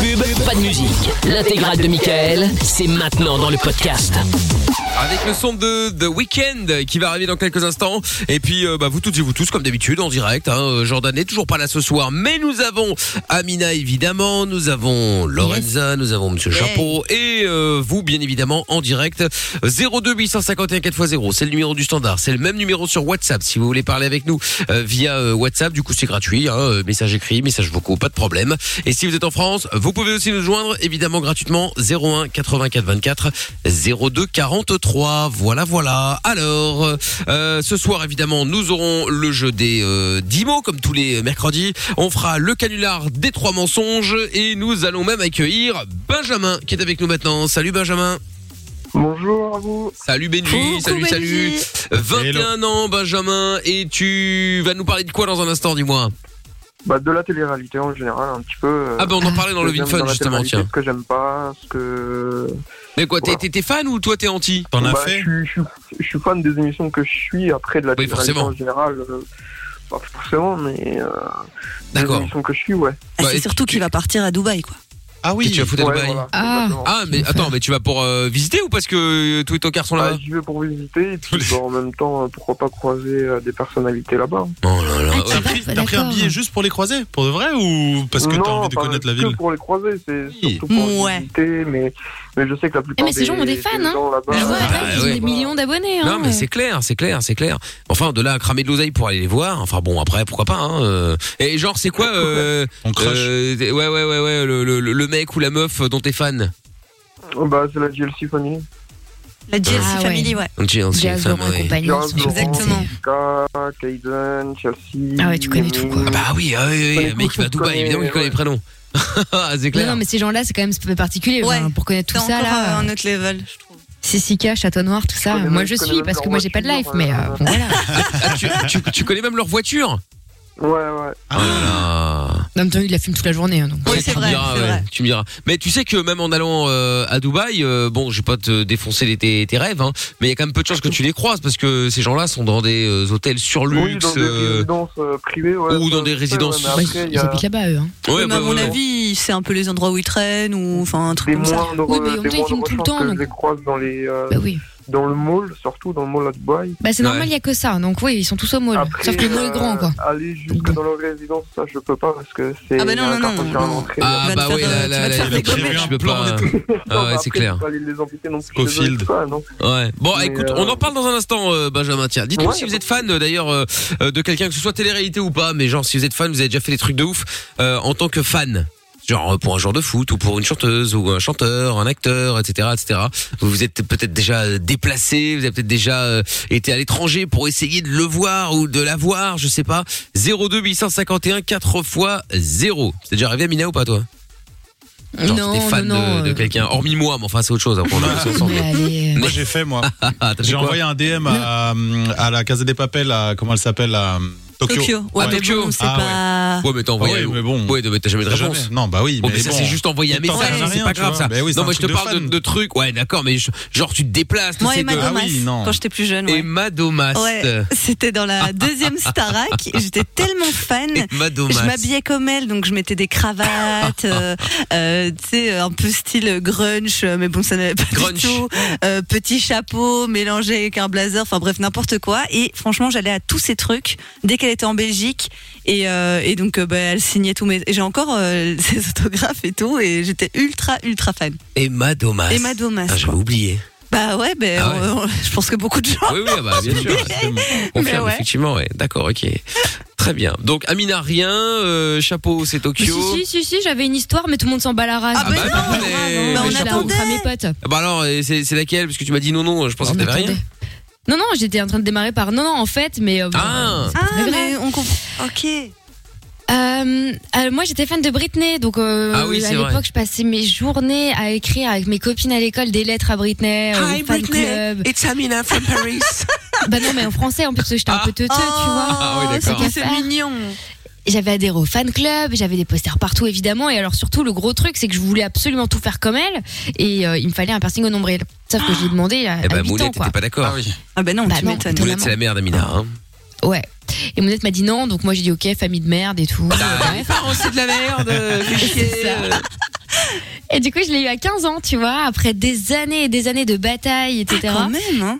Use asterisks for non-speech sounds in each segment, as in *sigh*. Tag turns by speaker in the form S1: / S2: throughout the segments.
S1: pub, pas de musique. L'intégrale de Michael, c'est maintenant dans le podcast.
S2: Avec le son de The Weeknd qui va arriver dans quelques instants. Et puis, euh, bah, vous toutes et vous tous, comme d'habitude, en direct. Hein, Euh, Jordan n'est toujours pas là ce soir, mais nous avons Amina, évidemment. Nous avons Lorenza, nous avons Monsieur Chapeau. Et euh, vous, bien évidemment, en direct. 02 851 4x0, c'est le numéro du standard. C'est le même numéro sur WhatsApp. Si vous voulez parler avec nous euh, via euh, WhatsApp, du coup, c'est gratuit. hein, euh, message écrit, message vocaux, pas de problème. Et si vous êtes en France, vous pouvez aussi nous joindre, évidemment, gratuitement. 01 84 24 02 43. Voilà, voilà. Alors, euh, ce soir, évidemment, nous aurons le jeu des euh, 10 mots, comme tous les mercredis. On fera le canular des trois mensonges et nous allons même accueillir Benjamin qui est avec nous maintenant. Salut Benjamin.
S3: Bonjour à vous.
S2: Salut Benji, salut, salut. 21 ans Benjamin et tu vas nous parler de quoi dans un instant, dis-moi
S3: Bah, de la télé-réalité en général, un petit peu. euh,
S2: Ah bah, on en parlait dans
S3: ce que
S2: le Vin
S3: j'aime
S2: Fun,
S3: dans la
S2: justement,
S3: télé-réalité,
S2: tiens.
S3: Ce que j'aime pas, ce que.
S2: Mais quoi, t'es-
S3: Voilà.
S2: t'es t'es fan ou toi t'es anti
S3: Bah, je, suis- je suis- je suis fan des émissions que je suis après de la
S2: Oui,
S3: télé-réalité
S2: forcément.
S3: en général. euh, pas forcément, mais. euh,
S2: D'accord.
S3: Des émissions que je suis, ouais.
S4: Ah,
S2: Bah, et
S4: c'est surtout qu'il va partir à Dubaï, quoi.
S2: Ah oui, tu vas foutre à
S3: Ouais,
S2: Dubaï.
S3: voilà,
S4: Ah.
S3: exactement.
S2: Ah mais attends, mais tu vas pour euh, visiter ou parce que euh, tous les tocards sont là
S3: Bah, J'y vais pour visiter et
S2: *laughs*
S3: puis bah, en même temps, euh, pourquoi pas croiser euh, des personnalités là-bas.
S2: Oh là là.
S5: Bah,
S6: T'as pris, t'as pris un billet juste pour les croiser, pour de vrai, ou parce que t'as
S3: Non,
S6: envie de
S3: pas
S6: connaître la
S3: que
S6: ville
S3: pour les croiser, c'est
S2: Oui.
S3: surtout
S5: Mm.
S3: pour
S4: Ouais.
S3: visiter, mais, mais je sais que la plupart
S5: mais ces gens ont des fans, hein.
S3: gens là-bas,
S5: Je vois,
S2: bah,
S5: ils ont
S2: ouais.
S5: des millions d'abonnés. hein.
S2: Non mais c'est clair, c'est clair, c'est clair. Enfin, de là à cramer de l'oseille pour aller les voir. Enfin bon, après pourquoi pas. Hein. euh. Et genre c'est quoi euh,
S6: On crush.
S2: euh, Ouais ouais ouais ouais le, le- le mec ou la meuf dont t'es fan.
S3: Oh, bah, c'est la GLC Family.
S4: La GLC
S5: Ah ouais.
S4: Family, ouais.
S2: J'ai aussi
S5: Jazz,
S2: femme,
S5: Laurent et
S2: ouais.
S5: compagnie.
S3: Jazz,
S5: c'est-
S3: Laurent,
S4: Exactement.
S3: Jessica, Kaiden, Chelsea.
S5: Ah ouais, tu connais tout, quoi.
S2: Ah bah oui, ah oui, oui,
S3: Ouais,
S2: le mec qui va à
S3: je
S2: Dubaï,
S3: connais,
S2: évidemment il connaît
S3: ouais.
S2: les prénoms. *laughs* c'est
S5: Non,
S2: clair.
S5: non, mais ces gens-là, c'est quand même c'est particulier.
S4: Ouais.
S5: enfin, pour connaître
S4: T'es
S5: tout
S4: encore
S5: ça,
S4: à
S5: là.
S4: un autre level, je trouve.
S5: Cécica, Château Noir, tout ça.
S3: connais
S5: Moi,
S3: même-
S5: je
S3: je connais
S5: suis,
S3: même
S5: parce
S3: leur
S5: que moi, j'ai pas de life,
S3: voiture,
S5: mais
S3: euh,
S5: euh, bon, voilà.
S2: *laughs* Ah, tu, tu- tu connais même leur voiture.
S3: Ouais, ouais.
S2: Oh là là.
S5: En même temps, il la fume toute la journée. hein, donc.
S4: Oui,
S2: Ouais,
S4: c'est
S2: tu me
S4: vrai,
S2: diras,
S4: c'est
S2: ouais,
S4: vrai.
S2: Tu me diras. Mais tu sais que même en allant euh, à Dubaï, euh, bon, je vais pas te défoncer les- tes, tes rêves, hein, mais il y a quand même peu de chances que tu les croises parce que ces gens-là sont dans des euh, hôtels sur
S3: Oui,
S2: luxe.
S3: dans des
S2: euh,
S3: résidences euh, privées, ouais.
S2: ou dans
S3: ça,
S2: des
S3: je sais, ouais,
S2: résidences-
S3: mais
S5: Bah,
S3: après, il
S5: ils
S3: y a
S5: habitent là-bas, eux. hein.
S2: ouais,
S4: mais à
S2: bah,
S4: mon
S2: ouais.
S4: avis, c'est un peu les endroits où ils traînent ou enfin un truc
S3: des
S4: comme ça.
S3: moindres,
S5: Oui, mais en
S3: des
S5: même temps, ils filment
S3: moindres
S5: tout le
S3: chances
S5: temps,
S3: que
S5: donc.
S3: je les croise dans, les, euh,
S5: Bah oui.
S3: dans le mall, surtout dans le mall à Dubaï.
S5: Bah c'est normal,
S2: Ouais.
S5: il y a que ça. Donc oui, ils sont tous au mall.
S3: Après,
S5: Sauf que le mall est grand,
S3: euh,
S5: quoi.
S3: Aller jusque dans leur résidence, ça, je peux pas parce que c'est.
S4: Ah bah non,
S3: il y a un
S4: non,
S3: carton
S4: non,
S3: sur la
S4: non.
S3: rentrée.
S2: Ah
S4: Tu vas te
S2: bah
S4: faire
S2: ouais,
S4: de-
S2: là,
S4: tu vas
S2: là,
S4: te
S2: là,
S4: faire
S2: il a
S4: des
S2: prévu
S4: gommettes.
S2: un
S3: *laughs*
S2: peux
S6: plan
S2: pas.
S6: et
S3: Non,
S2: Ah ouais,
S3: bah,
S2: c'est
S3: après,
S2: clair.
S3: je peux pas aller les embêter non plus.
S6: Scofield.
S3: je sais pas, non.
S2: Ouais. Bon,
S3: Mais,
S2: écoute,
S3: euh,
S2: on en parle dans un instant, euh, Benjamin. Tiens, dites-nous
S3: Ouais. bah.
S2: si vous êtes fan euh, d'ailleurs euh, euh, de quelqu'un, que ce soit télé-réalité ou pas, mais genre si vous êtes fan, vous avez déjà fait des trucs de ouf euh, en tant que fan. Genre euh, pour un joueur de foot ou pour une chanteuse ou un chanteur, un acteur, etc., etc. Vous vous êtes peut-être déjà euh, déplacé, vous avez peut-être déjà euh, été à l'étranger pour essayer de le voir ou de la voir, je sais pas. 02 851 4 x 0. C'est déjà arrivé à Mina ou pas toi Genre
S5: non,
S2: t'es fan
S5: non, non,
S2: de, de
S5: euh,
S2: quelqu'un, hormis moi, mais enfin c'est autre chose. hein, pour le-
S5: mais allez, euh,
S6: Moi, j'ai fait, moi.
S2: Ah, *laughs* t'as fait
S6: J'ai
S2: quoi
S6: envoyé un DM à, euh, à la Casa des Papels, à, comment elle s'appelle, à euh, Tokyo.
S4: Tokyo. Ouais, mais
S2: Tokyo.
S4: bon, c'est
S6: Ah,
S4: pas.
S2: Ouais, mais t'as
S6: Ah
S2: envoyé.
S6: ouais, mais bon.
S2: Ouais, mais t'as jamais de
S6: T'as
S2: réponse.
S6: jamais. Non, bah oui,
S2: Bon, mais,
S6: mais
S2: ça,
S6: bon.
S2: c'est juste envoyer un
S6: T'en
S2: message,
S6: sais
S2: hein, c'est
S6: rien,
S2: pas
S6: tu
S2: grave
S6: vois.
S2: ça.
S6: Mais oui, c'est
S2: non,
S6: un
S2: moi je te
S6: truc de
S2: parle de,
S6: fan.
S2: de trucs, ouais, d'accord, mais je- genre tu te déplaces, tu
S4: Moi,
S2: sais,
S4: Emma
S2: de-
S6: Ah
S4: Domas,
S6: oui, non.
S4: quand j'étais plus jeune. Ouais.
S2: Emma Domas.
S4: Ouais, c'était dans
S2: *laughs*
S4: la deuxième Starac. J'étais tellement fan.
S2: Emma Domas.
S4: Je m'habillais comme elle, donc je mettais des
S2: *laughs*
S4: cravates, euh, euh, tu sais, un peu style grunge, euh, mais bon, ça n'avait pas
S2: Grunge.
S4: du tout. Euh, petit chapeau mélangé avec un blazer, enfin bref, n'importe quoi. Et franchement, j'allais à tous ces trucs dès qu'elle était en Belgique. Et, euh, et donc, euh, bah, elle signait tous mes. et J'ai encore euh, *laughs* ses autographes et tout, et j'étais ultra, ultra fan.
S2: Emma Domas.
S4: Emma Domas.
S2: Ah, je
S4: quoi.
S2: vais oublier.
S4: Bah ouais, ben
S2: Ah ouais.
S4: on- on- je pense que beaucoup de gens. *laughs*
S2: Oui, oui, ah bah, bien sûr. Confirme,
S4: ouais.
S2: effectivement, ouais. D'accord, ok. Très bien. Donc, Amina, rien. euh, chapeau, c'est
S5: mais
S2: Tokyo.
S5: si, si, si, si, j'avais une histoire, mais tout le monde s'en bat la race.
S2: Ah bah non,
S5: grave,
S2: mais-
S5: hein,
S2: mais
S5: moi, je
S2: on
S5: l'ai
S4: attendait.
S5: rencontré à mes potes.
S2: Ah Bah alors, et c'est c'est laquelle Parce que tu m'as dit non, non, je pensais
S5: On
S2: que t'avais rien.
S5: attendait. Non, non, j'étais en train de démarrer par non, non, en fait, mais. euh, bon,
S2: Ah.
S5: c'est pas
S4: Ah,
S5: très grave.
S4: mais on comprend. Ok.
S5: Euh, euh, moi, j'étais fan de Britney, donc euh,
S2: Ah oui,
S5: à
S2: c'est vrai.
S5: l'époque, je passais mes journées à écrire avec mes copines à l'école des lettres à Britney,
S4: Ah,
S5: euh, au fan club.
S2: It's Amina from Paris.
S5: *laughs* bah non, mais en français, en plus, parce que j'étais un peu teuteux, tu vois.
S2: Ah oui, d'accord.
S5: qu'à
S4: c'est
S5: faire.
S4: Oh, mignon.
S5: J'avais adhéré au fan club, j'avais des posters partout évidemment, et alors surtout le gros truc c'est que je voulais absolument tout faire comme elle, et euh, il me fallait un piercing au nombril. Sauf que j'ai demandé à,
S2: Eh
S5: 8
S2: bah,
S5: ans
S2: Moulette,
S5: quoi.
S2: t'étais pas d'accord.
S4: Ah ben non,
S5: Bah
S4: tu
S5: non,
S4: m'étonnes.
S5: étonnamment.
S2: Moulette, c'est la mère d'Amina. Hein.
S5: Ouais. Et Monette m'a dit non, Ah, bah,
S2: Ah,
S5: donc moi j'ai dit ok, famille de merde et tout. Bref.
S2: *laughs* euh, parents, c'est de la merde.
S5: C'est ça. Et du coup, je l'ai eu à 15 ans, tu vois, après des années et des années de bataille, etc.
S4: quand même, hein.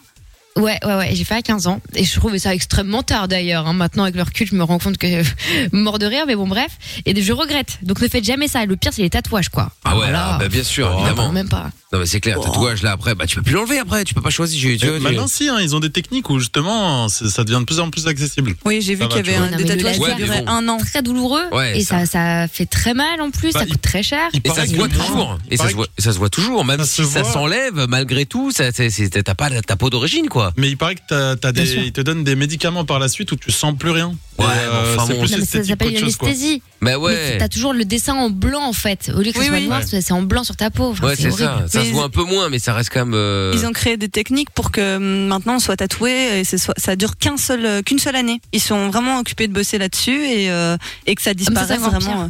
S5: Ouais, ouais, ouais, j'ai fait à 15 ans. Et je trouvais ça extrêmement tard d'ailleurs. hein. Maintenant, avec le recul, je me rends compte que *laughs* mort de rire, mais bon, bref. Et je regrette. Donc ne faites jamais ça. Le pire, c'est les tatouages, quoi.
S2: Ah ouais,
S5: Voilà.
S2: ah, bah, bien sûr, évidemment.
S5: Même pas.
S2: Non mais c'est clair, tatouage là après, bah tu peux plus l'enlever après, tu peux pas choisir. tu- tu-
S6: Et Maintenant, si, hein, ils ont des techniques où justement, c'est- ça devient de plus en plus accessible.
S4: Oui, j'ai vu
S6: Ça va,
S4: qu'il y avait
S6: tu vois.
S4: un,
S5: Non,
S4: des
S5: mais le
S4: tatouages
S2: laser.
S4: qui duraient
S2: Ouais, mais bon.
S4: un an.
S5: Très douloureux.
S2: Ouais,
S5: et
S2: ça-
S5: ça. Ça, fait très mal en plus.
S6: Bah,
S5: ça
S6: il-
S5: coûte très cher.
S6: Il
S2: Et ça
S6: paraît
S2: se
S6: que
S2: voit
S6: le moins-
S2: toujours.
S6: il
S2: Et ça
S6: paraît
S2: se voit, ça se voit toujours. Même
S6: Ça
S2: si
S6: se
S2: ça
S6: voit.
S2: s'enlève, malgré tout, ça, c'est- c'est- t'as pas la- ta peau d'origine, quoi.
S6: Mais il paraît que t'as, t'as
S5: Bien
S6: des,
S5: sûr.
S6: ils te donnent des médicaments par la suite où tu sens plus rien.
S2: Ouais,
S6: Et,
S2: mais enfin
S6: c'est
S2: bon,
S6: plus
S5: Non, mais ça
S6: esthétique
S5: s'appelle
S6: qu'autre
S5: une
S6: chose, quoi. Bah
S5: anesthésie.
S2: Mais
S5: Mais
S2: ouais.
S5: t'as toujours le dessin en blanc en fait. Au lieu que
S4: Oui,
S5: ce soit
S4: oui.
S5: noir,
S6: Ouais.
S5: c'est c'est en blanc sur ta peau. Enfin,
S2: Ouais, c'est ça.
S5: horrible.
S2: Ça
S4: Mais
S2: se
S4: ils-
S2: voit un peu moins, mais ça reste quand même. euh,
S4: Ils ont créé des techniques pour que hum, maintenant on soit tatoué et ce soit- ça dure qu'un seul, euh, qu'une seule année. Ils sont vraiment occupés de bosser là-dessus et, euh, et
S5: Ah,
S4: que ça disparaisse
S5: encore
S4: vraiment. euh.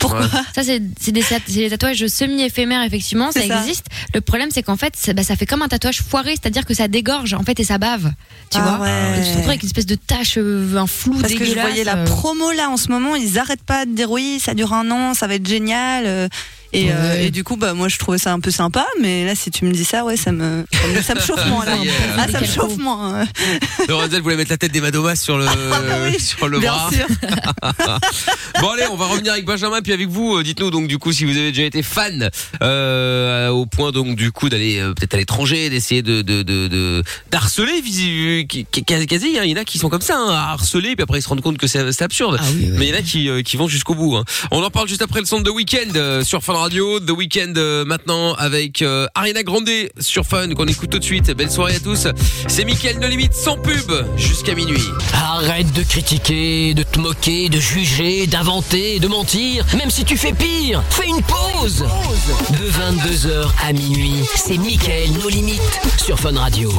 S4: Pourquoi
S2: Ouais.
S5: Ça, c'est c'est des, tat- c'est des tatouages semi-éphémères, effectivement, ça,
S4: C'est ça.
S5: existe. Le problème, c'est qu'en fait, ça, bah, ça fait comme un tatouage foiré, c'est-à-dire que ça dégorge, en fait, et ça bave. Tu
S4: Ah
S5: vois
S4: ouais.
S5: Et Tu te retrouves avec une espèce de tache, euh, un flou
S4: Parce que je
S5: dégueulasse,
S4: voyais la
S5: euh,
S4: promo là en ce moment, ils arrêtent pas de dire oui, ça dure un an, ça va être génial. euh, Et, euh,
S5: Ouais.
S4: et du coup, bah, moi je trouvais ça un peu sympa, mais là si tu me dis ça, ouais, ça me, ça me, ça me chauffe moins. Là.
S2: *laughs* Ça y est, Euh,
S4: Ah, ça me
S5: Quel
S4: chauffe
S5: coup.
S4: moins. hein. Ah, bah
S2: Lorenzel voulait mettre la tête des Madomas sur le,
S4: *laughs* oui,
S2: sur le bras.
S4: Bien
S2: *laughs*
S4: sûr.
S2: Bon allez, on va revenir avec Benjamin puis avec vous. euh, Dites-nous donc du coup si vous avez déjà été fan euh, au point donc du coup d'aller euh, peut-être à l'étranger, d'essayer de de de- de- d'harceler visi- qui- qui- quasi. quasi, hein. Il y en a qui sont comme ça, hein, à harceler puis après ils se rendent compte que c'est c'est absurde.
S5: Ah oui, oui.
S2: Mais il y en a qui euh, qui vont jusqu'au bout. hein. On en parle juste après le son de The Weeknd euh, sur Fun Radio. The Weeknd euh, maintenant avec euh, Ariana Grande sur Fun qu'on écoute tout de suite. Belle soirée à tous. C'est Mickaël No Limite sans pub jusqu'à minuit.
S1: Arrête de critiquer, de te moquer, de juger, d'inventer, de mentir. Même si tu fais pire, fais une pause. De 22h à minuit, c'est Mickaël, nos limites, sur Fun Radio.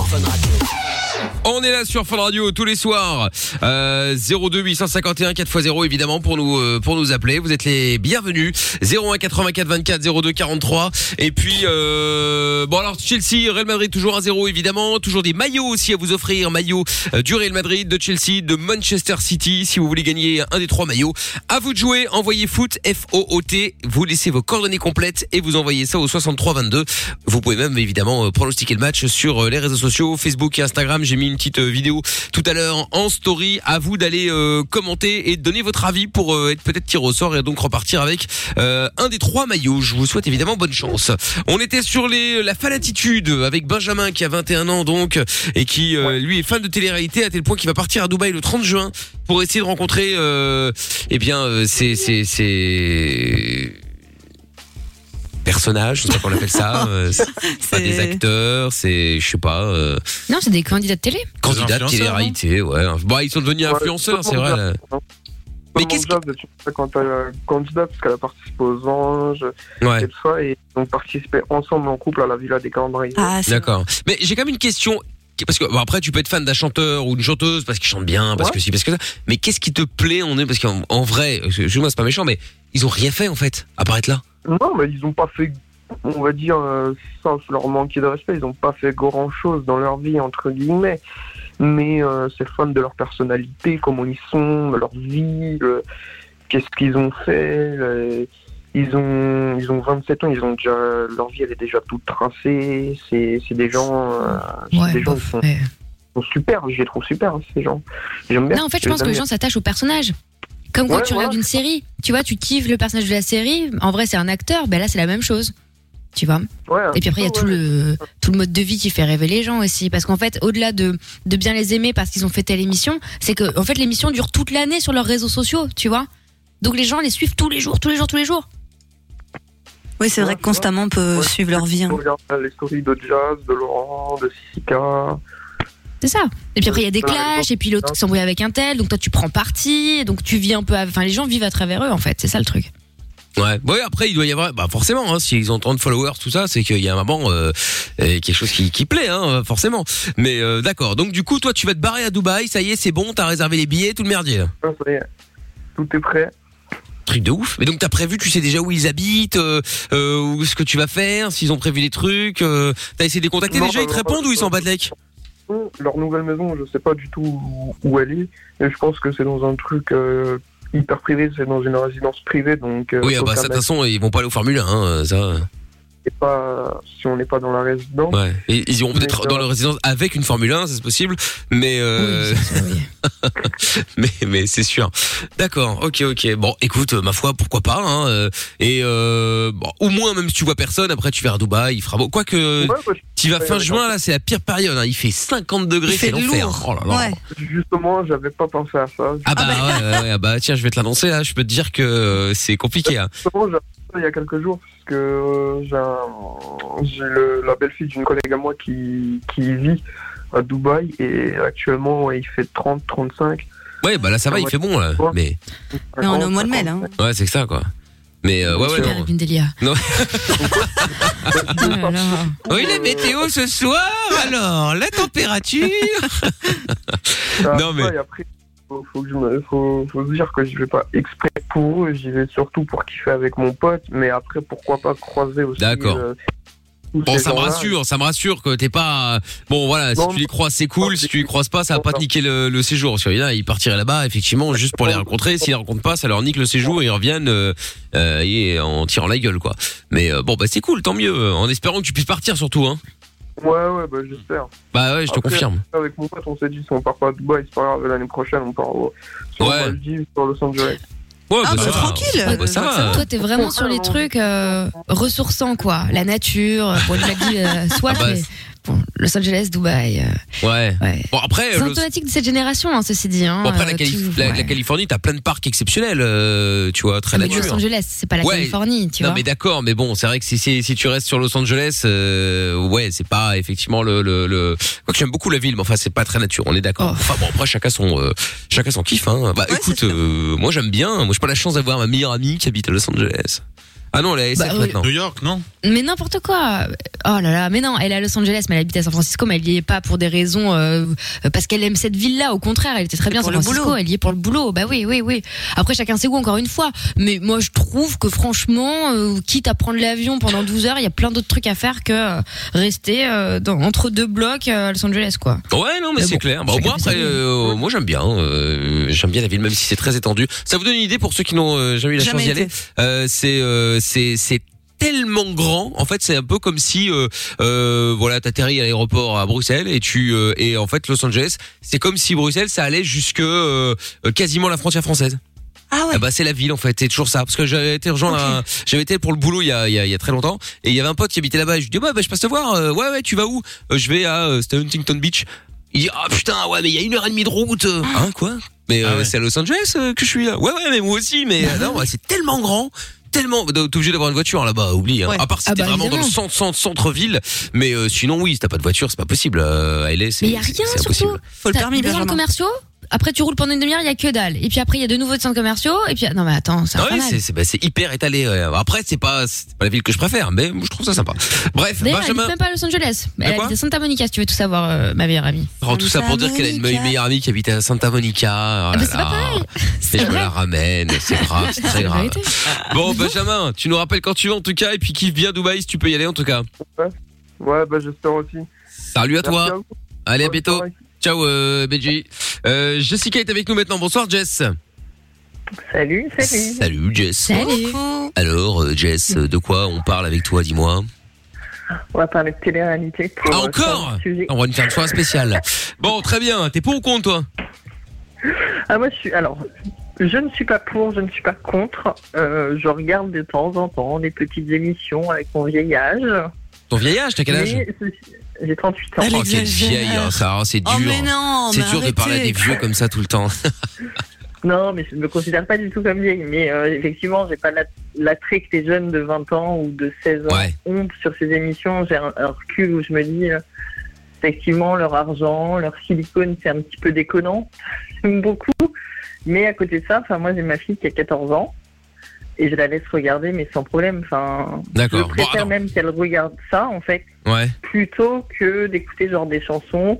S2: On est là sur Fun Radio tous les soirs. Euh, 02 851 4x0 évidemment pour nous euh, pour nous appeler. Vous êtes les bienvenus. 01 84 24 02 43 et puis euh, bon alors Chelsea Real Madrid toujours à 0 évidemment, toujours des maillots aussi à vous offrir, maillots euh, du Real Madrid, de Chelsea, de Manchester City si vous voulez gagner un des trois maillots. À vous de jouer, envoyez foot F O O T, vous laissez vos coordonnées complètes et vous envoyez ça au 63 22. Vous pouvez même évidemment euh, pronostiquer le match sur euh, les réseaux sociaux, Facebook et Instagram. J'ai mis une petite euh, vidéo tout à l'heure en story. À vous d'aller euh, commenter et donner votre avis pour euh, être peut-être tiré au sort et donc repartir avec euh, un des trois maillots. Je vous souhaite évidemment bonne chance. On était sur les la fanatitude avec Benjamin qui a 21 ans donc et qui euh, lui est fan de télé-réalité à tel point qu'il va partir à Dubaï le 30 juin pour essayer de rencontrer euh, eh bien euh, ces c'est c'est personnages, je sais pas qu'on
S4: *laughs*
S2: appelle ça, euh, c'est pas des
S4: C'est-
S2: acteurs, c'est je sais pas euh,
S5: Non, c'est des candidats de télé.
S2: candidats de
S6: influenceurs,
S2: télé-réalité, ouais. Bon, ils sont devenus
S3: Ouais,
S2: influenceurs, c'est
S3: tout le
S2: vrai.
S3: monde
S2: là. Mais
S3: Mais
S2: qu'est-ce
S3: qu'est-ce que... Quand t'as la candidate, parce qu'elle a participé aux anges et
S2: Ouais.
S3: tout ça, et ils ont participé ensemble en couple à la Villa des Calendriers.
S4: Ah, c'est-
S2: D'accord. Mais j'ai quand même une question. Parce que bon, après tu peux être fan d'un chanteur ou d'une chanteuse parce qu'ils chantent bien parce
S3: Ouais.
S2: que si parce que ça mais qu'est-ce qui te plaît on est parce qu'en en vrai je moi c'est pas méchant mais ils ont rien fait en fait à part être là
S3: Non, mais ils ont pas fait, on va dire, euh, sauf leur manquer de respect, ils ont pas fait grand-chose dans leur vie, entre guillemets. Mais euh, c'est fan de leur personnalité, comment ils sont, de leur vie, le- qu'est-ce qu'ils ont fait. le- Ils ont, ils ont 27 ans, ils ont déjà, leur vie elle est déjà toute tracée. C'est c'est des gens, euh, c'est
S5: Ouais,
S3: des gens qui
S5: bof,
S3: sont,
S5: ouais.
S3: sont super, je les trouve super, hein, ces gens. J'aime bien.
S5: Non, en fait, je pense que les gens s'attachent au personnage. Comme quand
S3: Ouais,
S5: tu
S3: voilà.
S5: regardes une série, tu vois, tu kiffes le personnage de la série. En vrai, c'est un acteur. Ben là, c'est la même chose. Tu vois
S3: Ouais, un
S5: Et puis après, il y a
S3: peu,
S5: tout
S3: ouais.
S5: le, tout le mode de vie qui fait rêver les gens aussi. Parce qu'en fait, au-delà de, de bien les aimer parce qu'ils ont fait telle émission, c'est que, en fait, l'émission dure toute l'année sur leurs réseaux sociaux, tu vois. Donc les gens les suivent tous les jours, tous les jours, tous les jours.
S4: Oui, c'est vrai que constamment on peut
S3: Ouais.
S4: suivre leur vie. hein.
S3: On regarde les stories de Jazz, de Laurent, de Sissika.
S5: C'est ça. Et puis après, il y a des
S3: Ouais,
S5: clashs, et puis l'autre qui s'embrouille avec un tel, donc toi, tu prends parti, donc tu vis un peu. avec- Enfin, les gens vivent à travers eux, en fait. C'est ça le truc.
S2: ouais ouais après il doit y avoir bah forcément hein, s'ils ont 30 followers tout ça c'est qu'il y a un moment euh, euh, quelque chose qui, qui plaît hein, forcément mais euh, d'accord donc du coup toi tu vas te barrer à Dubaï ça y est c'est bon t'as réservé les billets tout le merdier là.
S3: Ah, ça y est. Tout est prêt.
S2: Truc de ouf. Mais donc t'as prévu, tu sais déjà où ils habitent, euh, euh, où ce que tu vas faire, s'ils ont prévu des trucs. Euh, t'as essayé de les contacter
S3: Non,
S2: déjà, ils
S3: bah, non,
S2: te répondent
S3: bah,
S2: ou ils sont en
S3: bah,
S2: bas de lec
S3: Leur nouvelle maison, je sais pas du tout où- où elle est. Et je pense que c'est dans un truc. euh, hyper privé, c'est dans une résidence privée, donc euh,
S2: Oui, ah bah
S3: aucun
S2: ça, de toute façon, ils vont pas aller au Formule 1, hein, ça.
S3: mec n'est pas si on n'est pas dans la résidence.
S2: Ouais. Et ils iront
S3: Mais
S2: peut-être
S3: ça-
S2: dans leur résidence avec une Formule 1, ça, c'est possible, mais euh, *laughs* mais mais c'est sûr. D'accord. OK, OK. Bon, écoute, euh, ma foi, pourquoi pas hein, euh, et euh, bon, au moins même si tu vois personne, après tu vas à Dubaï, il fera beau.
S3: Ouais,
S2: Quoique
S3: parce
S2: tu vas
S3: Ouais,
S2: fin
S3: ouais,
S2: juin là, c'est la pire période hein. il fait 50 degrés,
S4: Il fait
S2: c'est l'enfer.
S4: lourd.
S2: Oh là là.
S4: Ouais.
S3: que justement, j'avais pas pensé à ça.
S2: Ah bah, ouais, ouais, ouais, ah bah tiens, je vais te l'annoncer là, je peux te dire que euh, c'est compliqué. hein.
S3: Justement, j'avais pensé il y a quelques jours, parce que euh, j'ai un- j'ai le- la belle-fille d'une collègue à moi qui, qui vit à Dubaï et actuellement ouais, il fait 30, 35.
S2: Ouais, bah là ça va, il fait bon là, mais
S4: Mais on est au mois de mai,
S3: 50,
S4: là. hein.
S2: ouais, c'est que ça quoi. Mais euh, ouais ouais non.
S5: Une délire.
S2: Non.
S5: Oh là là.
S2: Oui, la météo ce soir, alors, la température.
S3: Ça,
S2: Non, mais-
S3: Et Ah, après, faut, faut, que je me- faut, faut se dire que je vais pas exprès pour eux, j'y vais surtout pour kiffer avec mon pote, mais après, pourquoi pas croiser aussi.
S2: D'accord.
S3: euh, tous
S2: Bon,
S3: ces
S2: ça me
S3: gens-là.
S2: rassure, ça me rassure que t'es pas. Bon, voilà, si
S3: Non,
S2: tu les croises, c'est cool. Si tu les croises pas, ça va pas te niquer le, le séjour. Parce qu'il y en a, ils partiraient là-bas, effectivement, juste pour les rencontrer. S'ils les rencontrent pas, ça leur nique le séjour et ils reviennent euh, euh, et en tirant la gueule, quoi. Mais euh, bon, bah c'est cool, tant mieux. En espérant que tu puisses partir, surtout. Hein.
S3: Ouais, ouais, bah, j'espère.
S2: Bah ouais, je te
S3: Après,
S2: confirme.
S3: Avec mon pote, on s'est dit, si on part pas à Dubaï, c'est pas grave, l'année prochaine, on part au, sur
S2: Ouais.
S3: Maldives, sur Los Angeles.
S2: Ouais,
S4: Ah, bah,
S2: ça va.
S4: tranquille.
S2: Bon, bah, ça va.
S5: Toi, t'es vraiment sur les trucs euh, ressourçants, quoi. La nature, pour le dit
S2: *laughs*
S5: euh, soit,
S2: Ah bah,
S5: mais bon, Los Angeles, Dubaï. euh,
S3: Ah
S2: Ouais. Ah,
S5: ouais.
S2: Bon, après,
S5: C'est
S2: le-
S5: automatique de cette génération, hein, ceci dit. Hein,
S2: bon, après
S5: euh,
S2: la, Calif-
S5: tout-
S2: la-
S5: ouais.
S2: la Californie, t'as plein de parcs exceptionnels, euh, tu vois, très
S5: Mais Los
S2: nature.
S5: Angeles, c'est pas la
S2: Ouais.
S5: Californie, tu
S2: non
S5: vois.
S2: mais d'accord, mais bon, c'est vrai que si, si, si tu restes sur Los Angeles, euh, ouais, c'est pas effectivement le le, le... quoi que j'aime beaucoup la ville, mais enfin c'est pas très nature, on est d'accord.
S5: Oh.
S2: Enfin bon, après chacun son euh, chacun son kiff. Hein. Bah
S4: Ouais,
S2: écoute,
S4: c'est sûr.
S2: euh, moi j'aime bien, moi j'ai pas la chance d'avoir ma meilleure amie qui habite à Los Angeles. Ah non, elle est à SF
S5: Bah, oui.
S2: maintenant.
S6: New York, non
S5: Mais n'importe quoi. Oh là là, mais non, elle est à Los Angeles, mais elle habite à San Francisco, mais elle y est pas pour des raisons euh, parce qu'elle aime cette ville-là. Au contraire, elle était très bien à
S4: pour
S5: San
S4: le
S5: Francisco.
S4: boulot.
S5: Elle y est pour le boulot. Bah oui, oui, oui. Après, chacun ses goûts, encore une fois. Mais moi, je trouve que franchement, euh, quitte à prendre l'avion pendant 12 heures, il y a plein d'autres trucs à faire que euh, rester euh, dans, entre deux blocs euh, à Los Angeles, quoi.
S2: Ouais, non,
S5: Mais
S2: mais, c'est
S5: bon,
S2: clair. Bah, au
S5: chacun
S2: moins,
S5: fait sa
S2: après,
S5: vie.
S2: euh, moi j'aime bien, euh, j'aime bien la ville, même si c'est très étendu. Ça vous donne une idée pour ceux qui n'ont euh, jamais eu la
S4: Jamais
S2: chance
S4: été.
S2: d'y aller Euh, C'est euh, c'est c'est tellement grand. En fait, c'est un peu comme si, euh, euh, voilà, t'atterris à l'aéroport à Bruxelles et tu euh, et en fait Los Angeles, c'est comme si Bruxelles, ça allait jusque euh, euh, quasiment la frontière française.
S4: Ah ouais.
S2: Ah bah c'est la ville en fait, c'est toujours ça. Parce que j'avais été rejoindre, un- j'avais été pour le boulot il y a, il y a, il y a très longtemps et il y avait un pote qui habitait là-bas. Et Je lui dis ouais bah je passe te voir. Euh, ouais ouais tu vas où Euh, Je vais à euh, c'était Huntington Beach. Il dit ah putain ouais mais il y a une heure et demie de route. Hein quoi Mais
S6: Ah
S2: euh,
S6: ouais.
S2: c'est à Los Angeles euh, que je suis là. Ouais ouais mais moi aussi
S4: *laughs*
S2: mais euh, non ouais, c'est tellement grand. Tellement, t'es obligé d'avoir une voiture là-bas, oublie. hein.
S4: Ouais.
S2: À part si
S5: Ah
S2: t'es
S5: bah,
S2: vraiment dans le
S5: évidemment.
S2: centre, centre, centre-ville, mais euh, sinon oui, si t'as pas de voiture, c'est pas possible. Euh, à LA, c'est
S5: Mais y a
S2: c'est-
S5: rien,
S2: c'est
S5: surtout.
S2: impossible.
S4: Faut le
S5: T'as
S4: permis,
S5: des centres
S4: Benjamin.
S5: commerciaux. Après, tu roules pendant une demi-heure, il y a que dalle. Et puis après, il y a de nouveaux centres commerciaux. Et puis, non, mais attends, c'est
S2: Ah oui,
S5: infernal.
S2: c'est- c'est bah, c'est hyper étalé. ouais. Après, c'est pas, c'est pas la ville que je préfère, mais je trouve ça sympa. Bref,
S5: D'ailleurs, elle
S2: Benjamin
S5: habite même pas à Los Angeles.
S2: De
S5: Elle
S2: quoi
S5: habite à Santa Monica, si tu veux tout savoir, euh, ma meilleure amie.
S2: rend tout ça pour dire qu'elle a une
S4: Monica.
S2: meilleure amie qui habite à Santa Monica. Oh
S5: Ah,
S2: là
S5: mais c'est pas
S2: là.
S5: pareil.
S2: Et
S5: C'est
S2: je me
S5: vrai.
S2: la ramène, c'est
S5: *laughs*
S2: grave, c'est très
S5: La
S2: grave.
S5: vérité.
S2: Bon, Benjamin, tu nous rappelles quand tu veux en tout cas, et puis kiffe bien Dubaï si tu peux y aller en tout cas.
S3: Ouais, bah, j'espère aussi.
S2: Salut à
S3: Merci
S2: toi,
S3: à vous.
S2: allez à
S3: Bonne
S2: bientôt.
S3: soirée.
S2: Ciao euh, Benji. Euh, Jessica est avec nous maintenant, bonsoir Jess.
S7: Salut, salut.
S2: Salut Jess.
S5: Salut.
S2: Alors euh, Jess, euh, de quoi on parle avec toi, dis-moi
S7: On va parler de télé-réalité. pour,
S2: Ah
S7: euh,
S2: encore
S7: faire le sujet.
S2: On va nous faire une soirée spéciale. Bon, très bien, t'es pour ou contre toi
S7: Ah, moi, je suis. Alors, je ne suis pas pour, je ne suis pas contre. Euh, je regarde de temps en temps des petites émissions avec mon vieil âge.
S2: Ton vieillage, t'as quel âge
S7: Mais ceci- J'ai 38 ans.
S4: Elle
S2: Oh, quelle
S4: exagère.
S2: vieille, hein, ça, hein, c'est dur.
S4: Oh, mais non,
S2: c'est
S4: mais
S2: dur de parler à des
S4: arrêtez.
S2: vieux comme ça tout le temps.
S7: Non, mais je ne me considère pas du tout comme vieille. Mais euh, effectivement, j'ai pas la- l'attrait que les jeunes de 20 ans ou de 16 ans
S2: Ouais.
S7: ont sur ces émissions. J'ai un, un recul où je me dis, euh, effectivement, leur argent, leur silicone, c'est un petit peu déconnant. *laughs* J'aime beaucoup. Mais à côté de ça, enfin, moi, j'ai ma fille qui a 14 ans. Et je la laisse regarder, mais sans problème. Enfin, je
S2: D'accord. Bon,
S7: préfère
S2: attends.
S7: même qu'elle regarde ça, en fait,
S2: Ouais.
S7: plutôt que d'écouter genre des chansons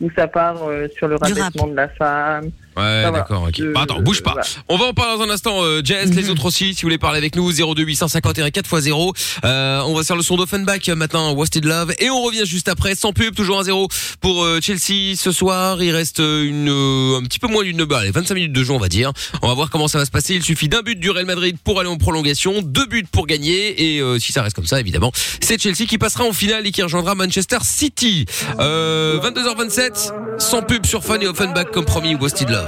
S7: où ça part euh, sur le
S4: Du rap.
S7: rabaissement de la femme,
S2: Ouais,
S7: Ça va.
S2: d'accord, ok.
S7: Euh,
S2: Bah, attends, bouge pas.
S7: voilà.
S2: On va en parler dans un instant, euh, Jess, les autres aussi, si vous voulez parler avec nous, 02851 4x0. Euh, on va faire le son d'Offenbach euh, maintenant, Wasted Love, et on revient juste après, sans pub, toujours 1-0 pour euh, Chelsea ce soir. Il reste euh, une, euh, un petit peu moins d'une bah, allez, 25 minutes de jeu, on va dire. On va voir comment ça va se passer. Il suffit d'un but du Real Madrid pour aller en prolongation, deux buts pour gagner, et euh, si ça reste comme ça, évidemment, c'est Chelsea qui passera en finale et qui rejoindra Manchester City. Euh, 22h27, sans pub sur Fan et Offenbach comme promis, Wasted Love.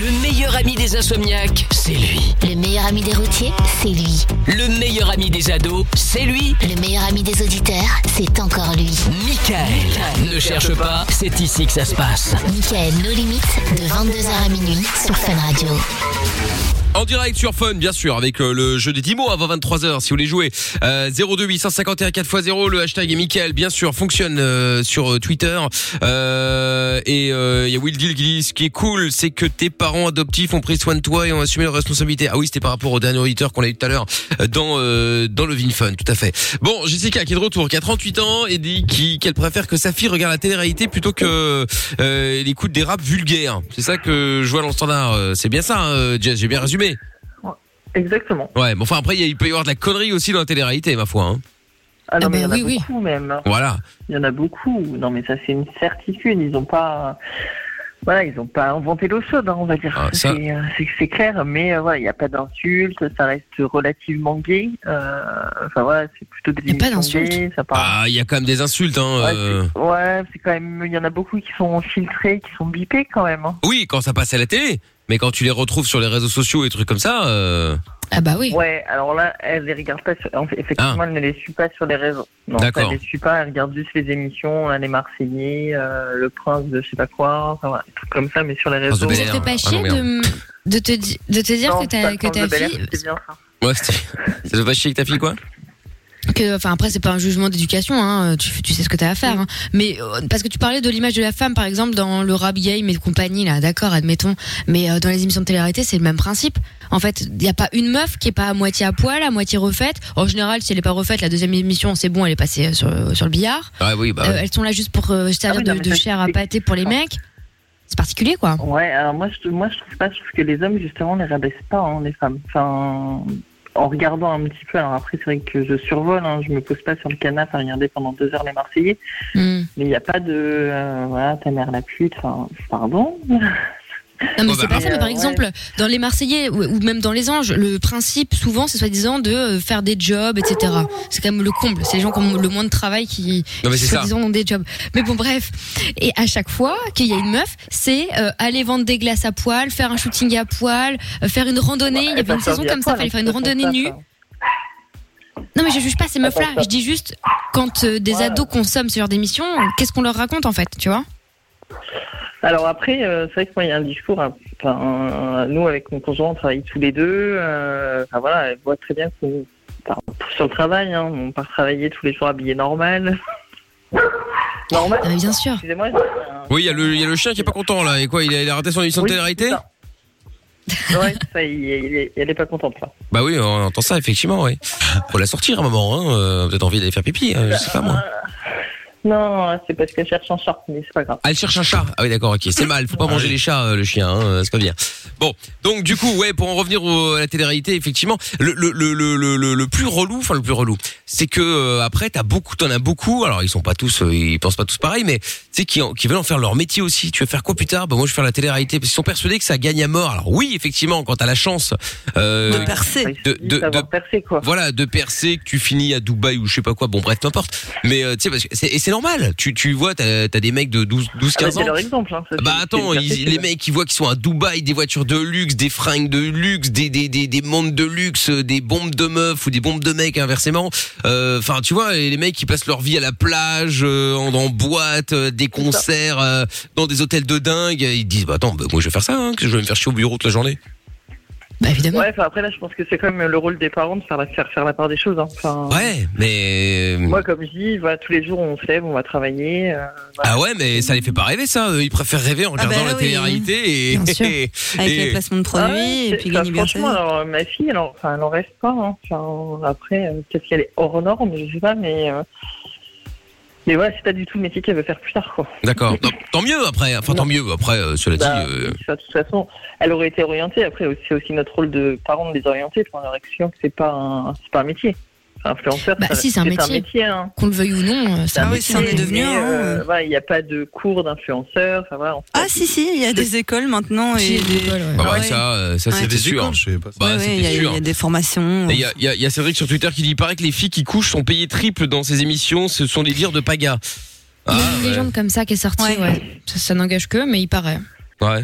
S1: Le meilleur ami des insomniaques, c'est lui.
S8: Le meilleur ami des routiers, c'est lui.
S1: Le meilleur ami des ados, c'est lui.
S8: Le meilleur ami des auditeurs, c'est encore lui.
S1: Michael. Ne cherche pas, c'est ici que ça se passe.
S8: Michael, nos limites, de 22h à minuit sur Fun Radio.
S2: En direct sur Fun, bien sûr, avec euh, le jeu des 10 mots avant 23h, si vous voulez jouer. Euh, 02 851 4x0, le hashtag est Mickaël, bien sûr, fonctionne euh, sur euh, Twitter. Euh, et euh, il y a Will Deal qui dit, ce qui est cool, c'est que tes parents adoptifs ont pris soin de toi et ont assumé leurs responsabilités. Ah oui, c'était par rapport au dernier auditeur qu'on a eu tout à l'heure euh, dans euh, dans le VinFun, tout à fait. Bon, Jessica qui est de retour, qui a 38 ans et dit qui- qu'elle préfère que sa fille regarde la télé-réalité plutôt que euh, elle écoute des raps vulgaires. C'est ça que je vois dans le standard. Euh, C'est bien ça, hein, Jess, j'ai bien résumé.
S7: Exactement.
S2: Ouais, mais enfin après, il y a- il peut y avoir de la connerie aussi dans la télé-réalité, ma foi. hein.
S7: Ah non,
S5: Ah
S7: mais il y en
S5: bah
S7: a
S5: oui, oui.
S7: beaucoup même.
S2: Voilà.
S7: Il y en a beaucoup. Non, mais ça, c'est une certitude. Ils n'ont pas. Voilà, ils n'ont pas inventé l'eau chaude, hein, on va dire.
S2: Ah, ça-
S7: C'est, euh, c'est- c'est clair, mais euh, voilà, il n'y a pas d'insultes, ça reste relativement gay. Euh, enfin, voilà, c'est plutôt des
S5: Y a pas
S7: émissions
S5: d'insultes.
S7: gays, ça parle.
S2: Ah, il y a quand même des insultes. Hein,
S7: Ouais,
S2: euh.
S7: c'est- ouais, c'est quand même. Il y en a beaucoup qui sont filtrés, qui sont bipés quand même. hein.
S2: Oui, quand ça passe à la télé. Mais quand tu les retrouves sur les réseaux sociaux et trucs comme ça, euh,
S5: Ah bah oui.
S7: Ouais, alors là, elle les regarde pas. Sur... en fait, Effectivement, elle ne les suit pas sur les réseaux. Non,
S2: Ah. D'accord.
S7: Elle les suit pas. Elle regarde juste les émissions, là, les Marseillais, euh, le Prince de je sais pas quoi, enfin, voilà, des trucs comme ça, mais sur les
S2: Prince de
S7: réseaux.
S5: Ça
S2: Bel-Air.
S5: te fait
S2: Ah
S5: pas chier
S2: non, merde.
S5: de, de, te, di- de te dire
S7: Non,
S5: que
S7: c'est pas
S5: ta,
S7: le
S5: que
S7: Prince de
S5: ta
S7: Bel-Air,
S5: fille.
S7: c'est bien ça.
S2: ouais, c'est- ça te va chier que ta fille quoi
S5: que enfin après c'est pas un jugement d'éducation hein, tu tu sais ce que t'as à faire hein. mais euh, parce que tu parlais de l'image de la femme par exemple dans le rap game et compagnie là d'accord admettons mais euh, dans les émissions de télé-réalité c'est le même principe en fait il y a pas une meuf qui est pas à moitié à poil à moitié refaite en général si elle est pas refaite la deuxième émission c'est bon elle est passée euh, sur sur le billard
S2: Ah oui, bah.
S5: Euh,
S2: ouais.
S5: elles sont là juste pour euh, servir
S7: Ah oui, non,
S5: de,
S7: mais
S5: de
S7: ça,
S5: chair à
S7: c'est-
S5: pâté pour les mecs c'est particulier quoi
S7: Ouais, alors moi, je, moi, je trouve pas. Je trouve que les hommes, justement, les rabaissent pas, hein, les femmes. Enfin, en regardant un petit peu. Alors après, c'est vrai que je survole. Hein, je me pose pas sur le canapé à regarder pendant deux heures les Marseillais.
S5: Hmm.
S7: Mais il n'y a pas de. euh, voilà, ta mère la pute. Enfin, pardon.
S5: Non, mais
S2: Oh,
S5: c'est
S2: bah,
S5: pas ça, mais par
S7: euh,
S5: exemple, dans les Marseillais ou, ou même dans les Anges, le principe, souvent, c'est soi-disant de euh, faire des jobs, etc. C'est quand même le comble. C'est les gens qui ont le moins de travail qui,
S2: Non, mais
S5: qui
S2: c'est ça.
S5: soi-disant, ont des jobs. Mais bon, bref. Et à chaque fois qu'il y a une meuf, c'est euh, aller vendre des glaces à poil, faire un shooting à poil, euh, faire une randonnée. Il y avait une saison comme ça, fallait faire une randonnée nue. Non, mais je juge pas ces
S7: Ah,
S5: meufs-là. Je dis juste, quand euh, des
S7: Ouais.
S5: ados consomment ce genre d'émission, qu'est-ce qu'on leur raconte, en fait, tu vois
S7: Alors après, euh, c'est vrai que moi, il y a un discours. hein, enfin, euh, nous, avec mon conjoint, on travaille tous les deux. euh, enfin, voilà, elle voit très bien qu'on. enfin, sur le travail, hein, on part travailler tous les jours habillé
S5: *laughs*
S7: normal. normal
S5: Ah, mais bien sûr.
S7: Excusez-moi. j'ai un-
S2: Oui, il y, a le- il y a le chien qui est pas content là. Et quoi, il a, il a raté son émission
S7: Euh, Oui,
S2: de télé-réalité
S7: c'est ça. euh, Ouais, c'est ça, il est- il est- elle est pas contente là.
S2: Bah oui, on entend ça, effectivement, oui. Faut la sortir à un moment, hein. euh, Peut-être envie d'aller faire pipi, hein, je sais pas moi.
S7: Non, c'est parce qu'elle cherche un short, mais c'est pas grave.
S2: Ah, elle cherche un chat. Ah oui, d'accord, ok. C'est mal. Faut pas manger les chats, euh, le chien. Hein, euh, c'est pas bien. Bon, donc du coup, ouais, pour en revenir au- à la télé-réalité, effectivement, le le le le le, le- le plus relou, enfin le plus relou, c'est que euh, après t'as beaucoup, t'en as beaucoup. Alors ils sont pas tous, euh, ils pensent pas tous pareil, mais tu sais qui en- qui veulent en faire leur métier aussi. Tu veux faire quoi plus tard Bah moi je vais faire la télé-réalité parce qu'ils sont persuadés que ça gagne à mort. Alors oui, effectivement, quand t'as la chance. euh,
S4: de percer.
S7: Enfin, il
S2: de-
S7: suffit
S2: de-
S7: d'avoir
S2: de-
S7: percé quoi.
S2: voilà, de percer, que tu finis à Dubaï ou je sais pas quoi, bon bref, n'importe. Mais euh, tu sais, parce que c'est- et c'est normal, tu, tu vois, t'as t'as des mecs de 12, 12
S7: Ah, mais
S2: 15
S7: c'est
S2: ans,
S7: leur exemple. Hein, ça,
S2: bah
S7: c'est-
S2: attends,
S7: c'est-
S2: ils- les mecs ils voient qu'ils sont à Dubaï, des voitures de luxe, des fringues de luxe, des des des des montres de luxe, euh, des bombes de meufs ou des bombes de mecs inversement. Euh, Enfin tu vois, et les mecs qui passent leur vie à la plage, euh, en, en boîte, euh, des concerts, euh, dans des hôtels de dingue, ils disent bah attends, bah, moi je vais faire ça, hein, que je vais me faire chier au bureau toute la journée.
S5: Bah, évidemment.
S7: Ouais, enfin, après là, je pense que c'est quand même le rôle des parents de faire la, faire, faire la part des choses. Hein. Enfin,
S2: Ouais, mais euh,
S7: Moi, comme je dis, voilà, tous les jours, on se lève, on va travailler. euh, voilà.
S2: ah ouais, mais ça les fait pas rêver ça. Eux, Ils préfèrent rêver en
S4: Ah bah
S2: regardant la
S4: oui.
S2: télé-réalité et-
S5: Bien
S2: *laughs*
S5: sûr.
S2: et,
S4: Avec
S2: et-
S4: les placements de
S7: Ah
S4: produits
S7: ouais,
S4: et
S7: c'est-
S4: puis
S7: enfin,
S4: gagner bien
S7: franchement,
S4: sa vie.
S7: alors, euh, ma fille, elle en, enfin, elle en reste pas. hein. Enfin, après, euh, peut-être qu'elle est hors norme, je sais pas, mais euh, Mais voilà, c'est pas du tout le métier qu'elle veut faire plus tard, quoi.
S4: *laughs*
S2: D'accord. Non, Tant mieux après. Enfin, tant mieux après. euh, cela
S7: Bah,
S2: dit. euh,
S7: ça, de toute façon, elle aurait été orientée. Après, c'est aussi notre rôle de parents de les orienter, pour leur expliquer que c'est pas un, c'est pas un métier. Influenceur,
S5: Bah
S7: ça-
S5: si, c'est un métier.
S7: hein.
S5: Qu'on le veuille ou non, euh, c'est un
S4: Ah oui,
S5: métier.
S4: ça en est devenu
S7: Mais,
S4: un,
S7: euh,
S4: hein.
S7: voilà, Il n'y a pas de cours d'influenceur. Enfin, voilà, on sait
S4: Ah
S7: pas
S4: si si, il y a des écoles maintenant
S5: Si,
S4: et
S5: des
S4: des...
S5: écoles, ouais.
S2: Bah ouais,
S4: ouais.
S2: ça, euh, ça
S4: Ah Ouais.
S2: c'était
S9: Des
S2: sûr.
S9: écoles, je sais pas.
S2: Bah,
S4: Ouais, ouais, il y, a-
S2: c'était
S4: il
S2: sûr.
S4: y a des formations.
S2: Et Il y a, il y a- il y a Cédric sur Twitter qui dit il paraît que les filles qui couchent sont payées triple dans ces émissions. Ce sont des dires de paga.
S5: Il y a
S2: Ah,
S5: une
S2: ouais.
S5: légende comme ça qui est sortie,
S4: Ouais.
S5: ouais. Ça, ça n'engage que, mais il paraît.
S2: Ouais.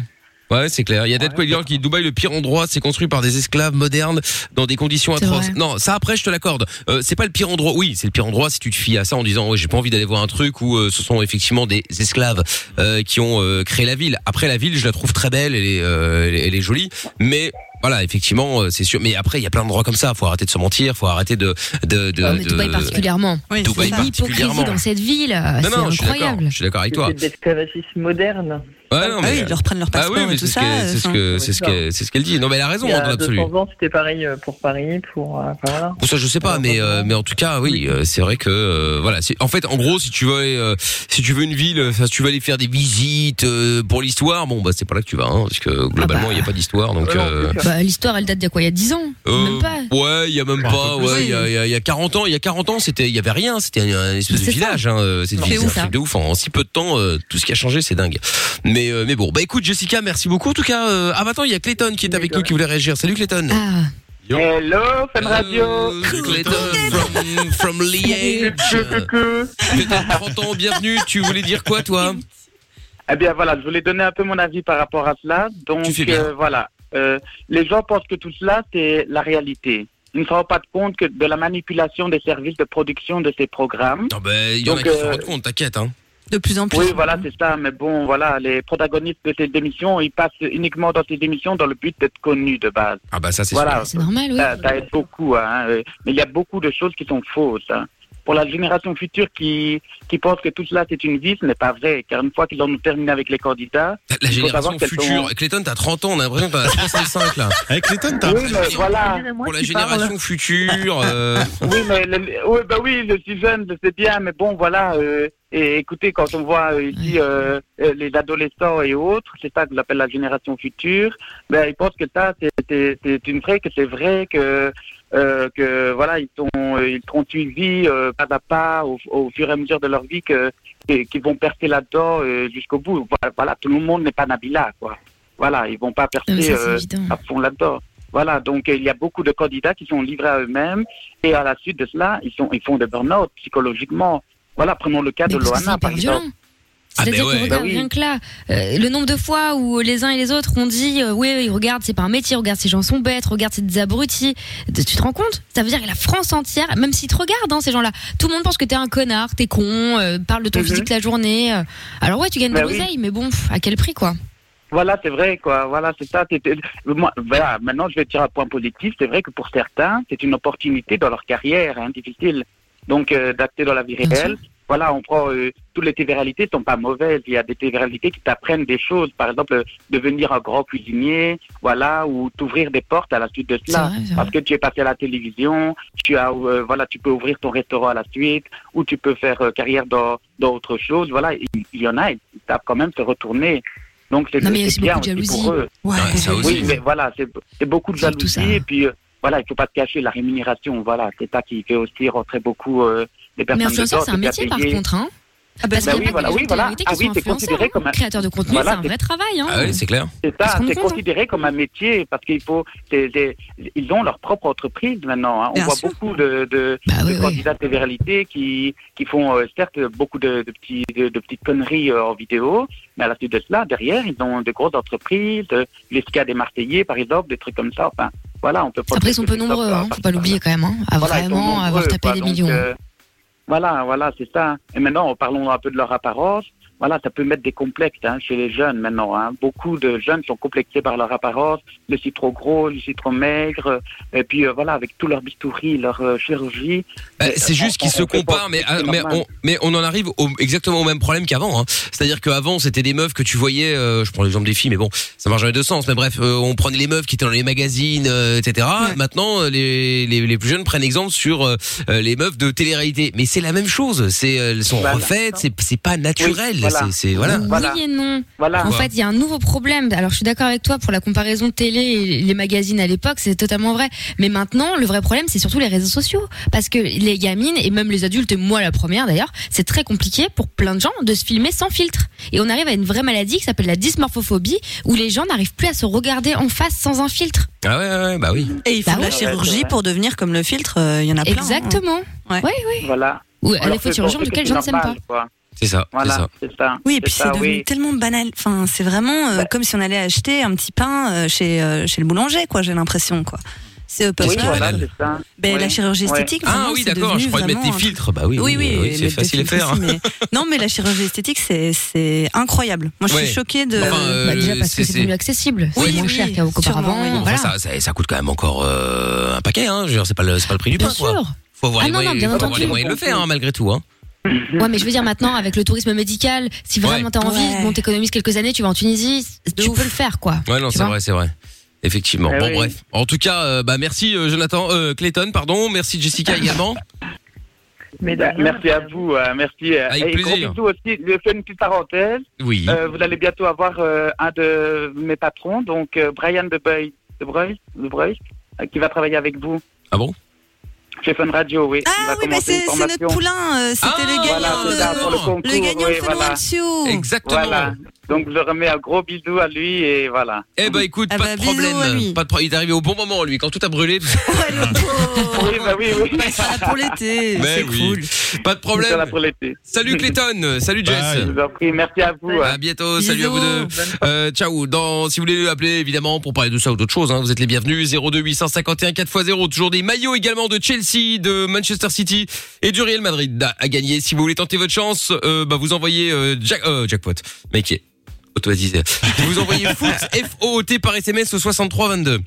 S2: Ouais, c'est clair. Il y a Dead Quailior qui dit Dubaï, le pire endroit, c'est construit par des esclaves modernes dans des conditions
S5: C'est
S2: atroces.
S5: vrai.
S2: Non, ça après, je te l'accorde. Euh, c'est pas le pire endroit. Oui, c'est le pire endroit si tu te fies à ça en disant, ouais, j'ai pas envie d'aller voir un truc où euh, ce sont effectivement des esclaves euh, qui ont euh, créé la ville. Après, la ville, je la trouve très belle, elle est, euh, elle est- elle est jolie, mais voilà, effectivement, euh, c'est sûr. Mais après, il y a plein d'endroits comme ça. Faut arrêter de se mentir, faut arrêter de de de.
S5: Ouais, Ah, mais
S2: de-
S5: Dubaï particulièrement.
S4: Oui,
S2: Dubaï
S4: c'est ça.
S2: par-
S5: L'hypocrisie
S2: particulièrement.
S5: dans cette ville, euh,
S2: Non,
S5: c'est
S2: non, je suis d'accord.
S5: incroyable.
S2: Je suis d'accord avec
S7: que
S2: toi.
S7: C'est de l'esclavagisme moderne.
S2: Ouais, non,
S4: Ah oui,
S2: mais-
S4: ils leur prennent leur
S2: Ah
S4: passeport
S2: oui, mais
S4: et tout
S2: c'est ce
S4: ça. euh,
S2: que- c'est ce
S4: enfin.
S2: que c'est ce que- c'est ce qu'elle dit. Non, mais elle a raison
S7: Il y
S2: dans
S7: a
S2: l'absolu.
S7: 200 ans, c'était pareil euh, pour Paris, pour. euh, enfin, voilà.
S2: Bon, ça je sais pas, mais euh, mais en tout cas oui, euh, c'est vrai que euh, voilà. c'est- En fait, en gros, si tu veux aller, euh, si tu veux une ville, euh, si tu veux aller faire des visites euh, pour l'histoire, bon bah c'est pas là que tu vas, hein, parce que globalement il
S5: Ah bah.
S2: y a pas d'histoire, donc.
S7: Ouais, non,
S2: euh,
S7: c'est sûr.
S5: Bah, L'histoire, elle date d'il y a quoi Il y a 10 ans Même
S2: euh,
S5: pas
S2: ouais, il y a même
S9: Bah, un
S2: pas.
S9: peu plus.
S2: Ouais, il y a, il y a- il y a 40 ans, il y a 40 ans, c'était, il y avait rien, c'était un, un espèce de
S5: C'est ça.
S2: village. Hein, euh, cette
S5: C'est
S2: ville,
S5: ouf,
S2: c'est un
S5: ça.
S2: truc de ouf. En, en si peu de temps, euh, tout ce qui a changé, c'est dingue. Mais euh, mais bon, bah écoute Jessica, merci beaucoup. En tout cas, euh, ah bah attends, il y a Clayton qui est
S7: Mais
S2: avec
S7: de
S2: nous,
S7: rien.
S2: qui voulait réagir. Salut Clayton.
S5: Ah,
S9: Yo.
S10: Hello, Fun Radio
S2: Hello, Clayton from, from Liège.
S10: Coucou.
S2: Clayton, 30 ans, bienvenue. Tu voulais dire quoi, toi
S10: Eh bien voilà, je voulais donner un peu mon avis par rapport à cela. Donc
S2: Tu fais bien.
S10: euh, voilà, Euh, les gens pensent que tout cela c'est la réalité. Ils ne se rendent pas compte que de la manipulation des services de production de ces programmes.
S2: Non, ben, il y en a
S10: Donc,
S2: qui se
S10: euh,
S2: rendent compte, t'inquiète. Hein.
S4: De plus en plus.
S10: Oui, voilà, c'est ça. Mais bon, voilà, les protagonistes de ces émissions, ils passent uniquement dans ces émissions dans le but d'être connus de base.
S2: Ah, bah, ça, c'est
S10: Voilà.
S5: c'est normal, oui.
S10: Ça, ça aide beaucoup, hein, euh, mais il y a beaucoup de choses qui sont fausses. hein. Pour la génération future qui, qui pense que tout cela c'est une vie, ce n'est pas vrai, car une fois qu'ils en ont terminé avec les candidats,
S2: sûr. La
S10: faut
S2: génération
S10: savoir qu'elles
S2: future.
S10: sont-
S2: Clayton, t'as 30 ans, on a l'impression
S10: *laughs*
S2: que t'en as 65, là.
S9: Avec Clayton, t'as.
S10: oui, mais voilà,
S7: Moi
S2: Pour la
S7: qui parle.
S2: génération future. euh,
S10: *laughs* oui, mais le- oui, bah oui, je suis jeune, je sais bien, mais bon, voilà, euh, et écoutez, quand on voit euh, ici euh, euh, les adolescents et autres, c'est ça que j'appelle la génération future, ben, ils pensent que ça, c'est- c'est c'est une vraie, que c'est vrai, que, euh, que voilà, ils sont, euh, ils seront suivis euh, pas à pas au, au fur et à mesure de leur vie, que et- qu'ils vont percer là-dedans euh, jusqu'au bout. Voilà, tout le monde n'est pas Nabila, quoi. Voilà, ils vont pas
S5: Non, mais
S10: percer.
S5: ça, c'est
S10: euh,
S5: évident.
S10: à fond là-dedans. Voilà, donc euh, il y a beaucoup de candidats qui sont livrés à eux-mêmes et à la suite de cela, ils, sont, ils font des burn-out psychologiquement. Voilà, prenons le cas
S5: Mais
S10: de
S5: parce que
S10: Loana,
S5: c'est
S10: par
S5: hyper
S10: exemple.
S5: violent.
S2: Ah,
S5: C'est-à-dire
S2: ben
S5: qu'on
S2: ouais.
S5: regarde
S10: Bah oui.
S5: rien que là, euh, le nombre de fois où les uns et les autres ont dit euh, oui, oui, regarde, c'est pas un métier, regarde ces gens sont bêtes, regarde c'est des abrutis. Tu te rends compte Ça veut dire que la France entière, même s'ils te regardent, hein, ces gens-là, tout le monde pense que t'es un connard, t'es con, euh, parle de ton
S10: Mhm.
S5: physique la journée. euh. alors ouais, tu gagnes
S10: Bah
S5: de
S10: oui.
S5: l'oseille, mais bon, pff, à quel prix quoi
S10: Voilà, c'est vrai, quoi. Voilà, c'est ça. t'es- t'es- Moi, voilà, maintenant, je vais dire un point positif. C'est vrai que pour certains, c'est une opportunité dans leur carrière, hein, difficile. Donc, euh, d'acter dans la vie
S5: Bien
S10: réelle. Voilà, on prend euh, toutes les télé-réalités sont pas mauvaises. Il y a des télé-réalités qui t'apprennent des choses. Par exemple, euh, devenir un grand cuisinier, voilà, ou t'ouvrir des portes à la suite de
S5: C'est
S10: cela.
S5: vrai, c'est vrai.
S10: parce que tu es passé à la télévision, tu as euh, voilà, tu peux ouvrir ton restaurant à la suite, ou tu peux faire euh, carrière dans, dans autre chose. Voilà, il, il y en a, ils savent quand même se retourner. Donc c'est
S5: Non, mais il y a
S10: c'est
S5: aussi
S10: bien
S5: beaucoup de
S10: aussi
S5: jalousie.
S10: pour eux.
S4: Ouais,
S2: Ouais, ça aussi.
S10: Oui, mais voilà, c'est c'est beaucoup de
S5: C'est tout
S10: jalousie
S5: ça.
S10: et puis euh, voilà, il faut pas te cacher la rémunération. Voilà, c'est ça qui fait aussi rentrer beaucoup euh, des
S5: Mais
S10: personnes.
S5: influenceur,
S10: dedans,
S5: c'est un
S10: bien
S5: métier par
S10: payé.
S5: contre, hein
S4: Ah bah,
S5: Parce
S10: Bah
S5: qu'il y a
S10: oui,
S5: pas
S10: voilà,
S5: que les
S10: oui,
S5: gens
S10: voilà.
S5: de télé-réalité
S10: Ah
S5: qui
S10: oui,
S5: sont
S10: c'est
S5: influenceurs.
S10: considéré comme un-
S5: Créateur de contenu,
S10: Voilà,
S5: c'est un
S10: c'est-
S5: vrai travail. Hein.
S2: Ah, ouais, c'est clair.
S10: C'est
S5: Parce
S10: ça,
S5: qu'on
S10: c'est
S5: me compte, hein.
S10: considéré comme un métier parce qu'il faut, c'est- c'est- ils ont leur propre entreprise maintenant. hein. On
S4: Bien
S10: voit
S4: sûr.
S10: beaucoup de, de,
S5: Bah
S10: de
S5: oui, oui.
S10: candidats de réalité qui, qui font euh, certes beaucoup de, de, petits, de, de petites conneries euh, en vidéo, mais à la suite de cela, derrière, ils ont de grosses entreprises, euh, l'ESCA des Marseillais par exemple, des trucs comme ça. Enfin, voilà, on peut pas
S5: Après, ils
S10: dire
S5: sont
S10: que
S5: peu
S10: c'est
S5: nombreux,
S10: top,
S5: hein,
S10: hein.
S5: faut pas l'oublier quand même, hein, à
S10: Voilà, ils sont
S5: vraiment
S10: nombreux,
S5: avoir tapé
S10: quoi.
S5: des
S10: bah, Donc,
S5: millions.
S10: euh, voilà, voilà, c'est ça. Et maintenant, parlons un peu de leur apparence. voilà, ça peut mettre des complexes hein, chez les jeunes maintenant. hein. Beaucoup de jeunes sont complexés par leur apparence. Je suis trop gros, je suis trop maigre. Et puis euh, voilà, avec tous leurs bistouris, leur euh, chirurgie.
S2: Bah,
S10: Mais,
S2: c'est
S10: euh,
S2: juste
S10: on-
S2: qu'ils se
S10: on fait
S2: comparent,
S10: pas-
S2: mais, ah,
S10: c'est
S2: mais,
S10: normal.
S2: on, mais on en arrive au- exactement au même problème qu'avant. hein. C'est-à-dire qu'avant, c'était des meufs que tu voyais, euh, je prends l'exemple des filles, mais bon, ça marche dans les deux sens. Mais bref, euh, on prenait les meufs qui étaient dans les magazines, euh, etc. Maintenant, euh, les, les, les plus jeunes prennent exemple sur euh, euh, les meufs de télé-réalité. Mais c'est la même chose. C'est, euh, elles sont
S10: Voilà.
S2: refaites, c'est, c'est pas naturel.
S10: Oui, voilà.
S2: C'est, c'est- voilà.
S5: Oui et non.
S10: Voilà.
S5: En
S2: Pourquoi
S5: fait, il y a un nouveau problème. Alors, je suis d'accord avec toi pour la comparaison télé et les magazines à l'époque, c'est totalement vrai. Mais maintenant, le vrai problème, c'est surtout les réseaux sociaux. Parce que les gamines, et même les adultes, et moi la première d'ailleurs, c'est très compliqué pour plein de gens de se filmer sans filtre. Et on arrive à une vraie maladie qui s'appelle la dysmorphophobie, où les gens n'arrivent plus à se regarder en face sans un filtre.
S2: Ah ouais, ouais, ouais, bah oui.
S4: Et ils font
S5: Bah
S4: de la
S10: oui. Ah Ouais,
S4: chirurgie
S10: c'est vrai.
S4: pour devenir comme le filtre, euh, il y en a plein. hein.
S5: Exactement.
S10: Voilà.
S5: Ou à
S10: Alors
S5: défaut de
S10: que
S5: chirurgien,
S10: pour
S5: en tout
S10: ceux
S5: cas, les
S10: qui
S5: gens ne
S10: sont
S5: s'aiment pas.
S10: normales, quoi.
S2: C'est ça, c'est
S10: Voilà,
S2: ça.
S10: c'est ça.
S4: Oui, et puis
S10: ça,
S4: c'est devenu
S10: oui.
S4: tellement banal. Enfin, c'est vraiment euh,
S10: Ouais.
S4: comme si on allait acheter un petit pain euh, chez, euh, chez le boulanger, quoi, j'ai l'impression, quoi. C'est pas
S10: Oui,
S4: ça.
S10: voilà,
S2: banal.
S10: c'est ça.
S4: Ben,
S10: Oui,
S4: La chirurgie
S10: ouais.
S4: esthétique,
S2: Ah
S4: vraiment,
S2: oui,
S4: c'est
S2: d'accord, je
S4: devenu
S2: croyais mettre des
S4: vraiment un-
S2: filtres. Bah oui,
S4: Oui, oui,
S2: c'est
S4: mettre des
S2: facile à
S4: filtres
S2: faire. hein.
S4: aussi, mais- Non, mais la chirurgie esthétique, c'est- c'est incroyable. Moi, je
S2: Ouais.
S4: suis choquée de.
S2: Enfin, euh,
S5: Bah, déjà parce
S2: c'est-
S5: que c'est
S2: c'est-
S5: devenu accessible,
S4: Oui,
S5: c'est moins
S4: oui,
S5: cher qu'au- qu'auparavant.
S4: sûrement, oui.
S2: Bon, enfin,
S5: voilà.
S2: ça, ça, ça coûte quand même encore euh, un paquet, hein. Je veux dire, c'est pas le, c'est pas le prix du
S5: Bien
S2: pain, quoi.
S5: sûr.
S2: Faut avoir
S5: Ah
S2: les
S5: non, non,
S2: moyens,
S5: bien
S2: faut avoir
S5: entendu.
S2: les moyens de le faire, hein, malgré tout, hein.
S5: Ouais, mais je veux dire maintenant, avec le tourisme médical, si vraiment
S2: Ouais.
S5: t'as envie,
S4: Ouais.
S5: bon, t'économises quelques années, tu vas en Tunisie, tu
S4: ouf.
S5: peux le faire, quoi.
S2: Ouais, non,
S5: Tu
S2: c'est
S5: vois
S2: vrai, c'est vrai. Effectivement.
S10: Eh
S2: bon,
S10: oui.
S2: bref. En tout cas, euh, bah, merci euh, Jonathan, euh, Clayton, pardon. Merci
S10: *laughs*
S2: Jessica également.
S7: Mais
S10: Bah,
S7: d'ailleurs,
S10: merci à vous, euh, merci. euh,
S2: Avec
S10: et gros
S2: plaisir.
S10: bisous aussi. Je fais une petite parenthèse.
S2: Oui.
S10: Euh, vous allez bientôt avoir euh, un de mes patrons, donc euh, Brian de Beuil, de Breuil, de Breuil, euh, qui va travailler avec vous.
S2: Ah bon
S10: Chez Fun Radio, oui. Il
S4: Ah
S10: va
S4: oui, mais
S10: commencer
S4: c'est
S10: une
S4: c'est notre
S10: formation.
S4: poulain. euh, C'était
S2: Ah,
S4: le
S10: Voilà,
S4: gagnant
S10: c'est ça,
S4: de-
S10: pour le
S2: Le
S10: concours.
S4: Le gagnant
S10: oui,
S4: de Fenouil
S10: voilà.
S4: Anxiou.
S2: Oh. Exactement.
S10: Voilà. Donc je remets un gros bisou à lui et voilà.
S2: Eh bah écoute,
S4: Ah
S2: pas
S4: bah,
S2: de
S4: bisous à
S2: problème.
S4: lui.
S2: Pas de pro- Il est arrivé au bon moment, lui. Quand tout a brûlé,
S10: Ah
S9: Oh.
S10: Oui, bah oui, oui.
S4: Ils sont là pour l'été,
S2: Mais
S4: c'est
S2: oui.
S4: cool.
S2: pas de
S10: C'est ça
S2: problème.
S10: pour l'été.
S2: Salut Clayton. Salut Jess.
S6: Bye.
S10: Bah, Je vous en prie, merci à vous. hein.
S2: À bientôt, salut à vous deux.
S4: Bisous.
S2: Euh, ciao. Dans, si vous voulez appeler évidemment pour parler de ça ou d'autre chose, hein, vous êtes les bienvenus. 02 851 4x0. Toujours des maillots également de Chelsea, de Manchester City et du Real Madrid à, à gagner. Si vous voulez tenter votre chance, euh, bah, vous envoyez euh, jack, euh, jackpot. Mec, qui est *laughs* automatisé. vous envoyez foot F O T par SMS au 6322.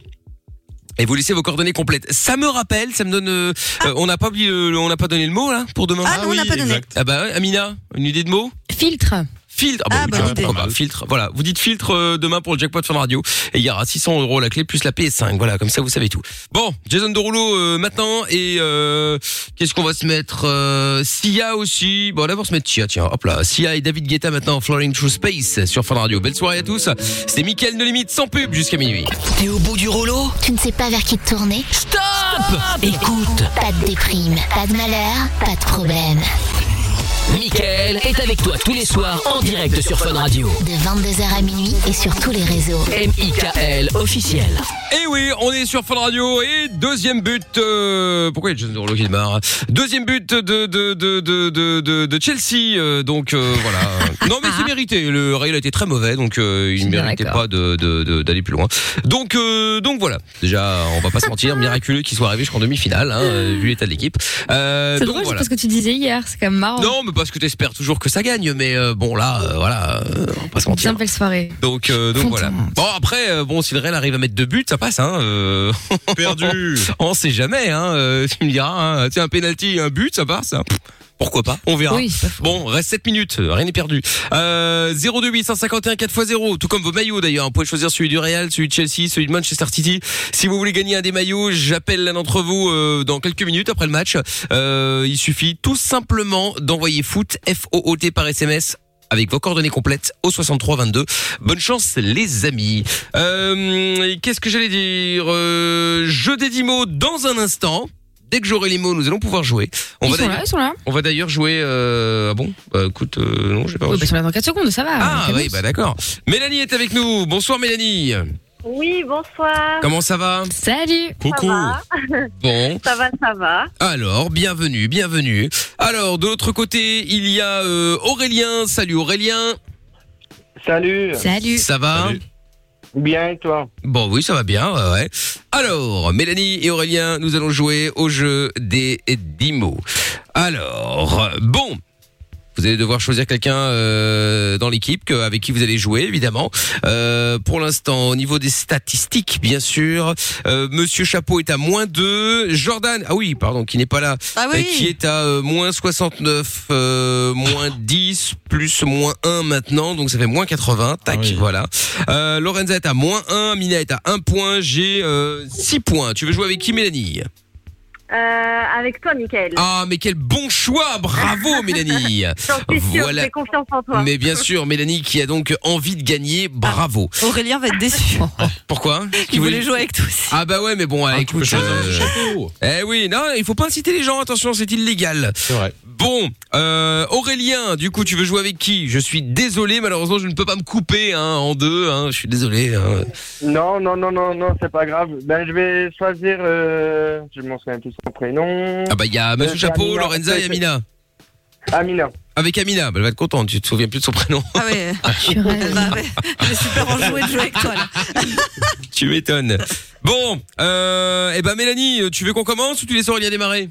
S2: Et vous laissez vos coordonnées complètes. Ça me rappelle, ça me donne. euh, euh, on n'a pas oublié, le- on n'a pas donné le mot là pour demain.
S4: Ah non, on n'a pas donné.
S6: exact.
S2: Ah bah ouais, Amina, une idée de mot
S5: Filtre.
S2: Filtre. Ah,
S4: Ah,
S2: bah,
S4: bonne
S2: oui,
S4: idée.
S2: pourquoi pas, filtre. Voilà. Vous dites filtre euh, demain pour le jackpot Fun Radio. Et il y aura 600 euros la clé plus la PS5. Voilà. Comme ça, vous savez tout. Bon. Jason Derulo, euh, maintenant. Et, euh, qu'est-ce qu'on va se mettre? Euh, Sia aussi. Bon, d'abord se mettre Sia. Tiens, hop là. Sia et David Guetta maintenant. Flying Through Space sur Fun Radio. Belle soirée à tous. C'est Mickaël de Limite sans pub jusqu'à minuit.
S1: T'es au bout du rouleau
S8: Tu ne sais pas vers qui te tourner
S1: Stop Écoute,
S8: Pas de déprime, pas de malheur, pas de problème.
S1: Mickaël est avec toi tous les soirs en direct sur Fun Radio.
S8: De 22h à minuit et sur tous les réseaux.
S1: M.I.K.L. officiel.
S2: Et Eh oui, on est sur Fun Radio et deuxième but. euh, pourquoi il y a Jason Derulo qui démarre hein Deuxième but de de de de de, de, de Chelsea. euh, donc euh,
S5: *laughs*
S2: voilà. non mais c'est mérité. Le Real a été très mauvais, donc euh,
S5: Je
S2: il
S5: suis
S2: ne
S5: bien
S2: méritait
S5: d'accord.
S2: pas de de- de- d'aller plus loin. Donc euh, donc voilà. Déjà, on va pas se mentir, miraculeux qu'il soit arrivé jusqu'en demi-finale, hein, euh, vu l'état de l'équipe. Euh,
S5: C'est
S2: donc
S5: drôle, c'est
S2: voilà.
S5: parce que tu disais hier, c'est quand même marrant.
S2: Non, mais parce que t'espères toujours que ça gagne, mais euh, bon là, euh, voilà, euh, on va pas se mentir.
S5: Bien belle soirée.
S2: Donc, euh, donc voilà.
S5: Contente.
S2: Bon après, euh, bon si le Real arrive à mettre deux buts, ça passe. Hein, euh,
S6: Perdu.
S2: *laughs* on sait jamais, hein. euh, tu me diras, hein, tiens, un penalty, un but, ça part, ça. Pff, Pourquoi pas On verra.
S5: Oui, c'est pas faux.
S2: Bon, reste 7 minutes, euh, rien n'est perdu. Euh, 02 851 4x0, tout comme vos maillots d'ailleurs. Vous pouvez choisir celui du Real, celui de Chelsea, celui de Manchester City. Si vous voulez gagner un des maillots, j'appelle l'un d'entre vous euh, dans quelques minutes après le match. Euh, il suffit tout simplement d'envoyer foot, F-O-O-T par SMS. Avec vos coordonnées complètes au 63 22. Bonne chance les amis. Euh, Qu'est-ce que j'allais dire Euh, Jeu des 10 mots dans un instant. Dès que j'aurai les mots, nous allons pouvoir jouer. On
S5: Ils
S2: va
S5: sont
S2: d'ailleurs-
S5: là, ils sont là.
S2: on va d'ailleurs jouer. Euh... Ah bon Bah écoute, euh, non, j'ai pas
S5: Oui, bah, ils
S2: reçu.
S5: sont là dans 4 secondes, ça va.
S2: Ah
S5: Calmos.
S2: oui, bah d'accord. Mélanie est avec nous. Bonsoir Mélanie.
S11: Oui, bonsoir.
S2: Comment ça va
S5: Salut.
S11: Ça va,
S2: *laughs* Bon.
S11: *laughs* ça va, ça va.
S2: Alors, bienvenue, bienvenue. Alors, de l'autre côté, il y a euh, Aurélien. Salut Aurélien.
S3: Salut,
S5: Salut.
S2: Ça va
S6: Salut.
S3: bien et toi
S2: Bon, oui, ça va bien, ouais, ouais. Alors, Mélanie et Aurélien, nous allons jouer au jeu des 10 mots. Alors, bon, Vous allez devoir choisir quelqu'un euh, dans l'équipe que- avec qui vous allez jouer, évidemment. Euh, pour l'instant, au niveau des statistiques, bien sûr, euh, Monsieur Chapeau est à moins 2. Jordan, ah oui, pardon, qui n'est pas là,
S12: Ah oui.
S2: euh, qui est à euh, moins 69, euh, moins 10, plus moins 1 maintenant, donc ça fait moins 80. Tac, voilà. Euh, Lorenza est à moins 1, Mina est à 1 point, j'ai 6 points. Tu veux jouer avec qui, Mélanie
S11: Euh, avec toi, Mickaël.
S2: Ah, mais quel bon choix
S11: *laughs*
S2: Bravo, Mélanie
S11: J'en suis sûre, j'ai confiance en toi.
S2: Mais bien sûr, Mélanie qui a donc envie de gagner, bravo.
S11: Ah,
S4: Aurélien va être déçu.
S2: Oh. Pourquoi
S4: Il voulait jouer avec toi
S2: Ah bah ouais, mais bon, allez, écoute. euh, Eh oui, non, il faut pas inciter les gens, attention, c'est illégal. C'est vrai. Bon, euh, Aurélien, du coup, tu veux jouer avec qui Je suis désolé, malheureusement, je ne peux pas me couper hein, en deux, hein, je suis désolé. hein.
S3: Non, non, non, non, non, c'est pas grave. Ben, je vais choisir. Euh... Je m'en souviens plus son prénom.
S2: Ah bah il y a Monsieur
S3: Euh, c'est
S2: Chapeau,
S3: Amina.
S2: Lorenza et Amina.
S3: Amina.
S2: Avec Amina, bah, elle va être contente, tu te souviens plus de son prénom. *laughs*
S4: Ah ouais.
S2: Ah
S4: Bah ouais. J'ai super enjoué de jouer avec toi là.
S2: tu m'étonnes. Bon, euh, eh ben Mélanie, tu veux qu'on commence ou tu laisses Aurélien démarrer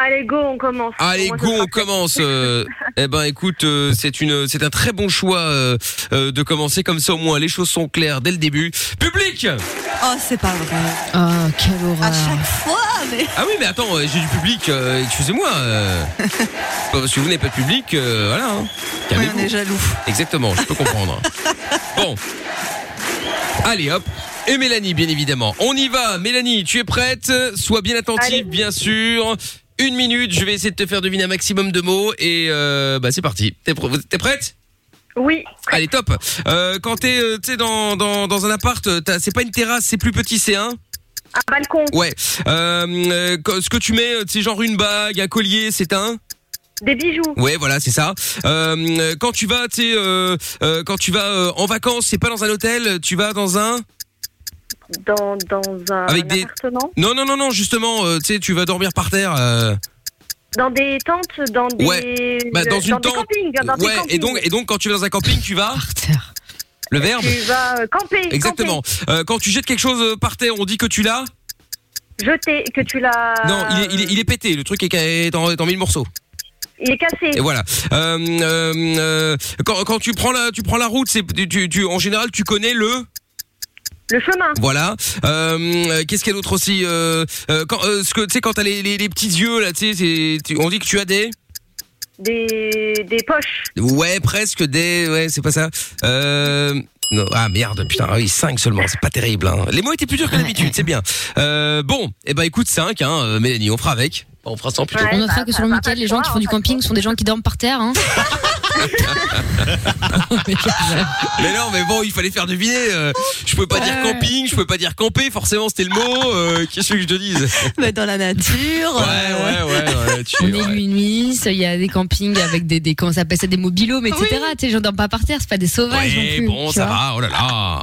S11: Allez, go, on commence.
S2: Allez,
S11: Au moins,
S2: go,
S11: ça sera
S2: on commence. euh, eh ben, écoute, euh, c'est une, c'est un très bon choix euh, euh, de commencer comme ça. Au moins, les choses sont claires dès le début. Public.
S4: Oh, c'est pas vrai.
S5: Oh, quelle horreur.
S4: Ouah, mais. *laughs*
S2: Ah oui, mais attends, euh, j'ai du public. euh, Excusez-moi. euh, c'est pas parce que vous n'avez pas de public, euh, voilà. hein.
S4: Ouais, on est jaloux.
S2: Exactement, je
S4: *laughs*
S2: peux comprendre. bon. Allez hop. Et Mélanie, bien évidemment. On y va. Mélanie, tu es prête Sois bien attentive, bien sûr. Une minute, je vais essayer de te faire deviner un maximum de mots et euh, bah c'est parti. T'es pr- t'es prête
S11: Oui.
S2: Allez top. Euh, quand t'es euh, t'es dans, dans, dans un appart, t'as- c'est pas une terrasse, c'est plus petit, c'est un.
S11: Un balcon.
S2: Ouais. Euh, euh, quand- ce que tu mets, euh, c'est genre une bague, un collier, c'est un.
S11: Des bijoux.
S2: Ouais, voilà, c'est ça. Euh, euh, quand tu vas, tu sais, euh, euh, quand tu vas euh, en vacances, c'est pas dans un hôtel, tu vas dans un.
S11: Dans, dans un
S2: Avec des-
S11: appartement.
S2: Non, non, non, non, justement, euh, tu sais, tu vas dormir par terre. euh.
S11: Dans des tentes, dans des.
S2: Ouais. Bah, dans une
S11: des
S2: tente.
S11: campings. Dans des
S2: ouais.
S11: campings.
S2: Et donc, et donc, quand tu vas dans un camping, tu vas. Par terre. Le verbe.
S11: Tu vas euh, camper. camper.
S2: Exactement. Euh, quand tu jettes quelque chose euh, par terre, on dit que tu l'as.
S11: Jeter, que tu l'as.
S2: Non, il est, il, est, il est pété. Le truc est, ca- est en, est en mille morceaux.
S11: Il est cassé.
S2: Et voilà. Euh, euh, euh, quand, quand tu prends la, tu prends la route, c'est tu, tu, tu- en général, tu connais le.
S11: Le chemin.
S2: Voilà. Euh, euh, Qu'est-ce qu'il y a d'autre aussi euh, euh, quand, euh, ce que tu sais quand t'as les, les, les petits yeux là, tu sais, c'est- tu- on dit que tu as des.
S11: Des, des poches.
S2: Ouais, presque des. Ouais, c'est pas ça. Euh... non, Ah merde, putain, ah oui, 5 seulement, c'est pas terrible. hein. Les mots étaient plus durs que d'habitude, c'est bien. Euh, bon, eh ben écoute, 5, hein, euh, Mélanie, on fera avec. On fera sans plutôt. *laughs*
S5: on notera que selon Mickaël, les gens qui font du camping sont des gens qui dorment par terre. Hein.
S2: Oh, mais non, mais bon, il fallait faire deviner. euh, je pouvais pas dire camping, je pouvais pas dire camper, forcément c'était le mot. euh, Qu'est-ce que je te dise
S4: Mais dans la nature.
S2: Ouais, ouais, ouais, ouais,
S5: On
S2: tu-
S5: est nuit, il y a des campings avec des, des comment ça s'appelle ça, des mobilos, mais etc. Tu sais, j'en dors pas par terre, c'est pas des sauvages non
S2: Ouais,
S5: plus.
S2: bon,
S5: tu
S2: ça
S5: vois.
S2: va, oh là là.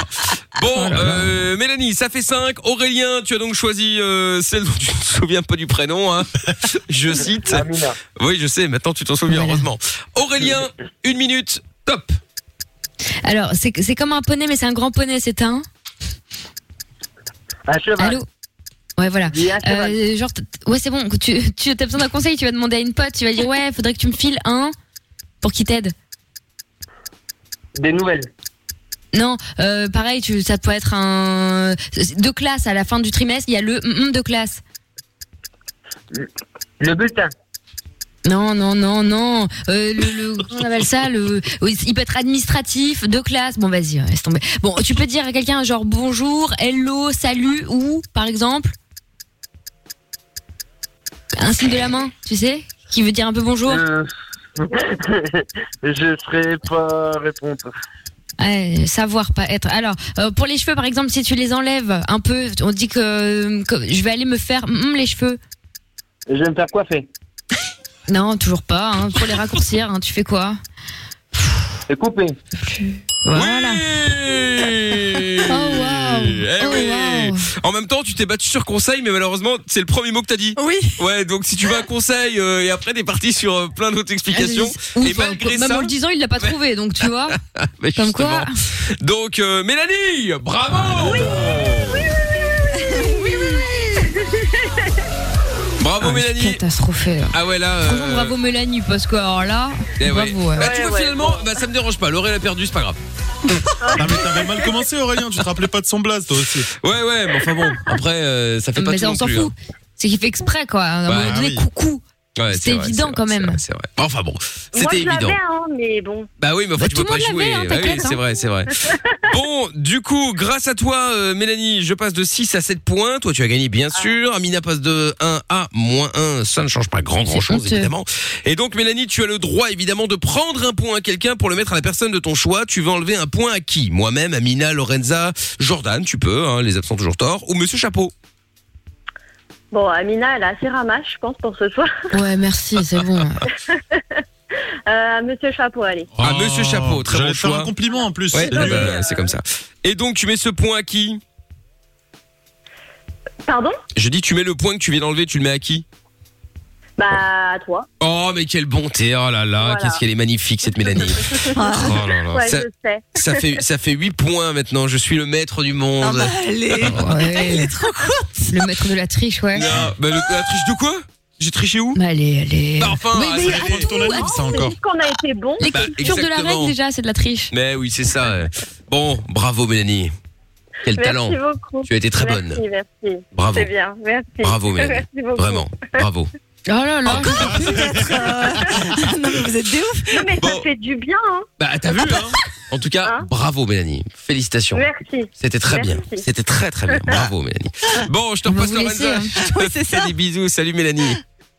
S2: Bon, euh, Mélanie, ça fait 5. Aurélien, tu as donc choisi euh, celle dont tu ne te souviens pas du prénom. hein. Je cite. Oui, je sais, maintenant tu t'en souviens, heureusement. Aurélien, une minute, top.
S5: Alors, c'est c'est comme un poney, mais c'est un grand poney, c'est un.
S7: Un cheval.
S5: Allô Ouais, voilà.
S7: cheval.
S5: Euh, genre, t- ouais, c'est bon, tu, tu as besoin d'un conseil, tu vas demander à une pote, tu vas dire, ouais, faudrait que tu me files un pour qu'il t'aide.
S7: Des nouvelles.
S5: Non, euh, pareil, tu, ça peut être un. De classe, à la fin du trimestre, il y a le mm, mm de classe.
S7: Le bulletin.
S5: Non, non, non, non. Euh, le, le- comment on appelle ça le, oui, Il peut être administratif, de classe. Bon, vas-y, laisse tomber. Bon, tu peux dire à quelqu'un genre bonjour, hello, salut, ou, par exemple, un signe de la main, tu sais, qui veut dire un peu bonjour.
S7: Euh, je ferai pas répondre.
S5: Ouais, savoir, pas être. Alors, euh, pour les cheveux, par exemple, si tu les enlèves un peu, on dit que, que je vais aller me faire mm, mm, les cheveux.
S7: Je vais me faire coiffer.
S5: Non, toujours pas. hein. Pour les raccourcir, hein, tu fais quoi
S7: Et couper.
S5: Euh, Voilà.
S2: Oh, wow. Eh
S5: Oh,
S2: En même temps, tu t'es battu sur conseil, mais malheureusement, c'est le premier mot que t'as dit.
S4: Oui.
S2: Ouais, donc si tu
S5: *laughs*
S2: vas à conseil euh, et après t'es parti sur euh, plein d'autres explications.
S5: Ou,
S2: et
S5: enfin,
S2: malgré
S5: même
S2: ça.
S5: en
S2: *laughs*
S5: le disant, il l'a pas trouvé, donc tu vois.
S2: Mais
S5: Comme quoi.
S2: justement. Donc, euh, Mélanie, bravo
S11: Oui, oui, oui, oui, oui, oui, oui, oui, oui.
S2: Bravo Mélanie.
S5: Ah, Catastrophé. là.
S2: Ah ouais là. euh,
S5: Franchement, bravo Mélanie, parce que alors là,
S2: eh ouais.
S5: bravo. ouais.
S2: Bah, tu vois finalement, bah, ça me dérange pas. L'oreille a perdu, c'est pas grave.
S6: Ah, mais t'avais mal commencé, Aurélien. Tu te rappelais pas de son blaze, toi aussi.
S2: Ouais, ouais, mais enfin bon. Après, euh, ça fait pas
S5: Mais
S2: tout
S5: ça, on
S2: non
S5: s'en
S2: plus,
S5: fout. C'est qu'il fait exprès, quoi. À un
S2: Bah,
S5: moment donné,
S2: oui.
S5: coucou.
S2: hein. Ouais,
S5: C'est
S2: vrai,
S5: évident
S2: vrai,
S5: quand même.
S2: C'est vrai, c'est vrai. Enfin bon,
S11: Moi,
S2: c'était
S11: je
S2: évident.
S11: l'avais, hein, mais bon.
S2: Bah oui, mais enfin,
S11: Bah,
S2: tu
S11: tout
S2: peux
S11: le
S2: pas
S11: monde
S2: jouer.
S11: l'avait, hein,
S2: Bah oui,
S11: t'inquiète,
S2: c'est
S11: hein.
S2: vrai, c'est *laughs* vrai. Bon, du coup, grâce à toi, euh, Mélanie, je passe de 6 à 7 points. Toi, tu as gagné, bien sûr. Amina passe de 1 à moins 1. Ça ne change pas grand, grand chose,
S12: honteux.
S2: évidemment. Et donc, Mélanie, tu as le droit, évidemment, de prendre un point à quelqu'un pour le mettre à la personne de ton choix. Tu vas enlever un point à qui Moi-même, Amina, Lorenza, Jordan, tu peux, hein, les absents ont toujours tort, ou Monsieur Chapeau.
S11: Bon, Amina, elle a assez ramasse, je pense, pour ce soir.
S5: Ouais, merci, c'est bon.
S11: *laughs* Euh, Monsieur Chapeau, allez.
S2: Ah, Monsieur Chapeau,
S6: Oh,
S2: très
S6: j'allais
S2: bon
S6: te faire
S2: choix.
S6: un compliment, en plus.
S2: Ouais,
S6: C'est
S2: ah
S6: nul.
S2: bah, c'est comme ça. Et donc, tu mets ce point à qui
S11: Pardon
S2: Je dis, tu mets le point que tu viens d'enlever, tu le mets à qui
S11: Bah, à toi.
S2: Oh, mais quelle bonté! Oh là là,
S11: Voilà.
S2: qu'est-ce qu'elle est magnifique,
S11: *laughs*
S2: cette Mélanie! oh là là.
S11: Ouais,
S2: ça,
S11: je sais.
S2: ça fait, ça fait 8 points maintenant, je suis le maître du monde!
S5: Ah, bah,
S2: *laughs*
S5: Elle est trop courte. Le maître de la triche, ouais.
S2: Non, bah, le- la triche de quoi? J'ai triché où?
S5: allez, allez!
S2: Bah, enfin,
S5: Oui,
S2: ah,
S5: mais
S2: ça
S5: à
S2: dépend de ton avis, ça encore!
S11: qu'on a été bon.
S2: Bah,
S5: L'écriture de la
S2: exactement.
S5: règle, déjà, c'est de la triche.
S2: Mais oui, c'est ça! euh. Bon, bravo Mélanie! Quel talent!
S11: Merci beaucoup.
S2: Tu as été très
S11: Merci,
S2: bonne.
S11: Merci.
S2: Bravo.
S11: C'est bien. Merci.
S13: *laughs*
S2: Bravo,
S11: *laughs*
S2: Mélanie.
S11: Merci beaucoup.
S2: Vraiment, bravo!
S5: Oh là là.
S9: euh, *laughs*
S11: non, mais vous êtes des ouf. Non, mais ça fait du bien. Hein.
S2: Bah, t'as
S11: *laughs*
S2: vu, hein? En tout cas, bravo Mélanie! Félicitations!
S11: Merci.
S2: C'était très
S11: Merci.
S2: bien. C'était très très bien. Bravo Mélanie. Bon, je te repasse
S11: vous hein. laisser,
S2: Lorenza. *laughs* Je te fais des bisous. Salut Mélanie.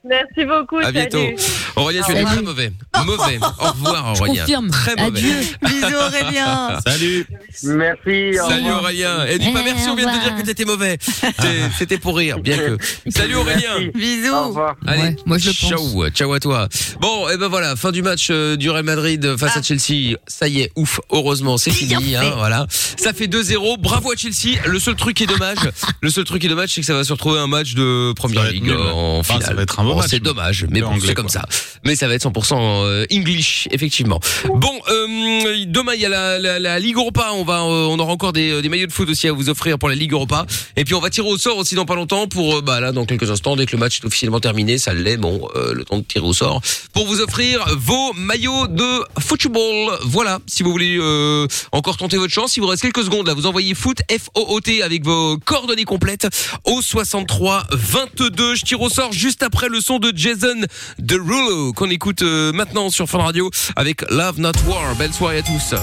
S11: Merci beaucoup.
S2: À bientôt.
S11: salut.
S2: Aurélien, tu es
S11: Salut.
S2: très mauvais. Mauvais. Au revoir
S11: Ah, Je
S2: Aurélien.
S11: confirme.
S2: Très mauvais.
S11: Adieu. Bisous, Aurélien.
S2: *laughs* Salut.
S3: Merci.
S11: au
S2: Salut
S11: revoir.
S2: Aurélien. Et dis pas
S11: Eh,
S2: merci, on vient de
S11: au
S2: te dire que t'étais mauvais. T'es- C'était pour rire,
S11: *laughs*
S2: bien que. Salut Aurélien.
S11: Bisous. Au revoir.
S2: Allez,
S5: moi je le pense.
S2: Ciao, ciao à toi. Bon, et ben voilà, fin du match euh, du Real Madrid face à Chelsea. Ça y est, ouf, heureusement, c'est fini. Hein, voilà, ça fait 2-0. Bravo à Chelsea. Le seul truc qui est dommage, le seul truc qui est dommage, c'est que ça va se retrouver un match de Première Ligue
S6: nul, ouais.
S2: euh, en
S6: Enfin,
S2: finale.
S6: Ah, ça va être un bon
S2: Bon,
S6: match,
S2: C'est
S6: mais-
S2: dommage, mais
S6: Mais
S2: bon,
S6: anglais,
S2: c'est comme
S6: quoi.
S2: ça. Mais ça va être 100% euh, English, effectivement. Bon, euh, demain il y a la, la- la Ligue Europa. On va, euh, on aura encore des, euh, des maillots de foot aussi à vous offrir pour la Ligue Europa. Et puis on va tirer au sort aussi dans pas longtemps pour, euh, bah là, dans quelques instants, dès que le match est officiellement terminé, ça l'est. Bon, euh, le temps de tirer au sort pour vous offrir vos maillots de football. Voilà, si vous voulez euh, encore tenter votre chance, il vous reste quelques secondes là. Vous envoyez foot F O O T avec vos coordonnées complètes au 63 22. Je tire au sort juste après le son de Jason Derulo qu'on écoute euh, maintenant sur Fun Radio avec Love Not War. Belle soirée à tous.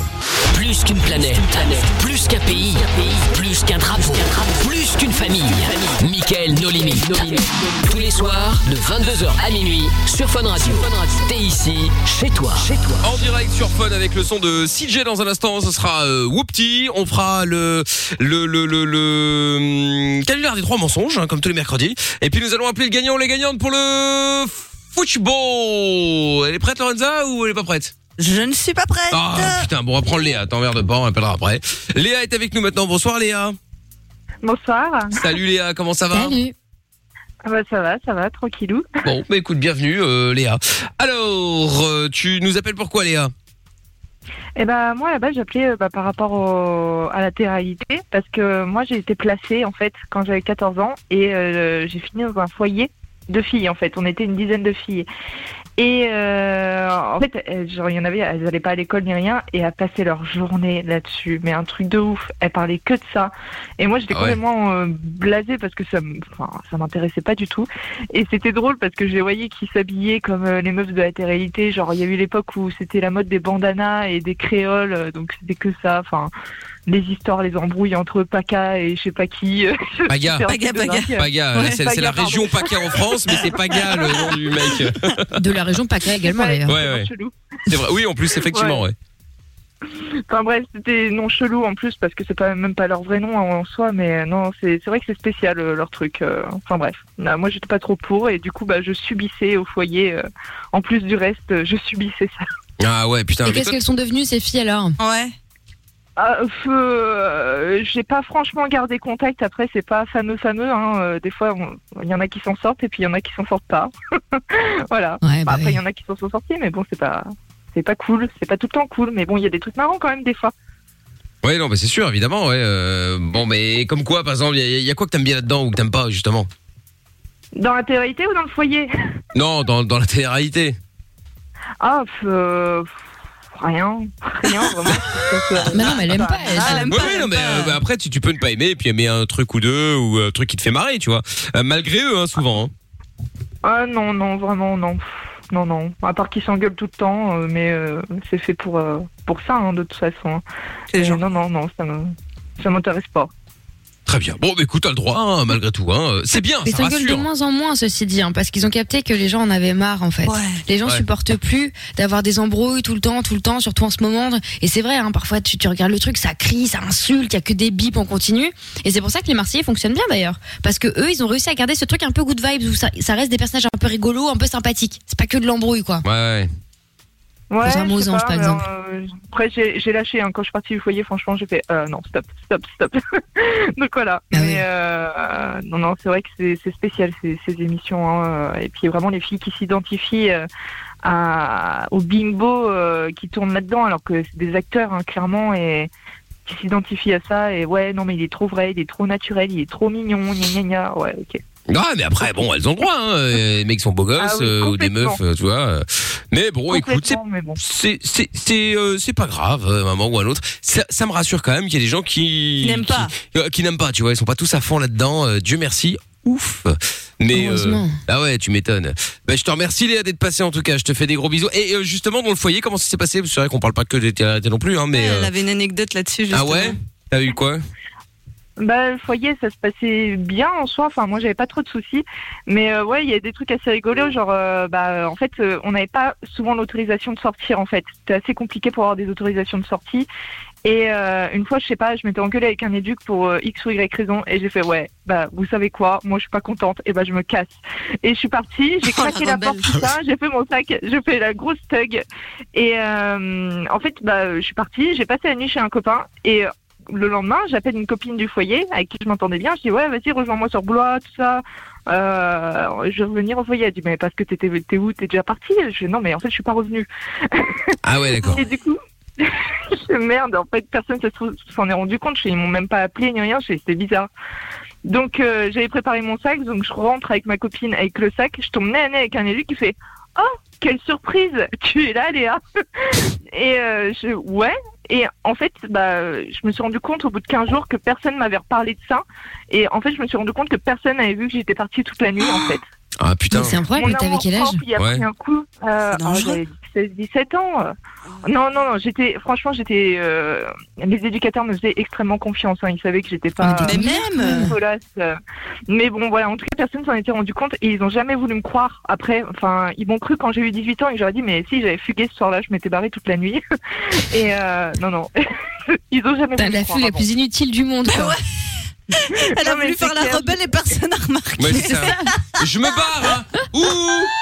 S1: Plus qu'une planète, plus qu'un pays, plus qu'un drapeau, plus qu'une famille. Mickaël, nos limites. Tous les soirs, de 22h à minuit, sur Fun Radio. T'es ici, chez toi. Chez toi.
S2: En direct sur Fun avec le son de CJ dans un instant, ce sera euh, Whoopty. On fera le le le le, le hum, canular des trois mensonges hein, comme tous les mercredis. Et puis nous allons appeler le gagnant ou les gagnantes pour le football. Elle est prête Lorenza ou elle est pas prête
S4: Je ne suis pas prête.
S2: Ah putain, bon on va prendre Léa. T'emmerdes pas, on appellera après. Léa est avec nous maintenant. Bonsoir Léa.
S14: Bonsoir.
S2: Salut Léa, comment ça va
S14: Ah bah, ça va, ça va, tranquillou.
S2: Bon, bah écoute, bienvenue euh, Léa. Alors, euh, tu nous appelles pourquoi Léa
S14: Et ben moi là-bas j'appelais euh, bah, par rapport au- à la télé-réalité parce que euh, moi j'ai été placée en fait quand j'avais 14 ans et euh, j'ai fini dans un foyer de filles en fait. On était une dizaine de filles et euh, en fait elles- genre il y en avait elles allaient pas à l'école ni rien et elles passaient leur journée là-dessus. Mais un truc de ouf. Elles parlaient que de ça et moi j'étais
S13: Ah ouais.
S14: complètement euh, blasée parce que ça m- enfin, ça m'intéressait pas du tout et c'était drôle parce que je les voyais qui s'habillaient comme euh, les meufs de la télé-réalité. Genre il y a eu l'époque où c'était la mode des bandanas et des créoles, euh, donc c'était que ça. Enfin, les histoires, les embrouilles entre Paca et je sais pas qui. *laughs*
S2: Paga.
S14: C'était un
S2: Paga,
S14: truc de
S2: Paga.
S14: dingue.
S2: Paga,
S14: Ouais,
S2: c'est c'est la
S14: pardon.
S2: région Paca en France, mais c'est Paga le nom du mec.
S5: De la région PACA *laughs* également, d'ailleurs.
S2: ouais. C'est vrai. Oui, en plus, effectivement, ouais.
S14: Enfin bref, c'était non chelou en plus parce que c'est pas même pas leur vrai nom hein, en soi, mais euh, non, c'est c'est vrai que c'est spécial euh, leur truc. euh, Enfin bref, Là, moi j'étais pas trop pour et du coup bah je subissais au foyer. euh, en plus du reste, euh, je subissais ça.
S2: Ah ouais, putain.
S5: Et
S2: mais
S5: qu'est-ce
S2: toi-
S5: qu'elles sont devenues, ces filles, alors
S4: Ouais.
S14: Ah, pff, euh, j'ai pas franchement gardé contact. Après, c'est pas fameux fameux. Hein. Euh, Des fois, on- il y en a qui s'en sortent et puis il y en a qui s'en sortent pas. *laughs* voilà.
S5: Bah,
S14: après, il y en a qui s'en sont sortis, mais bon, c'est pas, c'est pas cool. C'est pas tout le temps cool, mais bon, il y a des trucs marrants quand même des fois.
S2: Ouais, non, mais c'est sûr, évidemment. Ouais. euh, Bon, mais comme quoi, par exemple, il y, a- il y a quoi que t'aimes bien là-dedans ou que t'aimes pas, justement
S14: Dans la télé-réalité ou dans le foyer *laughs*
S2: Non, dans, dans la télé-réalité.
S14: Ah, pff, euh, pff, rien. Rien, vraiment.
S5: *laughs*
S14: mais non, mais elle aime pas.
S2: Ouais, ouais, non, mais euh, bah, après, tu, tu peux ne pas aimer et puis aimer un truc ou deux ou euh, un truc qui te fait marrer, tu vois. Euh, malgré eux, hein, souvent. hein.
S14: Ah non, non, vraiment, non. Pff, Non, non. À part qu'ils s'engueulent tout le temps, euh, mais euh, c'est fait pour, euh, pour ça, hein, de toute façon. hein. Mais Non, non, non, ça me- ça m'intéresse pas.
S2: Très bien. Bon, mais écoute, t'as le droit, hein, malgré tout. Hein. C'est bien,
S5: Ils
S2: ça
S5: s'engueulent de
S2: rassure.
S5: moins en moins, ceci dit, hein, parce qu'ils ont capté que les gens en avaient marre, en fait. Les gens
S2: Ouais.
S5: supportent plus d'avoir des embrouilles tout le temps, tout le temps, surtout en ce moment. Et c'est vrai, hein, parfois, tu, tu regardes le truc, ça crie, ça insulte, il y a que des bips en continu. Et c'est pour ça que les Marseillais fonctionnent bien, d'ailleurs. Parce que eux, ils ont réussi à garder ce truc un peu good vibes, où ça, ça reste des personnages un peu rigolos, un peu sympathiques. C'est pas que de l'embrouille, quoi.
S2: Ouais, ouais.
S14: Ouais,
S5: Rosa
S14: je sais
S5: Mozan,
S14: pas,
S5: par
S14: mais,
S5: exemple.
S14: euh, après, j'ai j'ai lâché. hein. Quand je suis partie du foyer, franchement, j'ai fait euh, non, stop, stop, stop. *laughs* Donc voilà.
S5: Ah
S14: mais euh, non, non, c'est vrai que c'est c'est spécial ces, ces émissions. hein. Et puis vraiment, les filles qui s'identifient euh, à- au bimbo euh, qui tourne là-dedans, alors que c'est des acteurs, hein, clairement, et qui s'identifient à ça. Et ouais, non, mais il est trop vrai, il est trop naturel, il est trop mignon, gna gna gna. Ouais, ok.
S2: Ah, mais après, bon, elles ont le droit.
S14: *laughs*
S2: Hein. euh, Les mecs sont beaux gosses
S14: Ah oui,
S2: euh, ou des
S14: complètement.
S2: meufs, euh, tu vois. euh. Mais bon, écoute, c'est
S14: Complètement, mais bon.
S2: c'est c'est c'est euh, c'est pas grave euh, à un moment ou à un autre ça, ça me rassure quand même qu'il y a des gens qui
S4: Qui n'aiment pas.
S2: qui, euh, qui n'aiment pas tu vois ils sont pas tous à fond là dedans Dieu merci ouf mais
S5: Heureusement.
S2: ah ouais tu m'étonnes bah, je te remercie Léa d'être passée en tout cas je te fais des gros bisous et euh, justement dans le foyer comment ça s'est passé c'est vrai qu'on parle pas que des télé non plus hein mais
S4: Elle
S2: euh,
S4: avait une anecdote là-dessus, justement.
S2: ah ouais t'as eu quoi
S14: Bah, le foyer, ça se passait bien en soi. Enfin, moi, j'avais pas trop de soucis. Mais euh, ouais, il y a des trucs assez rigolos. Genre, euh, bah, euh, en fait, euh, on n'avait pas souvent l'autorisation de sortir. En fait, c'était assez compliqué pour avoir des autorisations de sortie. Et euh, une fois, je sais pas, je m'étais engueulée avec un éduc pour euh, X ou Y raison. Et j'ai fait, ouais, bah, vous savez quoi Moi, je suis pas contente. Et bah, je me casse. Et je suis partie. J'ai
S12: Oh, la
S14: claqué la porte,
S12: rebelle.
S14: tout ça. J'ai fait mon sac. J'ai fait la grosse thug. Et euh, en fait, bah, je suis partie. J'ai passé la nuit chez un copain. Et euh, le lendemain, j'appelle une copine du foyer avec qui je m'entendais bien. Je dis ouais, vas-y, rejoins-moi sur Blois, tout ça. Euh, je vais revenir au foyer. Elle dit mais parce que t'étais t'es où T'es déjà parti Je dis non mais en fait je suis pas revenue.
S2: ah ouais d'accord
S14: Et du coup, *laughs* je dis, merde, en fait, personne se trouve- s'en est rendu compte. Je dis, Ils m'ont même pas appelé ni rien. Je dis, C'était bizarre. Donc, euh, j'avais préparé mon sac. Donc, je rentre avec ma copine avec le sac. Je tombe nez à nez avec un élu qui fait Oh, quelle surprise *laughs* Tu es là, Léa Et euh, je, ouais. Et en fait, bah, je me suis rendu compte au bout de 15 jours que personne m'avait reparlé de ça. Et en fait, je me suis rendu compte que personne n'avait vu que j'étais partie toute la nuit, en fait.
S2: ah putain
S14: Mon amour propre, Il y a
S2: Ouais.
S14: pris un coup. Euh,
S2: C'est dangereux.
S14: oh, j'avais 16, 17 ans. Non, non, non. J'étais, franchement, j'étais. euh, les éducateurs me faisaient extrêmement confiance. hein, Ils savaient que j'étais pas.
S4: Mais même
S14: Voilà, c'est- Mais bon, voilà. En tout cas, personne s'en était rendu compte et ils ont jamais voulu me croire. Après, enfin, ils m'ont cru quand j'ai eu 18 ans et j'aurais dit, mais si j'avais fugué ce soir-là, je m'étais barrée toute la nuit. *laughs* et euh, non, non. ils ont jamais
S5: T'as
S14: voulu
S5: la
S14: me croire.
S5: fugue la
S14: avant.
S5: plus inutile du monde, quoi.
S4: *laughs* Elle a voulu faire la rebelle et personne n'a remarqué. *laughs*
S2: Ouais, c'est ça. je me barre hein. ouh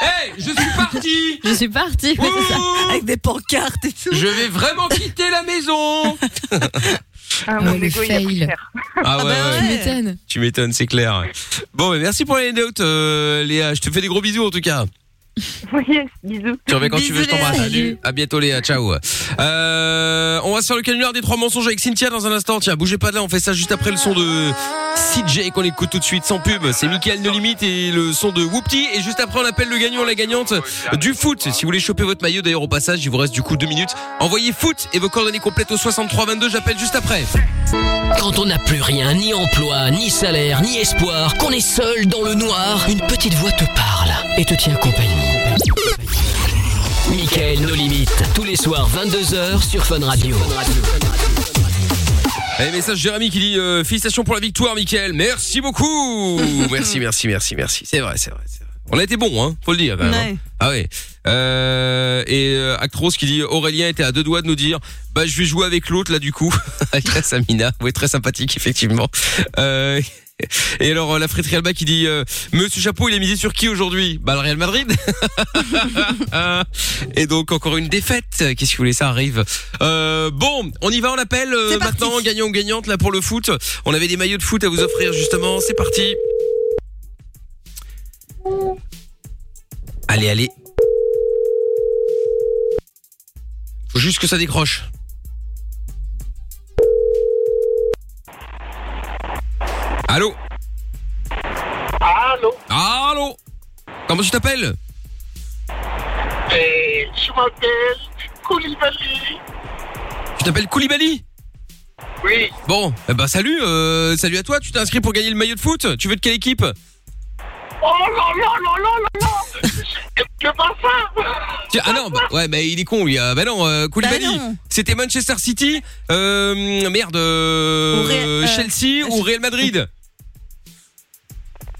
S2: hey je suis parti
S5: Je suis partie,
S2: ouais, c'est ça.
S4: Avec des pancartes et tout.
S2: je vais vraiment quitter la maison
S14: Ah,
S5: mon égo, il a pris
S14: cher.
S2: Ah ouais, ouais.
S5: Tu m'étonnes.
S2: Tu m'étonnes, c'est clair. Bon, mais merci pour l'anecdote, euh, Léa. Je te fais des gros bisous en tout cas.
S14: Yes, bisous.
S2: Tu reviens quand tu veux, je
S14: Bisous, Léa.
S2: t'embrasse. Salut. À bientôt, Léa. Ciao. Euh, on va se faire le canular des trois mensonges avec Cynthia dans un instant. Tiens, bougez pas de là. On fait ça juste après le son de CJ qu'on écoute tout de suite sans pub. C'est Michael No Limite et le son de Whoopty. Et juste après, on appelle le gagnant, la gagnante du foot. Si vous voulez choper votre maillot, d'ailleurs, au passage, il vous reste du coup deux minutes. Envoyez foot et vos coordonnées complètes au 63 22. J'appelle juste après.
S1: Quand on n'a plus rien, ni emploi, ni salaire, ni espoir, qu'on est seul dans le noir, une petite voix te parle et te tient compagnie. Michael, nos limites, tous les soirs 22h sur Fun Radio.
S2: Allez, message Jérémy qui dit euh, félicitations pour la victoire, Mickaël. Merci beaucoup. merci, merci, merci, merci. C'est vrai, c'est vrai, c'est vrai. On a été bon, hein, faut le dire. Quand même, hein.
S4: Ouais.
S2: Ah ouais. Euh, et euh, Actros qui dit Aurélien était à deux doigts de nous dire bah je vais jouer avec l'autre là du coup *laughs* avec la Samina. Oui, très sympathique effectivement. Euh, *laughs* et alors euh, la friterie Alba qui dit euh, Monsieur Chapeau il est misé sur qui aujourd'hui Bah le Real Madrid. *laughs* Euh, et donc encore une défaite. Qu'est-ce que vous voulez ça arrive. Euh, bon, on y va, on appelle euh, maintenant gagnant ou gagnante là pour le foot. On avait des maillots de foot à vous offrir justement. C'est parti. Allez, allez. Faut juste que ça décroche. Allô
S13: Ah,
S12: Allô
S2: Allô Comment tu t'appelles
S12: Eh, Je m'appelle Koulibaly.
S2: Tu t'appelles Koulibaly
S12: Oui.
S2: Bon, eh ben salut, euh, salut à toi. Tu t'es inscrit pour gagner le maillot de foot Tu veux de quelle équipe
S12: Oh là là là là là là *laughs* Que pas ça
S2: Tiens, ah non, bah, ouais, mais il est con, lui. Ah, bah non, euh, Koulibaly. C'était Manchester City, euh, merde, euh,
S12: Ou Real- euh,
S2: Chelsea ou Real Madrid.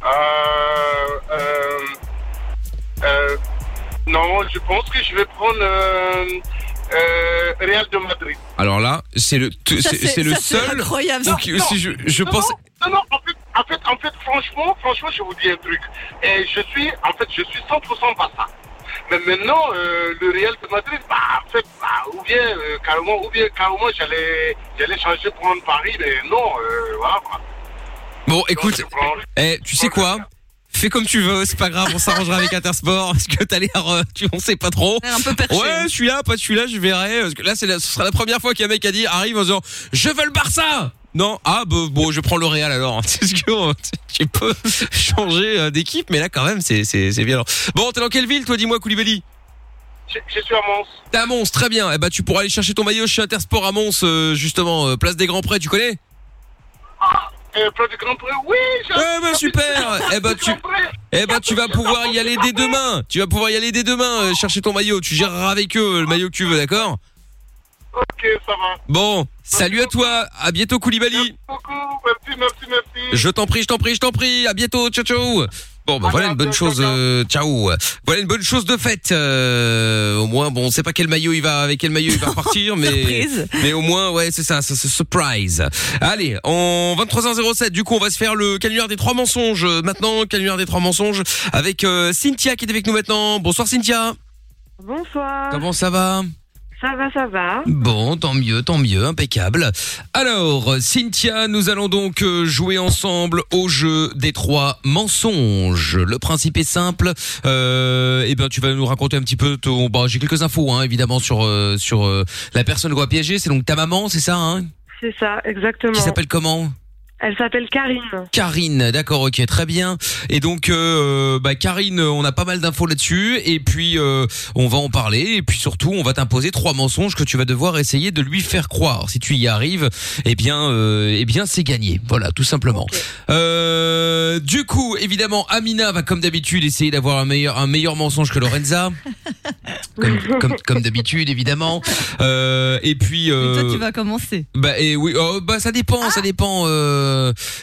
S12: Euh, euh, euh, non, je pense que je vais prendre euh, euh, Real de Madrid.
S2: Alors là, c'est le,
S12: Ça,
S2: c'est
S12: c'est-
S2: c'est le
S12: ça, c'est
S2: seul.
S12: incroyable.
S2: Donc,
S12: Non,
S2: si je, je
S12: non,
S2: pense.
S12: Non, non, en fait, en fait, en fait, franchement, franchement, je vous dis un truc. Et je suis, en fait, je suis 100% Barça. Mais maintenant, euh, le Real de Madrid, bah, en fait, bah, ou bien euh, carrément, ou bien carrément, j'allais, j'allais changer pour un Paris, mais non, euh, voilà. quoi.
S2: Bon, écoute, eh, tu sais quoi Fais comme tu veux, c'est pas grave, on s'arrangera avec Intersport parce que t'as l'air, euh, tu on sait pas trop. Ouais, celui-là, pas celui-là, je verrai. Parce que là, c'est la- ce sera la première fois qu'un mec a dit arrive en disant je veux le Barça. Non, ah bah, bon, je prends le Real alors. *laughs* C'est ce que euh, j'ai peu changé euh, d'équipe, mais là quand même, c'est c'est c'est violent. Bon, t'es dans quelle ville, toi Dis-moi, Koulibaly.
S12: Je, je suis à Mons.
S2: T'es à Mons, très bien. Eh bah, tu pourras aller chercher ton maillot chez Intersport à Mons, euh, justement, euh, place des Grands Prés. Tu connais
S12: Euh, Place du Grand Prix, oui, j'ai-
S2: Ouais, bah, super.
S12: *laughs*
S2: Eh bah, tu- Eh ben tu vas pouvoir y aller dès demain. Tu vas pouvoir y aller dès demain euh, chercher ton maillot. Tu géreras avec eux euh, le maillot que tu veux, d'accord
S12: Ok, ça va.
S2: Bon, salut à toi. À bientôt Koulibaly.
S12: Coucou, merci, merci, merci.
S2: Je t'en prie, je t'en prie, je t'en prie. À bientôt. Ciao ciao. Bon bah voilà une bonne chose euh, ciao. Voilà une bonne chose de fête. euh, au moins bon, on sait pas quel maillot il va avec quel maillot il va partir mais
S12: Surprise.
S2: mais au moins ouais, c'est ça, c'est c'est surprise. Allez, en 23h07 du coup, on va se faire le canular des trois mensonges euh, maintenant, canular des trois mensonges avec euh, Cynthia qui est avec nous maintenant. Bonsoir Cynthia.
S13: Bonsoir.
S2: Comment ça va
S13: Ça va, ça va.
S2: Bon, tant mieux, tant mieux, impeccable. Alors, Cynthia, nous allons donc euh, jouer ensemble au jeu des trois mensonges. Le principe est simple. Euh, eh bien, tu vas nous raconter un petit peu ton. Bon, j'ai quelques infos, hein, évidemment, sur euh, sur euh, la personne qu'on va piéger. C'est donc ta maman, c'est ça, hein
S13: C'est ça, exactement.
S2: Qui s'appelle comment
S13: Elle s'appelle Karine.
S2: Karine, d'accord, ok, très bien. Et donc, euh, bah, Karine, euh, on a pas mal d'infos là-dessus, et puis euh, on va en parler, et puis surtout, on va t'imposer trois mensonges que tu vas devoir essayer de lui faire croire. Si tu y arrives, eh bien, euh, eh bien, c'est gagné. Voilà, tout simplement. Euh, du coup, évidemment, Amina va comme d'habitude essayer d'avoir un meilleur, un meilleur mensonge que Lorenza, comme, comme, comme d'habitude, évidemment. Euh, et puis, euh,
S4: Toi, tu vas commencer.
S2: bah et oui, oh, bah ça dépend, ça dépend. Euh,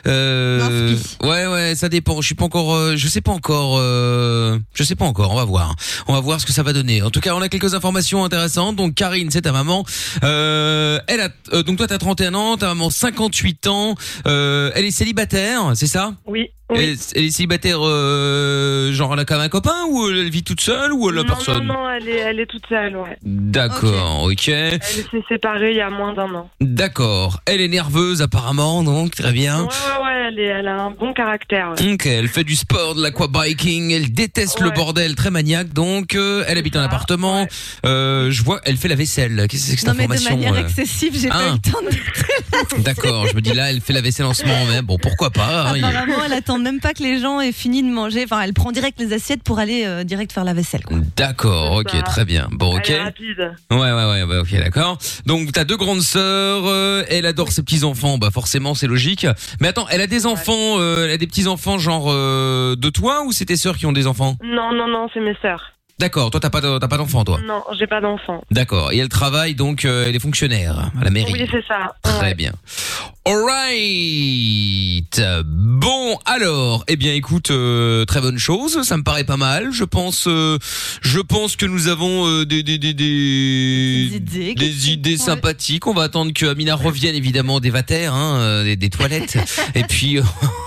S2: euh, ouais ouais, ça dépend. Je suis pas encore, euh, je sais pas encore, euh, je sais pas encore. On va voir, on va voir ce que ça va donner. En tout cas, on a quelques informations intéressantes. Donc Karine, c'est ta maman. Euh, elle a, euh, donc toi t'as 31 ans, ta maman 58 ans. Euh, elle est célibataire, c'est ça
S13: Oui.
S2: Elle, est- elle est célibataire, euh, genre elle a quand même un copain ou elle vit toute seule ou elle a
S13: non,
S2: personne
S13: non, non, elle est, elle est toute seule, ouais.
S2: D'accord, ok.
S13: Elle s'est séparée il y a moins d'un an.
S2: D'accord. Elle est nerveuse apparemment, donc très bien.
S13: Ouais, ouais, ouais, elle, est, elle a un bon caractère. ouais.
S2: Ok, elle fait du sport, de l'aquabiking, elle déteste le bordel, très maniaque, donc euh,
S4: Ah,
S2: elle habite un appartement. Euh, je vois, elle fait la vaisselle. Qu'est-ce que c'est que cette
S4: Non, mais de
S2: information
S4: manière
S2: euh
S4: excessive, j'ai
S2: hein
S4: pas eu le temps de.
S2: D'accord, je me dis là, elle fait la vaisselle en ce moment même. Bon, pourquoi pas hein, il-
S4: Apparemment, elle attend même pas que les gens aient fini de manger. Enfin, elle prend direct les assiettes pour aller euh, direct faire la vaisselle. quoi.
S2: Mm. D'accord, ok, très bien. Bon, ok.
S13: Elle est rapide.
S2: Ouais, ouais, ouais, ouais, ok, d'accord. Donc, t'as deux grandes sœurs, euh, elle adore ses petits-enfants, bah forcément, c'est logique. Mais attends, elle a des enfants, euh, elle a des petits-enfants genre euh, de toi ou c'est tes sœurs qui ont des enfants
S13: Non, non, non, c'est mes sœurs.
S2: D'accord, toi, t'as pas, de- t'as pas d'enfants, toi
S13: Non, j'ai pas d'enfant.
S2: D'accord. Et elle travaille donc, euh, elle est fonctionnaire à la mairie.
S13: Oui, c'est ça.
S2: Très bien. Alright. Bon, alors, eh bien, écoute, euh, très bonne chose. Ça me paraît pas mal. Je pense, euh, je pense que nous avons euh, des des des des,
S4: idées,
S2: des idées sympathiques. On va attendre que Amina revienne évidemment des vatères, hein, euh, des,
S4: *laughs*
S2: des toilettes. Et puis, euh,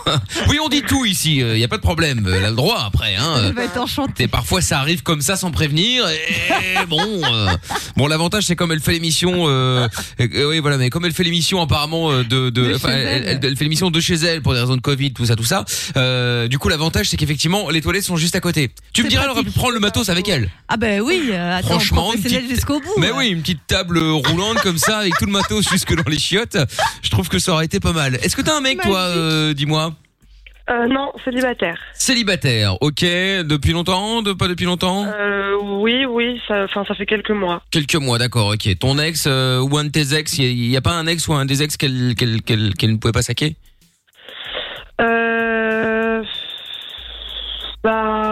S2: *laughs* oui, on dit tout ici. Il y a pas de problème. Elle a le droit après. Hein.
S4: Elle va être enchantée.
S2: Et parfois ça arrive comme ça sans prévenir.
S4: *laughs*
S2: Et bon, euh, bon l'avantage c'est comme elle fait l'émission. euh, euh, euh, oui voilà, mais comme elle fait l'émission apparemment euh, de, de, enfin, elle, elle- elle fait l'émission de chez elle pour des raisons de Covid, tout ça, tout ça. Euh, du coup l'avantage c'est qu'effectivement les toilettes sont juste à côté. Tu me diras elle aurait pu prendre le matos avec elle.
S4: Ah ben oui, euh, attends,
S2: Franchement,
S4: professionnel
S2: une
S4: jusqu'au bout.
S2: Mais oui, une petite table roulante comme ça avec tout le matos jusque dans les chiottes. Je trouve que ça aurait été pas mal. Est-ce que t'as un mec toi, euh, dis-moi.
S13: Euh, non, célibataire.
S2: Célibataire, ok. Depuis longtemps de, Pas depuis longtemps
S13: Euh, oui, oui, ça, enfin, ça fait quelques mois.
S2: Quelques mois, d'accord, ok. Ton ex euh, ou un de tes ex, il n'y a, pas un ex ou un des ex qu'elle qu'elle- qu'elle- qu'elle ne pouvait pas saquer
S13: Euh...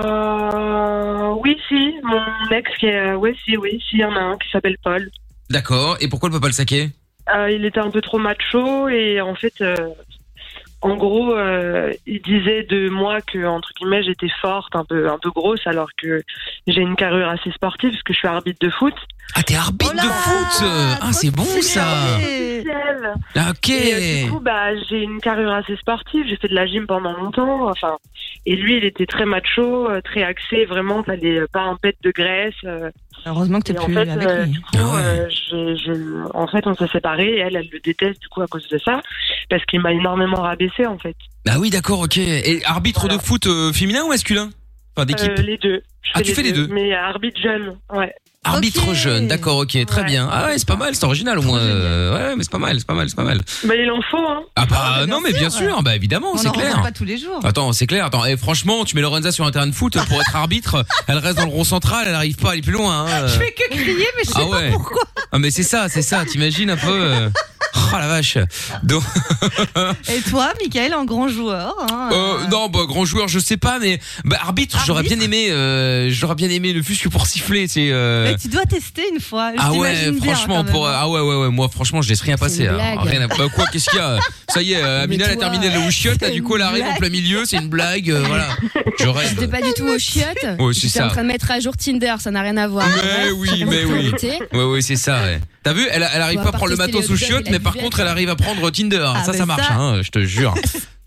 S13: Bah... Oui, si, mon ex qui est... Oui, si, oui, si, il y en a un qui s'appelle Paul.
S2: D'accord, et pourquoi elle peut pas le saquer
S13: Euh, il était un peu trop macho et en fait, euh, en gros, euh, il disait de moi que entre guillemets j'étais forte, un peu, un peu grosse, alors que j'ai une carrure assez sportive parce que je suis arbitre de foot.
S2: Ah, t'es arbitre de foot Ah, c'est bon ça
S9: Euh,
S2: Ah, Ok
S13: et euh, du coup, bah, j'ai une carrure assez sportive, j'ai fait de la gym pendant longtemps, enfin, et lui, il était très macho, euh, très axé, vraiment, fallait euh, pas un pet de graisse. euh.
S4: Heureusement que t'es
S13: Et en
S4: plus
S13: fait,
S4: avec
S13: euh,
S4: lui.
S13: du coup,
S2: Ah
S13: euh, je- je- en fait, on s'est séparés. Et elle, elle le déteste du coup à cause de ça, parce qu'il m'a énormément rabaissé en fait.
S2: Ah oui, d'accord, ok. Et arbitre de foot euh, féminin ou masculin Enfin, d'équipe
S13: Euh, les deux. Je
S2: Ah, tu fais les deux.
S13: Mais arbitre jeune, ouais.
S2: Arbitre jeune, d'accord, ok, très bien. Ah ouais, c'est pas mal, c'est original au moins. euh, ouais, mais c'est pas mal, c'est pas mal, c'est pas mal.
S13: Mais il en faut, hein.
S2: Ah bah non, mais bien sûr, bah évidemment, c'est clair.
S4: tous les jours.
S2: Attends, c'est clair. Attends, et franchement, tu mets Lorenza sur un terrain de foot pour être arbitre, elle reste dans le rond central, elle arrive pas à aller plus loin.
S4: *laughs*
S2: hein.
S4: Je fais que crier, mais je sais
S2: Ah ouais.
S4: pas pourquoi.
S2: Ah mais c'est ça, c'est ça. T'imagines un peu. euh, Oh la vache.
S4: *laughs*
S2: Donc,
S4: Et toi, Michael, en grand joueur hein,
S2: euh, non, bah, grand joueur, je sais pas, mais bah, arbitre, j'aurais bien aimé, euh, j'aurais bien aimé le fusque pour siffler, c'est. euh,
S4: Mais tu dois tester une fois. je
S2: Ah ouais,
S4: t'imagine bien,
S2: franchement,
S4: quand même.
S2: pour,
S5: hein.
S2: ah ouais, ouais, ouais, moi, franchement, je laisse rien passer.
S4: une
S2: hein.
S4: blague.
S2: Rien à- bah, quoi, qu'est-ce qu'il y a Ça y est, euh, Amina, elle a terminé la chiotte, là, du coup, elle arrive en plein milieu, c'est une blague, euh, voilà. Je
S5: T'es
S2: rêve.
S5: pas du tout aux chiottes.
S2: Ouais, c'est
S5: J'étais
S2: ça.
S5: en train de mettre à jour Tinder, ça n'a rien à voir.
S2: Mais
S5: Bref,
S2: oui,
S5: chacun
S2: mais
S5: ses
S2: oui.
S5: priorités.
S2: Ouais, ouais, c'est ça, ouais. T'as vu, elle, elle arrive
S5: On
S2: pas
S5: va
S2: à prendre le
S5: pas tester
S2: matos
S5: le
S2: sous
S5: dog et
S2: chiotte,
S5: la
S2: mais par
S5: cuvette.
S2: contre, elle arrive à prendre Tinder.
S5: Ah,
S2: ça, ça
S5: bah,
S2: marche,
S5: ça.
S2: hein, je te jure.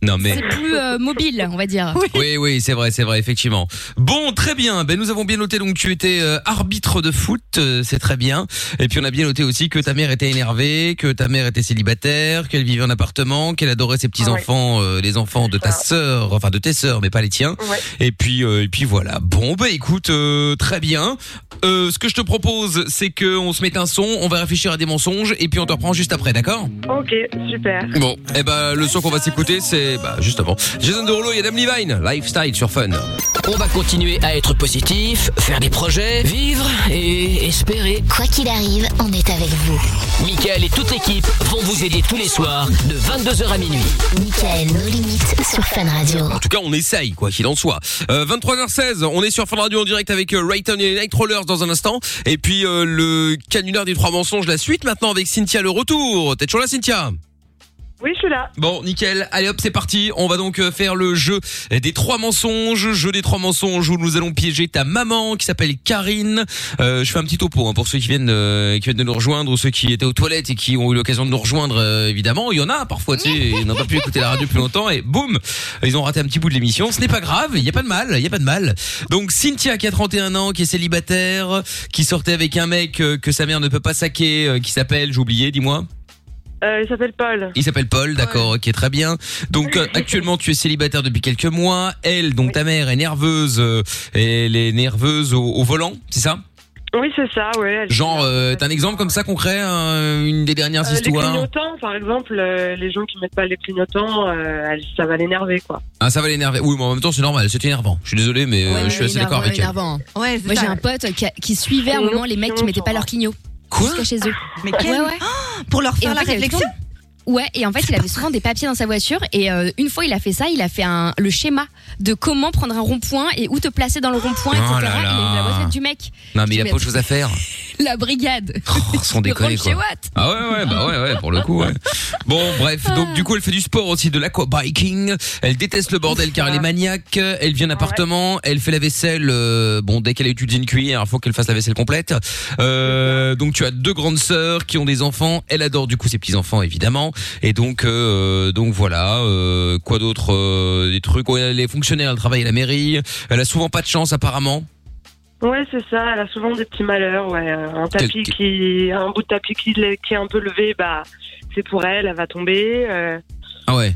S2: Non, mais.
S5: C'est plus euh, mobile, on va *laughs* dire.
S2: Oui, oui, c'est vrai, c'est vrai, effectivement. Bon, très bien. Ben, nous avons bien noté donc que tu étais euh, arbitre de foot, euh, c'est très bien. Et puis on a bien noté aussi que ta mère était énervée, que ta mère était célibataire, qu'elle vivait en appartement, qu'elle adorait ses petits enfants, euh, les enfants de ta sœur, enfin de tes sœurs, mais pas les tiens. Et puis, euh, et puis voilà. Bon, ben écoute, euh, très bien. Euh, ce que je te propose, c'est que on se mette un son, on va réfléchir à des mensonges, et puis on te reprend juste après, d'accord
S13: Ok, super.
S2: Bon, et ben le son qu'on va s'écouter, c'est bah, juste avant. Jason Derulo et Adam Levine, Lifestyle sur Fun.
S1: On va continuer à être positif, faire des projets, vivre et espérer.
S8: Quoi qu'il arrive, on est avec vous.
S1: Michael et toute l'équipe vont vous aider tous les soirs de 22h à minuit.
S8: Michael, nos limites sur Fun Radio.
S2: En tout cas, on essaye, quoi qu'il en soit. Euh, 23h16, on est sur Fun Radio en direct avec euh, Rayton et les Night Rollers dans un instant. Et puis euh, le canular des trois mensonges, la suite maintenant avec Cynthia le retour. T'es toujours là, Cynthia
S13: Oui, je suis là.
S2: Bon, nickel. Allez hop, c'est parti. On va donc euh, faire le jeu des trois mensonges. Jeu des trois mensonges où nous allons piéger ta maman qui s'appelle Karine. Euh, je fais un petit topo hein, pour ceux qui viennent, euh, qui viennent de nous rejoindre ou ceux qui étaient aux toilettes et qui ont eu l'occasion de nous rejoindre. euh, évidemment, il y en a parfois, tu sais,
S13: *laughs*
S2: ils n'ont pas pu écouter la radio plus longtemps et boum, ils ont raté un petit bout de l'émission. Ce n'est pas grave, il n'y a pas de mal, il n'y a pas de mal. Donc Cynthia qui a 31 ans, qui est célibataire, qui sortait avec un mec euh, que sa mère ne peut pas saquer, euh, qui s'appelle, j'ai oublié, dis-moi.
S13: Euh, il s'appelle Paul.
S2: Il s'appelle Paul, d'accord, ok, très bien. Donc euh, actuellement tu es célibataire depuis quelques mois. Elle, donc ta mère est nerveuse, euh, elle est nerveuse au, au volant, c'est ça
S13: Oui, c'est ça, ouais. elle-
S2: Genre, euh, t'as un exemple comme ça concret, hein, une des dernières
S13: Euh, les
S2: histoires
S13: clignotants, par exemple, euh, les gens qui mettent pas les clignotants, euh, elles- ça va l'énerver, quoi.
S2: Ah ça va l'énerver. Oui, mais en même temps c'est normal, c'est énervant. Je suis désolé, mais euh, je suis assez d'accord avec elle.
S4: Ouais,
S5: Moi j'ai un pote qui, a- qui suivait à un moment les mecs qui mettaient pas leurs clignots.
S2: Quoi
S5: Jusqu'à chez eux.
S4: Mais quel- Oh, Pour leur faire la réflexion
S5: Ouais, et en fait, il avait souvent des papiers dans sa voiture. Et euh, une fois, il a fait ça, il a fait un, le schéma de comment prendre un rond-point et où te placer dans le rond-point, etc.
S2: Oh là
S5: Il a eu la
S2: là.
S5: voiture du mec.
S2: Non mais il
S5: Je
S2: a
S5: dis,
S2: pas autre chose à faire.
S5: *laughs* La brigade.
S2: Oh,
S5: *laughs*
S2: sans
S5: Le rôle
S2: déconner
S5: chez
S2: quoi.
S5: Watt. Ah.
S2: Ah ouais ouais bah ouais ouais pour le coup ouais. Bon bref donc du coup elle fait du sport aussi de l'aquabiking. Elle déteste le bordel car
S5: Ah.
S2: elle est maniaque. Elle vient d'appartement. Elle fait la vaisselle. euh, bon dès qu'elle a utilisé une cuillère, faut qu'elle fasse la vaisselle complète. Euh, donc tu as deux grandes sœurs qui ont des enfants. Elle adore du coup ses petits enfants évidemment. Et donc euh, donc voilà euh, quoi d'autre euh, des trucs. Ouais, elle est fonctionnaire. Elle travaille à la mairie. Elle a souvent pas de chance apparemment.
S13: Ouais, c'est ça. Elle a souvent des petits malheurs. Ouais, un tapis qui, un bout de tapis qui, l'est- qui est un peu levé, bah, c'est pour elle. Elle va tomber. euh,
S2: Ah Ah ouais.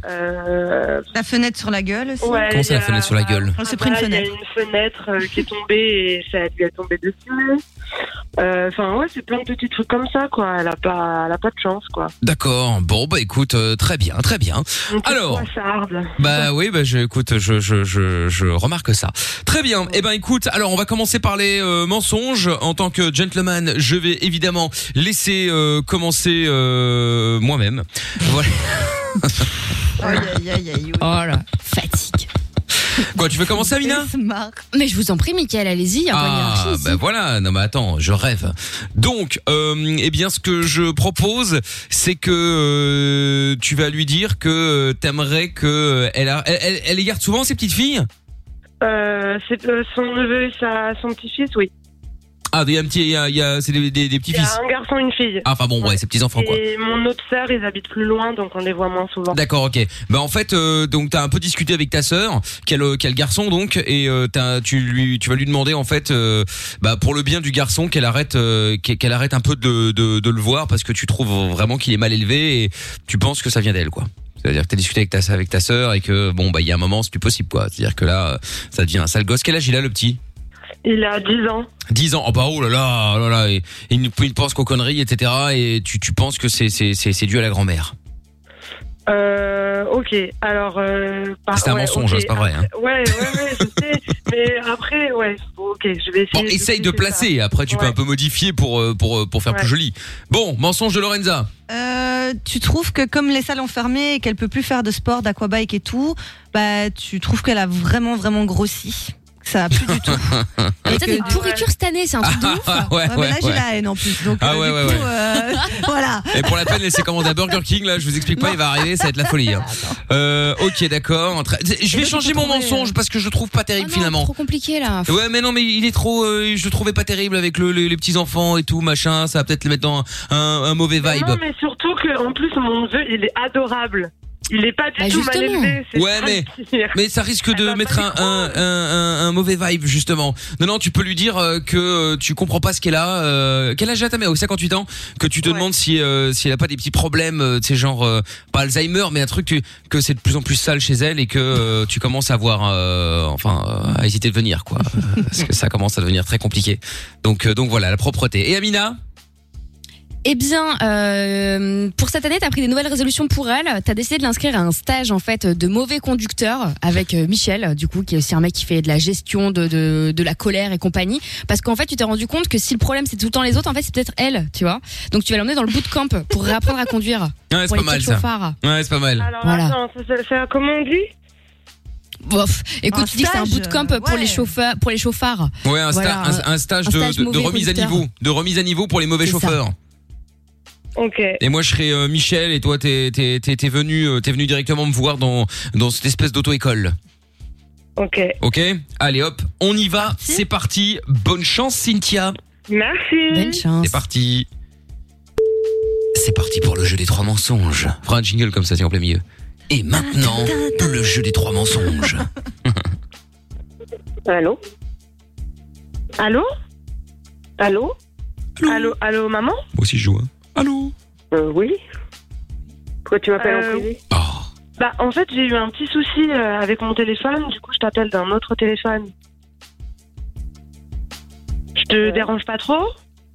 S15: La fenêtre sur la gueule aussi.
S13: Ouais,
S2: Comment c'est la fenêtre sur la gueule
S15: On s'est pris une
S13: Voilà,
S15: fenêtre.
S13: Il y a une fenêtre euh, qui est tombée et ça lui a tombé dessus. Euh, Enfin, ouais, c'est plein de petits trucs comme ça, quoi. Elle a pas, elle a pas de chance, quoi.
S2: D'accord. Bon, bah écoute, euh, très bien, très bien.
S13: Donc,
S2: Alors.
S13: pourquoi ça arde
S2: Bah oui, bah je, écoute, je, je, je, je remarque ça. Très bien. Eh ben écoute, alors on va commencer par les euh, mensonges. En tant que gentleman, je vais évidemment laisser euh, commencer euh, moi-même. Voilà.
S15: Aïe, aïe, aïe, aïe.
S5: Oh là, fatigue.
S2: Quoi, tu veux commencer, Amina
S5: Mais je vous en prie, Mickaël, allez-y, il y a pas de
S2: Ah,
S5: hiérarchie.
S2: bah voilà, non mais attends, je rêve. Donc, euh, eh bien, ce que je propose, c'est que euh, tu vas lui dire que euh, t'aimerais que euh, elle, a, elle, elle, elle les garde souvent ces petites filles.
S13: Euh, c'est euh, son neveu et sa, son petit-fils, oui.
S2: Ah, il y a un petit, il y a, il y a- c'est des, des- des petits
S13: Il y
S2: fils.
S13: a un garçon, une fille.
S2: Ah, enfin bon, ouais, c'est petits enfants quoi.
S13: Et mon autre sœur, ils habitent plus loin, donc on les voit moins souvent.
S2: D'accord, ok. Bah en fait, euh, donc t'as un peu discuté avec ta sœur, quel euh, quel garçon donc, et euh, t'as- tu lui, tu vas lui demander en fait, euh, bah pour le bien du garçon qu'elle arrête, euh, qu'elle qu'elle arrête un peu de, de de le voir parce que tu trouves vraiment qu'il est mal élevé et tu penses que ça vient d'elle quoi. C'est-à-dire que t'as discuté avec ta avec ta sœur et que bon bah il y a un moment c'est plus possible quoi. C'est-à-dire que là euh, ça devient un sale gosse. Quel âge il a le petit
S13: Il a 10 ans.
S2: 10 ans, oh bah oh là là, oh là là, et, et il, il pense qu'aux conneries, etc. Et tu, tu penses que c'est c'est c'est c'est dû à la grand-mère.
S13: Euh, ok, alors. Euh, par-
S2: C'est un mensonge,
S13: ok.
S2: c'est pas vrai, hein.
S13: Ouais, ouais, ouais, je sais. Mais après, ouais, ok, je vais essayer.
S2: Bon, essaye de placer. Après, tu peux un peu modifier pour euh, pour euh, pour faire plus
S15: Ouais.
S2: joli. Bon, mensonge de Lorenza.
S15: Euh, tu trouves que comme les salles ont fermé et qu'elle peut plus faire de sport, d'aquabike et tout, bah tu trouves qu'elle a vraiment vraiment grossi. Que Ça a plus du tout.
S5: Mais t'as des pourritures cette année, c'est un
S2: *laughs*
S5: truc de ouf. hein.
S2: Ah, ouais,
S15: mais là
S2: ouais,
S15: j'ai
S2: ouais.
S15: la haine en plus. Donc
S2: Ah
S15: euh,
S2: ouais,
S15: du
S2: ouais,
S15: coup,
S5: *laughs*
S2: ouais.
S15: euh, voilà.
S2: Et pour la peine, laissez commander à Burger King. Là, je vous explique pas, il va arriver, ça va être la folie. hein. Euh, ok, d'accord. Très- Je vais changer mon mensonge
S6: euh,
S2: parce que je le trouve pas terrible finalement.
S5: Trop compliqué là.
S2: Ouais, mais non, mais il est trop. euh, je le trouvais pas terrible avec le, le- les petits enfants et tout machin. Ça va peut-être les mettre dans un, un mauvais vibe.
S13: Non, mais surtout que, en plus, mon neveu, il est adorable. Il est pas du tout mal élevé. c'est
S2: Ouais,
S13: ça
S2: mais,
S13: le pire.
S2: mais ça risque de mettre un, un,
S13: euh,
S2: un, un- un mauvais vibe, justement. Non, non, tu peux lui dire euh, que euh, tu comprends pas ce qu'elle a. Euh, quel âge a ta mère Au 58 ans Que tu te demandes si, euh, si elle a pas des petits problèmes, euh, tu sais, genre, euh, pas Alzheimer, mais un truc tu- que c'est de plus en plus sale chez elle et que euh, tu commences à voir, euh, enfin, euh, à hésiter de venir, quoi. *laughs* Euh, Parce que ça commence à devenir très compliqué. Donc, euh, donc voilà, la propreté. Et Amina
S5: Eh bien, euh, pour cette année, t'as pris des nouvelles résolutions pour elle. T'as décidé de l'inscrire à un stage en fait de mauvais conducteur avec euh, Michel, du coup, qui est aussi un mec qui fait de la gestion de, de, de la colère et compagnie. Parce qu'en fait, tu t'es rendu compte que si le problème c'est tout le temps les autres, en fait, c'est peut-être elle, tu vois. Donc, tu vas l'emmener dans le bootcamp pour réapprendre à conduire.
S2: Ouais,
S5: Pour
S2: c'est pas
S5: les
S2: mal
S5: petits
S2: ça.
S5: chauffards.
S2: Ouais, c'est pas mal.
S13: Alors, attends, ça, ça- ça- comment on dit
S5: Bof, écoute, tu dis que c'est un bootcamp pour les chauffeurs, pour les chauffards.
S2: Ouais, un,
S5: Voilà,
S2: sta- un- un stage,
S5: un
S2: de-
S5: stage
S2: de, de
S5: mauvais
S2: remise à
S5: conducteur.
S2: niveau. De remise à niveau pour les mauvais chauffeurs.
S13: Ok.
S2: Et moi je serais euh, Michel et toi t'es t'es t'es t'es venu euh, t'es venu directement me voir dans dans cette espèce d'auto école.
S13: Ok.
S2: Ok. Allez hop, on y va. C'est parti. Bonne chance Cynthia.
S13: Merci.
S5: Bonne chance.
S2: C'est parti. C'est parti pour le jeu des trois mensonges. Fera un jingle comme ça, c'est en plein milieu. Et maintenant, le jeu des trois mensonges.
S13: Allô Allô Allô Allô, allô, maman
S2: Moi aussi je joue. Hein. Allô
S16: euh, Oui Pourquoi tu m'appelles
S13: Euh,
S16: en privé
S2: Ah.
S13: Bah, en fait, j'ai eu un petit souci euh, avec mon téléphone, du coup, je t'appelle d'un autre téléphone. Je te dérange pas trop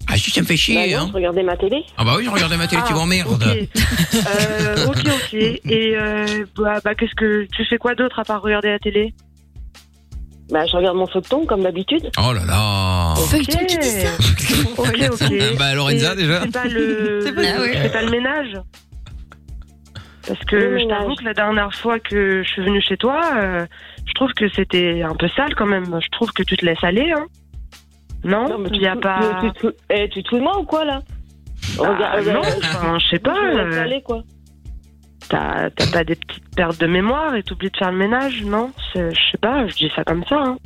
S2: *laughs* Ah si, ça me fait chier.
S16: Euh. Bah non,
S2: hein.
S16: je regardais ma télé.
S2: Ah bah oui, je regardais ma télé,
S13: Ah,
S2: tu m'emmerdes.
S13: ok. Euh, ok,
S2: *laughs*
S13: ok. Et euh, bah, bah, qu'est-ce que tu fais quoi d'autre à part regarder la télé Ah,
S16: Bah, je regarde mon feuilleton comme d'habitude.
S2: Oh là là.
S13: Feuilleton, tu dis ça Ok, ok.
S2: Bah Lorenza
S13: Et
S2: déjà.
S13: Tu fais
S16: *laughs*
S13: pas le, Ah
S15: C'est pas
S13: tu
S15: vrai.
S13: fais pas le ménage Parce que
S16: Le
S13: je t'avoue
S16: ménage.
S13: que la dernière fois que je suis venue chez toi, euh, je trouve que c'était un peu sale quand même. Je trouve que tu te laisses aller, hein Non,
S16: mais
S13: il y a
S16: tu-
S13: pas. Bah,
S16: Tu, tu- eh, tu te fous de moi ou quoi, là Regarde-
S13: non,
S16: euh,
S13: enfin, je sais
S16: tu
S13: pas,
S16: me laisses
S13: euh,
S16: aller, quoi.
S13: T'as t'as pas des petites pertes de mémoire et t'oublies de faire le ménage, non C'est- Je sais pas, je dis ça comme ça. hein.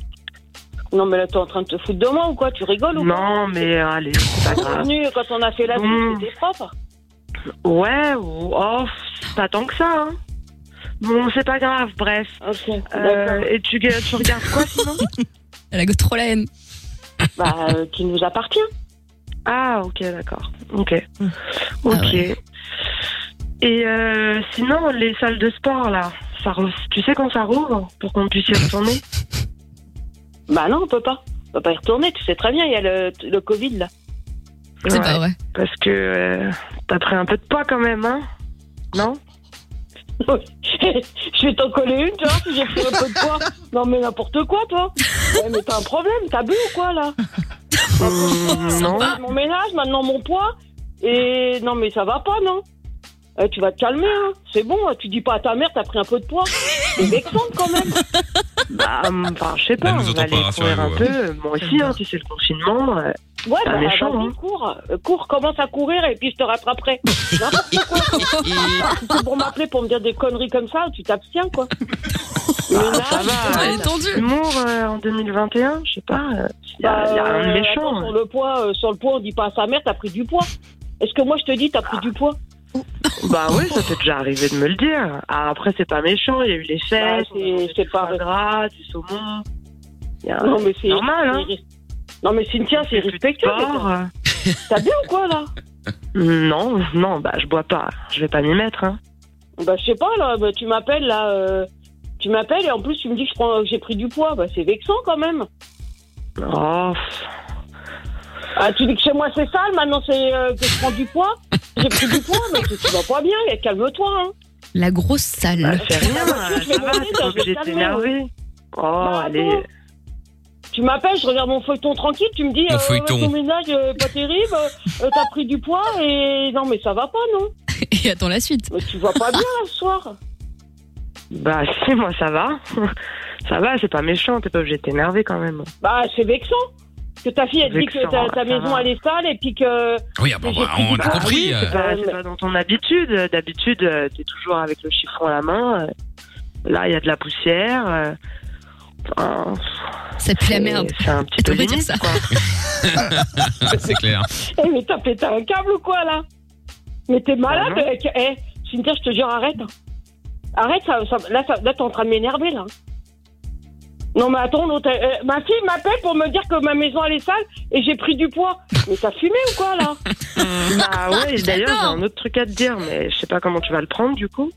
S16: Non, mais là, t'es en train de te foutre de moi ou quoi Tu rigoles ou quoi
S13: Non, mais euh, allez, c'est pas
S16: T'es
S13: grave.
S16: revenu quand on a fait la vie,
S13: Bon.
S16: c'était propre.
S13: Ouais, ou- oh, pff, pas tant que ça. hein. Bon, c'est pas grave, bref. Euh,
S16: d'accord.
S13: et tu, tu regardes quoi sinon
S5: *laughs* Elle a trop la haine.
S16: Bah, euh, qui nous appartient.
S5: Ah
S13: Ah, ok, d'accord. Ok. Ok. Et euh, sinon, les salles de sport, là, ça re- tu sais quand ça rouvre pour qu'on puisse y
S5: *laughs*
S13: retourner
S16: Bah non, on peut pas. On peut pas y retourner, tu sais très bien, il y a le, le Covid là.
S13: Ouais, Parce que euh, t'as pris un peu de poids quand même,
S5: *laughs*
S13: hein Non
S16: *laughs* Je vais t'en coller une, tu vois, si j'ai pris un peu de poids. Non mais n'importe quoi, toi. Ouais, mais t'as un problème, t'as bu ou quoi
S13: *laughs*
S16: là
S13: Euh, Non.
S16: Mon ménage, maintenant mon poids. Et non mais ça va pas, non Eh, Tu vas te calmer, hein. c'est bon, hein. tu dis pas à ta mère, t'as pris un peu de poids. C'est vexant quand même.
S13: Bah, hum, enfin, je sais pas,
S16: nous
S13: on
S16: entend
S13: va aller
S16: pas,
S13: courir un
S16: Raphaël,
S13: peu. Moi aussi, hein, tu sais, le confinement, euh,
S16: Ouais,
S13: c'est
S16: bah,
S13: méchant,
S16: vas-y,
S13: hein.
S16: cours, euh, cours, commence à courir et puis je te rattraperai. N'importe
S13: *laughs*
S16: quoi. Si c'est pour m'appeler pour me dire des conneries comme ça, tu t'abstiens,
S13: *laughs*
S16: quoi.
S13: ça va.
S16: Ah, Elle est tendue.
S13: L'humour euh, en 2021, je sais pas, euh, y a- y a rien de méchant,
S16: Bah, attends, sur, le poids, euh, sur le poids, on dit pas à sa mère, t'as pris du poids. Est-ce que moi, je te dis, t'as pris du poids
S13: Bah oui, ça t'est déjà arrivé de me le dire. Ah, après, c'est pas méchant, il y a eu les
S16: Bah,
S13: fêtes,
S16: c'est pas
S13: gras, du saumon. Il y a-
S16: Non, mais c'est
S13: normal, hein.
S16: c'est- Non, mais Cynthia, c'est respectueux.
S13: sport,
S16: mais quoi. T'as bien ou quoi, là
S13: Non, non, bah je bois pas. Je vais pas m'y mettre. Hein.
S16: Bah, je sais pas, là, bah, tu m'appelles, là. euh, Tu m'appelles et en plus, tu me dis que je prends- que j'ai pris du poids. Bah, c'est vexant quand même.
S13: Oh,
S16: Ah, tu dis que chez moi c'est sale, maintenant c'est euh, que je prends du poids. J'ai pris du poids, mais tu, tu vas pas bien, et calme-toi. Hein.
S5: La grosse salle.
S16: *laughs*
S13: c'est rien, euh,
S16: Je vais
S13: ça va,
S16: demander, je
S13: t'es pas
S16: vais
S13: obligé de
S16: calmer.
S13: t'énerver. Oh, allez.
S16: Bah, Tu m'appelles, je regarde mon feuilleton tranquille, tu me dis
S13: Mon
S16: euh,
S13: feuilleton.
S16: ouais, ton ménage euh, pas terrible, euh, euh, t'as pris du poids et non mais ça va pas non
S5: *laughs* Et attends la suite.
S16: Mais tu vas pas bien là, ce soir.
S13: Bah *laughs* si, moi ça va. ça va, c'est pas méchant, t'es pas obligé de t'énerver quand même.
S16: Bah c'est vexant que ta fille elle dit que
S13: Vexant,
S16: ta, ta
S13: ça
S16: maison
S13: va.
S16: elle est sale et puis que
S2: Oui, ah bon, bah, on a compris.
S13: C'est
S2: euh,
S13: pas, c'est pas dans ton habitude. D'habitude, euh, t'es toujours avec le chiffon à la main. euh. Là, il y a de la poussière. euh. Enfin,
S5: Ça pue la
S13: c'est-
S5: merde.
S13: C'est un petit peu
S5: T'aurais dit
S13: limite,
S5: ça.
S13: quoi.
S2: *laughs* c'est clair.
S16: Eh, mais t'as pété un câble ou quoi là Mais t'es malade
S13: Bah non.
S16: avec... Eh, Cynthia, je te jure, arrête. Arrête, ça, ça- là, ça- là, t'es en train de m'énerver là. Non mais attends, l'autre, elle- elle- ma fille m'appelle pour me dire que ma maison elle est sale et j'ai pris du poids. Mais t'as fumé ou quoi là
S13: Bah ouais, et d'ailleurs, j'ai un autre truc à te dire, mais je sais pas comment tu vas le prendre du coup.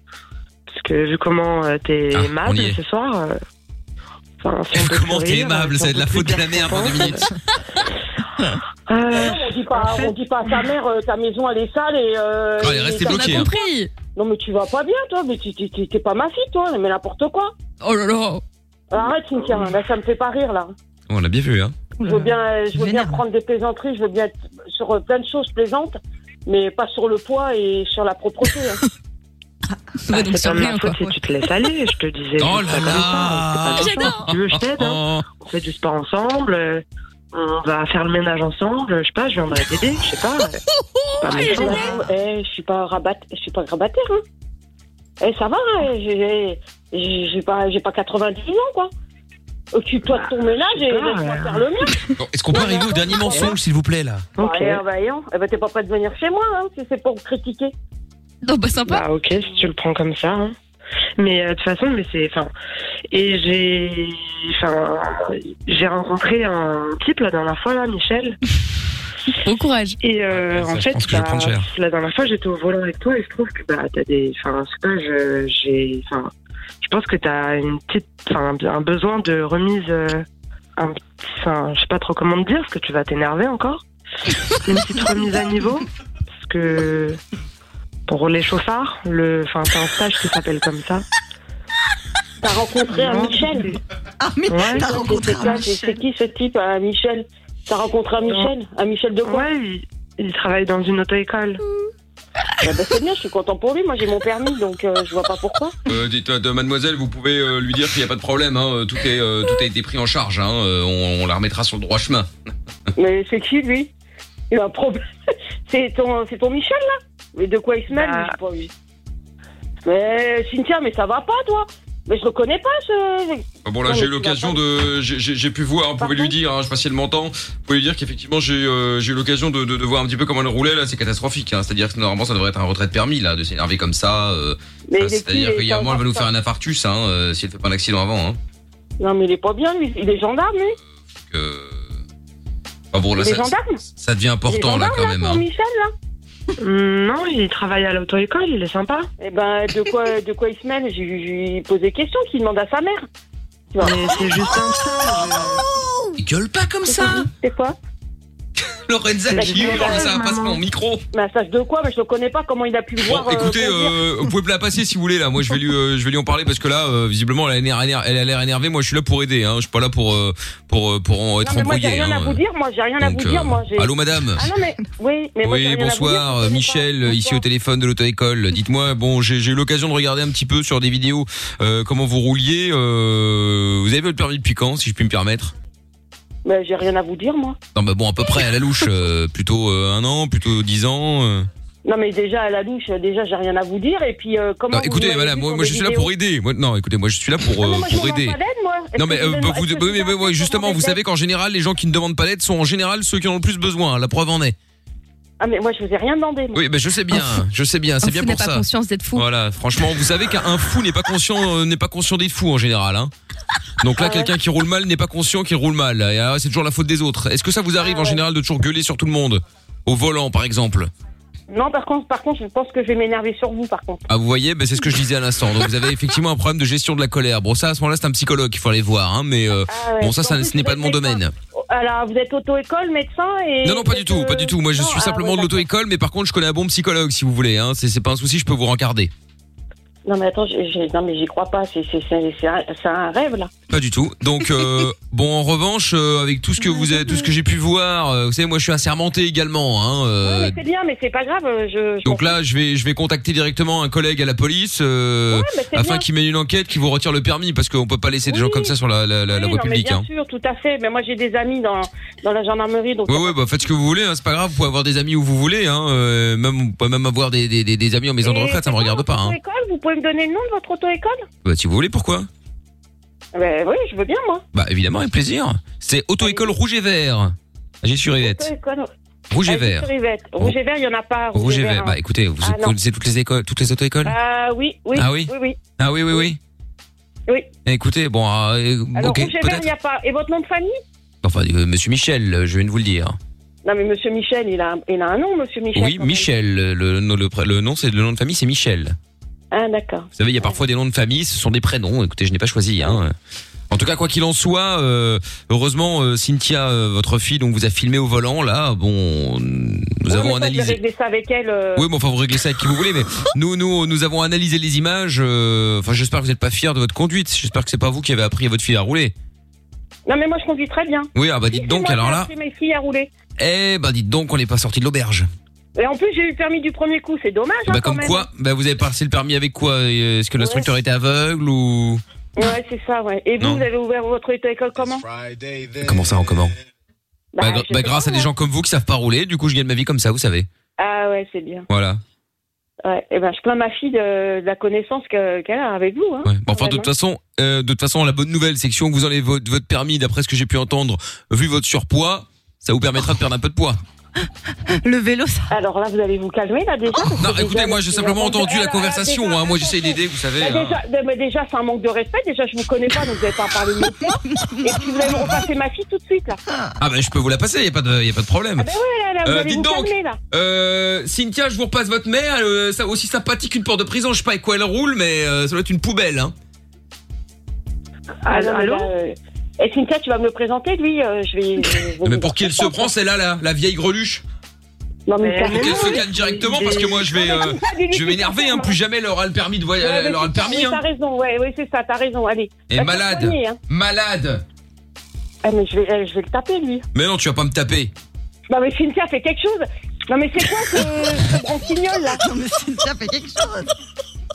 S13: Parce que vu comment euh, t'es
S2: Ah, on
S13: aimable
S2: y est.
S13: ce soir. euh, Enfin, si on peut
S2: Comment
S13: te
S2: t'es
S13: rire,
S2: aimable,
S13: si on
S2: c'est de
S13: peut
S2: la
S13: te
S2: faute de
S13: dire
S2: la merde en deux
S13: contente,
S2: minutes.
S13: euh,
S16: Ah, On dit pas, on dit pas à ta mère, euh, ta maison elle est sale et. Euh,
S2: Oh, elle est restée
S16: et t'as-
S2: bloquée, On a hein. compris.
S16: Non mais tu vas pas bien toi, mais tu- tu- tu- t'es pas ma fille toi, mais n'importe quoi.
S5: Oh là là.
S16: Arrête Cynthia, là ça me fait pas rire là.
S2: On l'a bien vu, hein.
S16: Je veux bien, euh, je veux bien prendre des plaisanteries, je veux bien être sur euh, plein de choses plaisantes, mais pas sur le poids et sur la propreté. hein.
S13: bah, c'est pas de ma faute si tu te laisses aller, je te disais.
S2: Oh
S13: juste
S2: là
S13: ça comme
S2: là.
S5: Ah,
S13: ça, c'est pas méchant.
S2: J'adore.
S13: Si Tu veux, je t'aide.
S5: Oh.
S13: hein. On fait du sport ensemble. euh, On va faire le ménage ensemble. Je sais pas, je viendrai t'aider. Je sais pas. euh, c'est
S5: *laughs*
S13: pas méchant.
S16: Eh, je suis pas rabat, je suis pas grabataire. Hein. Eh, ça va, hein, j'ai- j'ai j'ai pas, j'ai pas 90 ans quoi. Occupe-toi de ton ménage et laisse-moi faire le mien.
S2: Bon, Est-ce qu'on peut arriver au dernier mensonge, s'il vous plaît, là
S16: Bah, eh, voyons. Eh ben, t'es pas prêt de venir chez moi, hein, si c'est pour me critiquer.
S5: Non, bah sympa.
S13: Bah ok, si tu le prends comme ça. hein. Mais euh, de toute façon, mais c'est, enfin, et j'ai, enfin, j'ai rencontré un type la dernière fois là, Michel.
S5: *laughs* Bon courage.
S13: Et euh,
S5: ça,
S13: en
S5: je
S13: fait,
S5: pense que je vais
S13: bah,
S5: prendre cher.
S13: la dernière fois, j'étais au volant avec toi et je trouve que bah t'as des, enfin, je sais pas, je- j'ai, enfin, je pense que t'as une petite, enfin, un besoin de remise, euh, un petit, enfin, je sais pas trop comment te dire, parce que tu vas t'énerver encore. Une petite remise à niveau, parce que pour les chauffards, le, enfin, t'as un stage qui s'appelle comme ça.
S16: T'as rencontré un Michel
S15: Ah,
S13: mais t'as
S16: c'est-
S13: rencontré
S16: c'est quoi,
S13: un
S16: c'est- C'est qui ce type, un Michel T'as rencontré un Michel Un Michel de quoi
S13: Ouais, il, il travaille dans une auto-école.
S16: Ah bah, c'est bien, je suis content pour lui. Moi, j'ai mon permis, donc euh, je vois pas pourquoi.
S9: Euh, dites, euh, mademoiselle, vous pouvez euh, lui dire qu'il n'y a pas de problème, hein, euh, tout, est, euh, tout a été pris en charge, hein, euh, on, on la remettra sur le droit chemin.
S16: Mais c'est qui, lui Il a un problème. *laughs* C'est ton, c'est ton Michel, là Mais de quoi il se mêle, lui, je sais pas, lui. Mais Cynthia, mais ça va pas, toi Mais je le connais pas, ce...
S9: Euh, Bon là
S16: Non,
S9: j'ai eu
S16: mais tu
S9: l'occasion de j'ai- j'ai j'ai pu voir, vous pouvez lui dire, hein, je passais le menton, vous pouvez lui dire qu'effectivement j'ai euh, j'ai eu l'occasion de, de, de voir un petit peu comment elle roulait là, c'est catastrophique, hein, c'est-à-dire que normalement ça devrait être un retrait de permis là, de s'énerver comme ça, euh, euh,
S16: Mais il est
S9: c'est-à-dire
S16: qui,
S9: qu'il y a un
S16: il est
S9: moment elle va nous
S16: encore
S9: faire un infarctus hein, euh, si elle fait pas un accident avant. Hein,
S16: Non, mais il est pas bien, lui. Il est gendarme, lui.
S9: donc, euh, enfin, bon là
S16: il est
S9: ça,
S16: gendarme.
S9: ça devient important
S16: il est
S9: là
S16: gendarme,
S9: quand même.
S16: Ton
S9: hein.
S16: Michel, là
S13: Mm, Non, il travaille à l'auto-école, il est sympa.
S16: Eh ben, de quoi, de quoi il se mêle J'ai- J'ai posé question, qu'il demande à sa mère. Tu vois.
S13: c'est juste un
S17: Il gueule pas comme
S16: ça C'est quoi
S17: Lorenza
S16: Bah,
S17: qui hurle,
S16: maman.
S17: ça passe mon micro.
S16: Mais un stage de quoi Mais je le connais pas, comment il a pu le voir
S2: Bon,
S16: euh,
S2: écoutez,
S16: conduire.
S2: euh, vous pouvez me la passer si vous voulez là. Moi, je vais lui, euh, je vais lui en parler parce que là, euh, visiblement, elle a l'air éner- elle a l'air énervée. Moi, je suis là pour aider. Hein. Je suis pas là pour euh, pour euh, pour en
S16: Non,
S2: être
S16: mais moi, j'ai
S2: embrouillé.
S16: rien à
S2: hein.
S16: vous dire, moi, j'ai rien à vous
S2: Donc,
S16: dire,
S2: euh,
S16: moi. j'ai-
S2: allô, madame
S16: Ah non, mais, oui, mais moi, j'ai
S2: oui,
S16: rien à vous
S2: bonsoir,
S16: dire.
S2: euh, Michel, ici au téléphone de l'auto-école. Dites-moi, bon, j'ai j'ai eu l'occasion de regarder un petit peu sur des vidéos euh, comment vous rouliez. euh, vous avez votre permis depuis quand, si je puis me permettre
S16: Mais j'ai rien à vous dire, moi.
S2: Non, bah bon, à peu près à la louche, euh, plutôt euh, un an, plutôt dix ans. euh.
S16: Non, mais déjà, à la douche, déjà, j'ai rien à vous dire. Et puis, euh, comment.
S2: Non,
S16: vous
S2: Bah, écoutez,
S16: m'avez
S2: madame,
S16: vu
S2: moi,
S16: sur
S2: moi,
S16: des
S2: je suis là
S16: vidéos
S2: pour aider. Moi, non, écoutez, moi je suis là pour euh,
S16: moi, je
S2: pour
S16: vous demande
S2: aider.
S16: pas d'aide, moi. Est-ce
S2: Non
S16: que
S2: mais
S16: vous
S2: euh,
S16: êtes-
S2: bah, vous,
S16: est-ce que
S2: bah,
S16: je
S2: oui, mais ouais, justement, vous savez qu'en général, les gens qui ne demandent pas d'aide sont en général ceux qui en ont le plus besoin. hein, La preuve en est.
S16: Ah, mais moi, je vous ai rien demandé. moi.
S2: Oui, ben je sais bien,
S16: Oh.
S2: je sais bien, c'est bien pour ça.
S16: d'être
S2: Voilà, franchement, vous savez qu'un fou n'est pas conscient, euh, n'est pas conscient des fous en général. Hein. Donc là,
S16: Ah
S2: quelqu'un qui roule mal n'est pas conscient qu'il roule mal. Et alors, c'est toujours la faute des autres. Est-ce que ça vous arrive
S16: Ah
S2: en général de toujours gueuler sur tout le monde au volant, par exemple
S16: Non, par contre, par contre, je pense que je vais m'énerver sur vous, par contre.
S2: Ah, vous voyez, ben, c'est ce que je disais à l'instant. Donc vous avez effectivement un problème de gestion de la colère. Bon, ça, à ce moment-là, c'est un psychologue qu'il faut aller voir. Hein, mais euh,
S16: Ah ouais.
S2: bon, ça,
S16: En
S2: ça
S16: plus,
S2: ce n'est pas de mon domaine.
S16: Alors, vous êtes auto-école, médecin et.
S2: Non, non, pas du tout, pas du tout. Moi, je
S16: ah,
S2: suis simplement de l'auto-école, mais par contre, je connais un bon psychologue, si vous voulez. Hein. C'est c'est pas un souci, je peux vous rencarder.
S16: Non, mais attends, j'ai- j'ai- non, mais j'y crois pas. C'est c'est- c'est- c'est un c'est un rêve, là.
S2: Pas du tout.
S16: *laughs*
S2: Donc, euh, bon, en revanche, euh, avec tout ce que vous avez, tout ce que j'ai pu voir, euh, vous savez, moi, je suis assermenté également. Hein, euh,
S16: Mais C'est bien, mais c'est pas grave. euh, Je, je
S2: donc là, je vais, je vais contacter directement un collègue à la police euh,
S16: mais c'est
S2: afin
S16: bien.
S2: qu'il mène une enquête, qu'il vous retire le permis, parce qu'on peut pas laisser des gens comme ça sur la, la, la- la
S16: Oui,
S2: voie
S16: non, mais
S2: publique.
S16: bien
S2: hein.
S16: sûr, tout à fait. Mais moi, j'ai des amis dans, dans la gendarmerie, donc.
S2: Ouais, ouais, bah faites ce que vous voulez, hein, c'est pas grave, vous pouvez avoir des amis où vous voulez, hein, euh, même, vous pouvez même avoir des, des, des- des amis en maison de
S16: Et
S2: retraite, ça me regarde pas. Hein.
S16: Auto-école, vous pouvez me donner le nom de votre auto-école
S2: Bah, si vous voulez, pourquoi
S16: Ben oui, je veux bien, moi.
S2: Bah évidemment, avec plaisir. C'est auto-école rouge et vert. J'ai sur Yvette.
S16: Auto-école.
S2: Rouge et
S16: Ah,
S2: vert.
S16: sur Yvette. Rouge et vert, il y en a pas.
S2: Rouge et vert.
S16: hein.
S2: Bah écoutez, vous
S16: Ah, non.
S2: connaissez toutes les écoles, toutes les auto-écoles
S16: Ah oui, oui.
S2: Ah oui
S16: Oui, oui.
S2: Ah oui, oui, oui.
S16: Oui.
S2: Écoutez, bon, euh,
S16: Ah. Alors,
S2: ok,
S16: rouge et vert, il
S2: peut-être.
S16: n'y a pas. Et votre nom de famille
S2: Enfin, euh, monsieur Michel, euh, je viens de vous le dire.
S16: Non, mais monsieur Michel, il a, il a un nom, monsieur Michel.
S2: Oui,
S16: quand même.
S2: Michel. Le, le, le- le nom, c'est le nom de famille, c'est Michel.
S16: Ah, d'accord.
S2: Vous savez, il y a parfois des noms de famille, ce sont des prénoms. Écoutez, je n'ai pas choisi. Hein. En tout cas, quoi qu'il en soit, euh, heureusement, euh, Cynthia, euh, votre fille, donc vous a filmé au volant. Là, bon, nous
S16: Oui, mais
S2: avons
S16: ça, je vais
S2: analysé.
S16: régler ça avec elle. euh,
S2: Oui, mais enfin, vous réglez ça avec qui vous voulez, mais nous, nous, nous avons analysé les images. euh, Enfin, j'espère que vous n'êtes pas fiers de votre conduite. J'espère que c'est pas vous qui avez appris à votre fille à rouler.
S16: Non, mais moi, je conduis très bien.
S2: Oui, ah bah
S16: C'est
S2: dites donc,
S16: moi qui
S2: alors
S16: ai
S2: là.
S16: appris mes filles à rouler.
S2: Eh bah dites donc, on n'est pas sorti de l'auberge.
S16: Et en plus, j'ai eu le permis du premier coup, c'est dommage. hein,
S2: Bah
S16: quand
S2: comme
S16: même.
S2: quoi, bah vous avez passé le permis avec quoi Euh, Est-ce que l'instructeur était aveugle ou
S16: Ouais, c'est ça, ouais. Et vous,
S2: Non.
S16: vous avez ouvert votre auto-école comment
S2: Euh, comment ça en comment Bah, gra-
S16: je
S2: bah,
S16: sais
S2: grâce à des gens comme vous qui savent pas rouler, du coup je gagne ma vie comme ça, vous savez.
S16: Ah ouais, c'est bien.
S2: Voilà.
S16: Ouais. Et ben, je plains ma fille de, de la connaissance que- qu'elle a avec vous. Hein.
S2: Bon, enfin de toute façon, euh, de toute façon la bonne nouvelle c'est que si on vous enlève votre, votre permis, d'après ce que j'ai pu entendre, vu votre surpoids, ça vous permettra de perdre un peu de poids.
S16: Le vélo, ça. Alors là, vous allez vous calmer, là, déjà parce que
S2: Non,
S16: déjà,
S2: écoutez, moi j'ai
S16: c'est
S2: simplement
S16: vraiment-
S2: entendu
S16: Ah,
S2: la
S16: là,
S2: conversation.
S16: déjà,
S2: hein. Moi j'essaye d'aider, vous savez.
S16: Bah,
S2: hein.
S16: déjà, bah, bah, déjà, c'est un manque de respect. Déjà, je vous connais pas, donc vous n'allez pas parler de *laughs* métier. Et puis, vous allez me repasser ma fille tout de suite, là.
S2: Ah ben je peux vous la passer, y a pas de, y a pas de problème.
S16: Ah bah ouais, là, là, vous
S2: Euh,
S16: allez vous
S2: dites donc,
S16: calmer, là.
S2: euh, Cynthia, je vous repasse votre mère, euh, ça aussi sympathique qu'une porte de prison, je sais pas avec quoi elle roule, mais euh, ça doit être une poubelle. Hein.
S16: Ah, non, mais là, euh, Et Cynthia, tu vas me le présenter, lui euh, Je vais. je *laughs* vais-
S2: Mais pour qui elle se prend, celle-là, la, la vieille greluche
S16: Non, Euh, mais
S2: Pour qu'elle se
S16: carrément.
S2: calme directement, parce que moi je vais, euh, je vais m'énerver, hein, plus jamais elle aura le permis de voyager,
S16: Ouais, mais
S2: elle aura le
S16: c'est-
S2: permis.
S16: oui,
S2: hein.
S16: T'as raison, ouais, ouais, c'est ça, t'as raison, allez.
S2: Et
S16: Bah,
S2: malade.
S16: t'as soigné, hein.
S2: Malade
S16: Ah, mais je vais, euh, je vais le taper, lui.
S2: Mais non, tu vas pas me taper.
S16: Non, mais Cynthia fait quelque chose. Non, mais c'est quoi ce, ce branquignol, là Non, mais Cynthia fait quelque chose.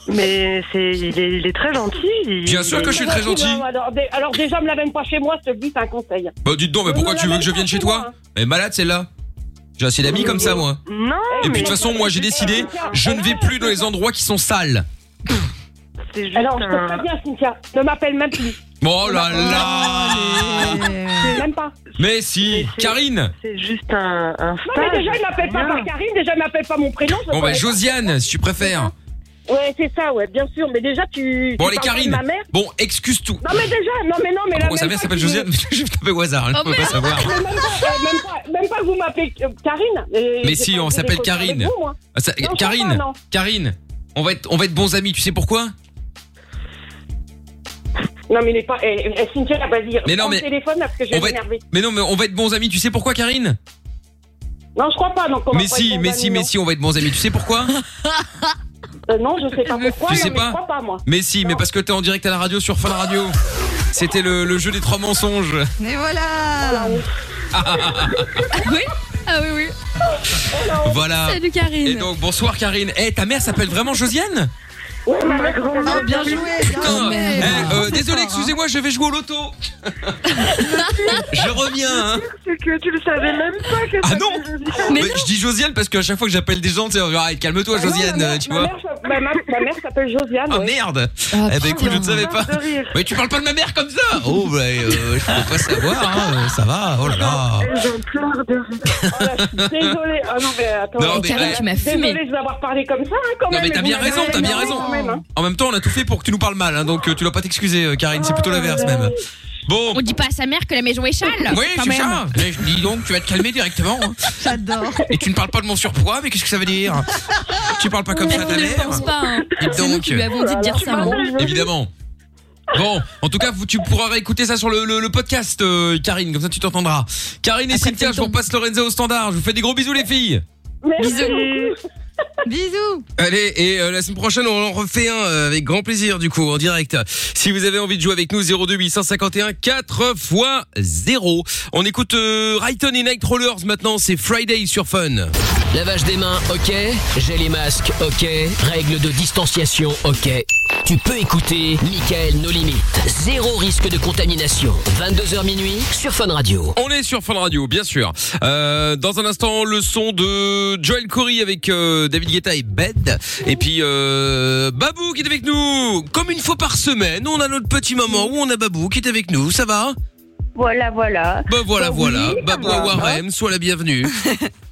S13: Mais c'est, il est, il est très gentil. il-
S2: Bien sûr que je suis très gentil.
S16: Bah, Alors, dé- alors déjà, me l'amène pas chez moi, je te le dis, c'est un conseil.
S2: Bah dites donc, mais
S16: Oui,
S2: pourquoi
S16: mais
S2: tu
S16: la
S2: veux que je vienne chez toi Mais malade celle-là J'ai assez d'amis comme ça, moi.
S13: Non.
S2: Et
S13: mais
S2: puis de toute façon, moi j'ai décidé, je ne vais plus dans les endroits qui sont sales.
S13: C'est juste
S16: Alors, je
S13: un-
S16: te préviens, Cynthia, ne m'appelle même plus.
S2: Oh là là
S16: Même pas.
S2: Mais si Karine
S13: euh, C'est juste un, un
S16: Non, mais déjà, il m'appelle pas par Karine, déjà, il m'appelle pas mon prénom. je
S2: Bon
S16: connais
S2: bah
S16: pas.
S2: Josiane, si tu préfères.
S16: Ouais, c'est ça, ouais, bien sûr. Mais déjà, tu.
S2: Bon,
S16: tu parles pas
S2: allez,
S16: de
S2: Karine.
S16: Ma mère.
S2: Bon, excuse tout.
S16: Non, mais déjà, non, mais non, mais la
S2: Pourquoi sa
S16: même
S2: mère
S16: fois
S2: s'appelle
S16: que-
S2: Josiane *laughs* Je vais taper au hasard, hein, je
S16: Oh,
S2: peux pas
S16: merde.
S2: savoir.
S16: Mais même, pas, euh, même, pas, même pas que vous m'appelez euh, Karine. euh,
S2: Mais
S16: j'ai
S2: si,
S16: pas
S2: on
S16: envie de
S2: s'appelle
S16: déconner avec
S2: Karine.
S16: vous, moi.
S2: Ah, ça-
S16: Non, je
S2: Karine,
S16: sais pas, non.
S2: Karine, on va être, on va être bons amis. Tu sais pourquoi
S16: Non, mais il est pas. eh, eh, Cynthia, vas-y.
S2: Mais non,
S16: prends
S2: mais-
S16: le téléphone là, parce que je
S2: on
S16: vais
S2: va être-
S16: m'énerver.
S2: Mais non, mais on va être bons amis. Tu sais pourquoi, Karine
S16: Non, je crois pas. Donc on va
S2: Mais
S16: pas
S2: si,
S16: être
S2: mais
S16: bons
S2: si,
S16: amis,
S2: mais
S16: non.
S2: si, on va être bons amis. Tu
S16: *laughs*
S2: sais pourquoi
S16: Euh, non, je sais pas pourquoi.
S2: Tu
S16: non,
S2: sais
S16: mais
S2: pas
S16: Je crois pas, moi.
S2: Mais si, mais parce que t'es en direct à la radio sur Fun Radio. C'était le, le jeu des trois mensonges. *laughs*
S9: Mais voilà
S5: Oui Ah oui, oui.
S2: voilà.
S5: Salut, Karine.
S2: Et donc bonsoir Karine. Eh, ta mère s'appelle vraiment Josiane
S9: Ah, bien joué
S2: Putain.
S9: bien joué.
S2: Eh, euh, désolé, excusez-moi, je vais jouer au loto. je reviens. hein.
S13: C'est que tu le savais même pas que
S2: Ah non Mais je dis Josiane parce qu'à chaque fois que j'appelle des gens, tu sais, on dit, arrête, calme-toi
S16: Ah non,
S2: Josiane,
S16: ma mère-
S2: tu
S16: ma
S2: vois.
S16: mère s'appelle- ma, ma- ma mère s'appelle Josiane.
S2: Ah
S16: ouais.
S2: merde Eh ben écoute, je ne savais pas. Mais tu parles pas de ma mère comme ça Oh bah euh, je peux pas savoir, hein, euh, ça va, oh là là.
S16: J'en pleure de rire. Oh là, je suis Désolée. Ah non, mais attends.
S2: Non, mais, Karine, eh, tu m'as fumé.
S16: Désolée de vous avoir parlé comme ça, hein, quand
S2: Non
S16: même.
S2: mais t'as
S16: vous
S2: bien
S16: m'avez
S2: raison, t'as bien
S16: énervé
S2: raison.
S16: quand même, hein.
S2: En même temps, on a tout fait pour que tu nous parles mal, hein, donc euh, tu dois pas t'excuser, euh, Karine, c'est plutôt l'inverse même. Bon.
S5: On dit pas à sa mère que la maison est chale.
S2: Oui,
S5: quand
S2: c'est
S5: même.
S2: ça. Eh, je Dis donc, tu vas te calmer directement. hein.
S9: J'adore.
S2: Et tu ne parles pas de mon surpoids, mais qu'est-ce que ça veut dire Tu parles pas comme ça à ta
S5: Elle ne
S2: mère
S5: pense pas. hein.
S2: Et
S5: C'est nous
S2: donc-
S5: qui lui avons dit de dire ça. hein.
S2: Évidemment. Bon, en tout cas, vous- tu pourras réécouter ça sur le, le- le podcast, euh, Karine, comme ça tu t'entendras. Karine et Cynthia, je vous repasse Lorenzo au standard. Je vous fais des gros bisous, les filles. Euh,
S16: Bisous.
S9: Bisous.
S18: Allez, et euh, la semaine prochaine, on en refait un euh, avec grand plaisir, du coup, en direct. Si vous avez envie de jouer avec nous, 02 851 4 x 0. On écoute euh, Rayton et Night Rollers maintenant, c'est Friday sur Fun.
S1: Lavage des mains, ok. J'ai les masques, ok. Règles de distanciation, ok. Tu peux écouter Michael No limites. Zéro risque de contamination. 22h minuit sur Fun Radio.
S2: On est sur Fun Radio, bien sûr. Euh, dans un instant, le son de Joel Corey avec euh, David Guetta et Bed. Et puis euh, Babou qui est avec nous. Comme une fois par semaine, on a notre petit moment où on a Babou qui est avec nous. Ça va
S11: Voilà, voilà.
S2: Ben voilà, voilà. Babou
S11: ça va.
S2: à Warem, sois
S11: *laughs*
S2: la bienvenue.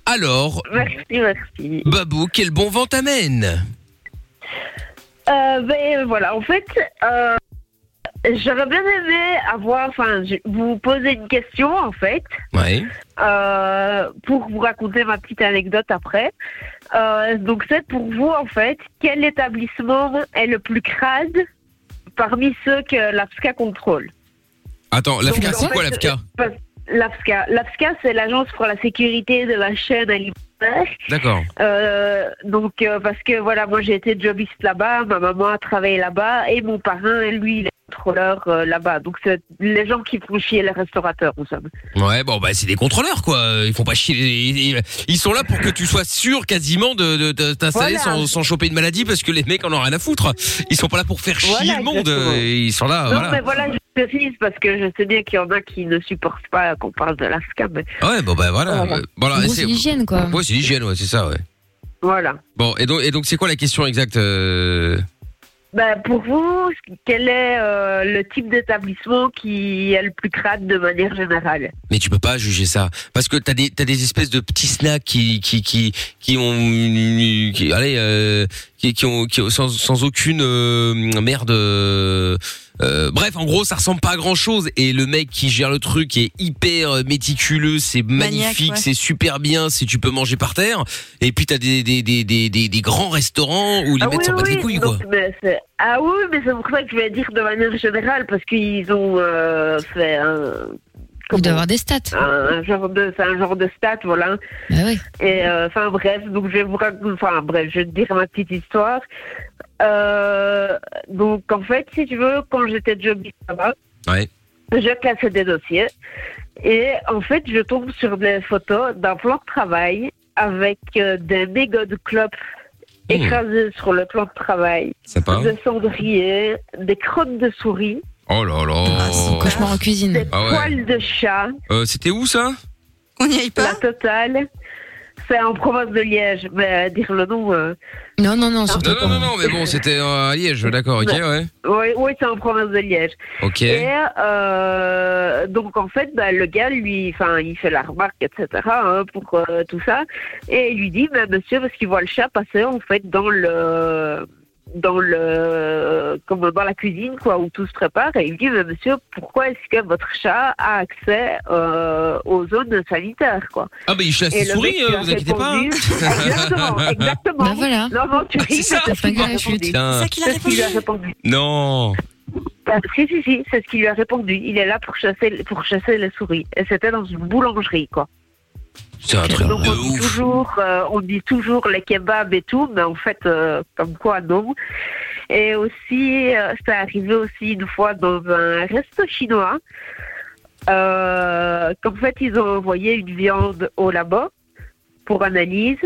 S2: Alors,
S11: Merci, merci.
S2: Babou, quel bon vent t'amène
S11: Euh, ben voilà, en fait, euh, j'aurais bien aimé avoir, enfin, je- vous poser une question en fait,
S2: Ouais.
S11: euh, pour vous raconter ma petite anecdote après. Euh, donc c'est pour vous en fait, quel établissement est le plus crade parmi ceux que l'AFSCA contrôle
S2: Attends,
S11: Donc,
S2: l'AFCA,
S11: en
S2: c'est quoi
S11: fait,
S2: l'AFCA
S11: euh, L'AFSCA, l'AFSCA, c'est l'agence pour la sécurité de la chaîne alimentaire.
S2: D'accord.
S11: Euh, donc euh, parce que voilà, moi j'ai été jobiste là-bas, ma maman a travaillé là-bas et mon parrain, lui, il est contrôleur euh, là-bas. Donc c'est les gens qui font chier les restaurateurs, en somme.
S2: Ouais, bon, bah, c'est des contrôleurs, quoi. Ils font pas chier. les- Ils, ils sont là pour que tu sois sûr quasiment de, de- de t'installer
S11: Voilà.
S2: sans, sans choper une maladie parce que les mecs en ont rien à foutre. Ils sont pas là pour faire chier
S11: Voilà,
S2: le monde. euh,
S11: exactement.
S2: Ils sont là,
S11: non
S2: voilà.
S11: mais voilà, je précise parce que je sais bien qu'il y en a qui ne supportent pas qu'on parle de l'AFSCA, mais
S2: Ouais, bon, bah, voilà.
S11: Voilà.
S2: Euh, voilà,
S11: En gros,
S2: et
S11: c'est l'hygiène, quoi.
S2: Ouais, c'est l'hygiène, ouais, c'est ça, ouais.
S11: voilà.
S2: Bon, et donc, et donc, c'est quoi la question exacte euh
S11: Ben, pour vous, quel est euh, le type d'établissement qui est le plus crade de manière générale
S2: Mais tu peux pas juger ça parce que t'as des t'as des espèces de petits snacks qui qui qui qui ont qui, allez euh, qui qui ont, qui ont- sans sans aucune euh, merde. euh, euh, bref, en gros, ça ressemble pas à grand chose. Et le mec qui gère le truc est hyper euh, méticuleux, c'est
S18: Maniaque,
S2: magnifique,
S18: ouais.
S2: c'est super bien si tu peux manger par terre. Et puis t'as des des des des des, des grands restaurants où les
S11: Ah
S2: mecs
S11: oui,
S2: s'en battent les
S11: oui,
S2: couilles quoi.
S11: donc, mais c'est- ah oui, mais c'est pour ça que je vais dire de manière générale, parce qu'ils ont euh, fait un...
S5: Il doit avoir des stats. Ben
S11: Un, un genre de, c'est un genre de stat, voilà. Et euh, enfin bref, donc je vais vous raconter, enfin bref, je vais te dire ma petite histoire. Euh, donc en fait, si tu veux, quand j'étais jobiste là-bas,
S2: Ouais.
S11: je classais des dossiers et en fait, je tombe sur des photos d'un plan de travail avec euh, des mégots de clopes écrasés sur le plan de travail,
S2: Mmh. Sympa.
S11: des cendriers, des crottes de souris,
S2: Oh là là.
S5: Cauchemar en cuisine.
S2: Ah ouais.
S11: poils de chat.
S2: Euh, C'était où ça
S11: On n'y aille pas. La totale. C'est en province de Liège, mais euh, dire le nom.
S5: Non, non, non,
S2: Non non non non, mais bon, c'était euh, à Liège, d'accord, ok, ouais.
S11: Oui, oui c'est en province de Liège.
S2: Ok.
S11: Et euh, donc en fait, bah, le gars, lui, enfin, il fait la remarque, etc. hein, pour euh, tout ça, et il lui dit, bah, monsieur, parce qu'il voit le chat passer en fait dans le dans le comme dans la cuisine quoi où tout se prépare et il dit Mais monsieur pourquoi est-ce que votre chat a accès euh, aux zones sanitaires quoi
S2: Ah, bah, il chasse
S11: Et
S2: les
S11: le
S2: souris,
S11: mec qui
S2: euh,
S11: a
S2: vous inquiétez pas. hein.
S9: Ah,
S2: *laughs*
S11: Exactement, exactement. Non, non, tu
S2: Ah,
S11: ris,
S2: c'est ça.
S11: parce qu'il lui a répondu.
S2: Putain. C'est ça qu'il a
S11: C'est ce qu'il lui a répondu.
S9: Non.
S11: Ah, Si, si, si, c'est ce qu'il lui a répondu. Il est là pour chasser, pour chasser les souris. Et c'était dans une boulangerie, quoi.
S2: C'est un truc
S11: Donc,
S2: de
S11: on dit,
S2: ouf.
S11: toujours, euh, on dit toujours les kebabs et tout, mais en fait, euh, comme quoi, non. Et aussi, euh, c'est arrivé aussi une fois dans un resto chinois, euh, qu'en fait, ils ont envoyé une viande au labo pour analyse.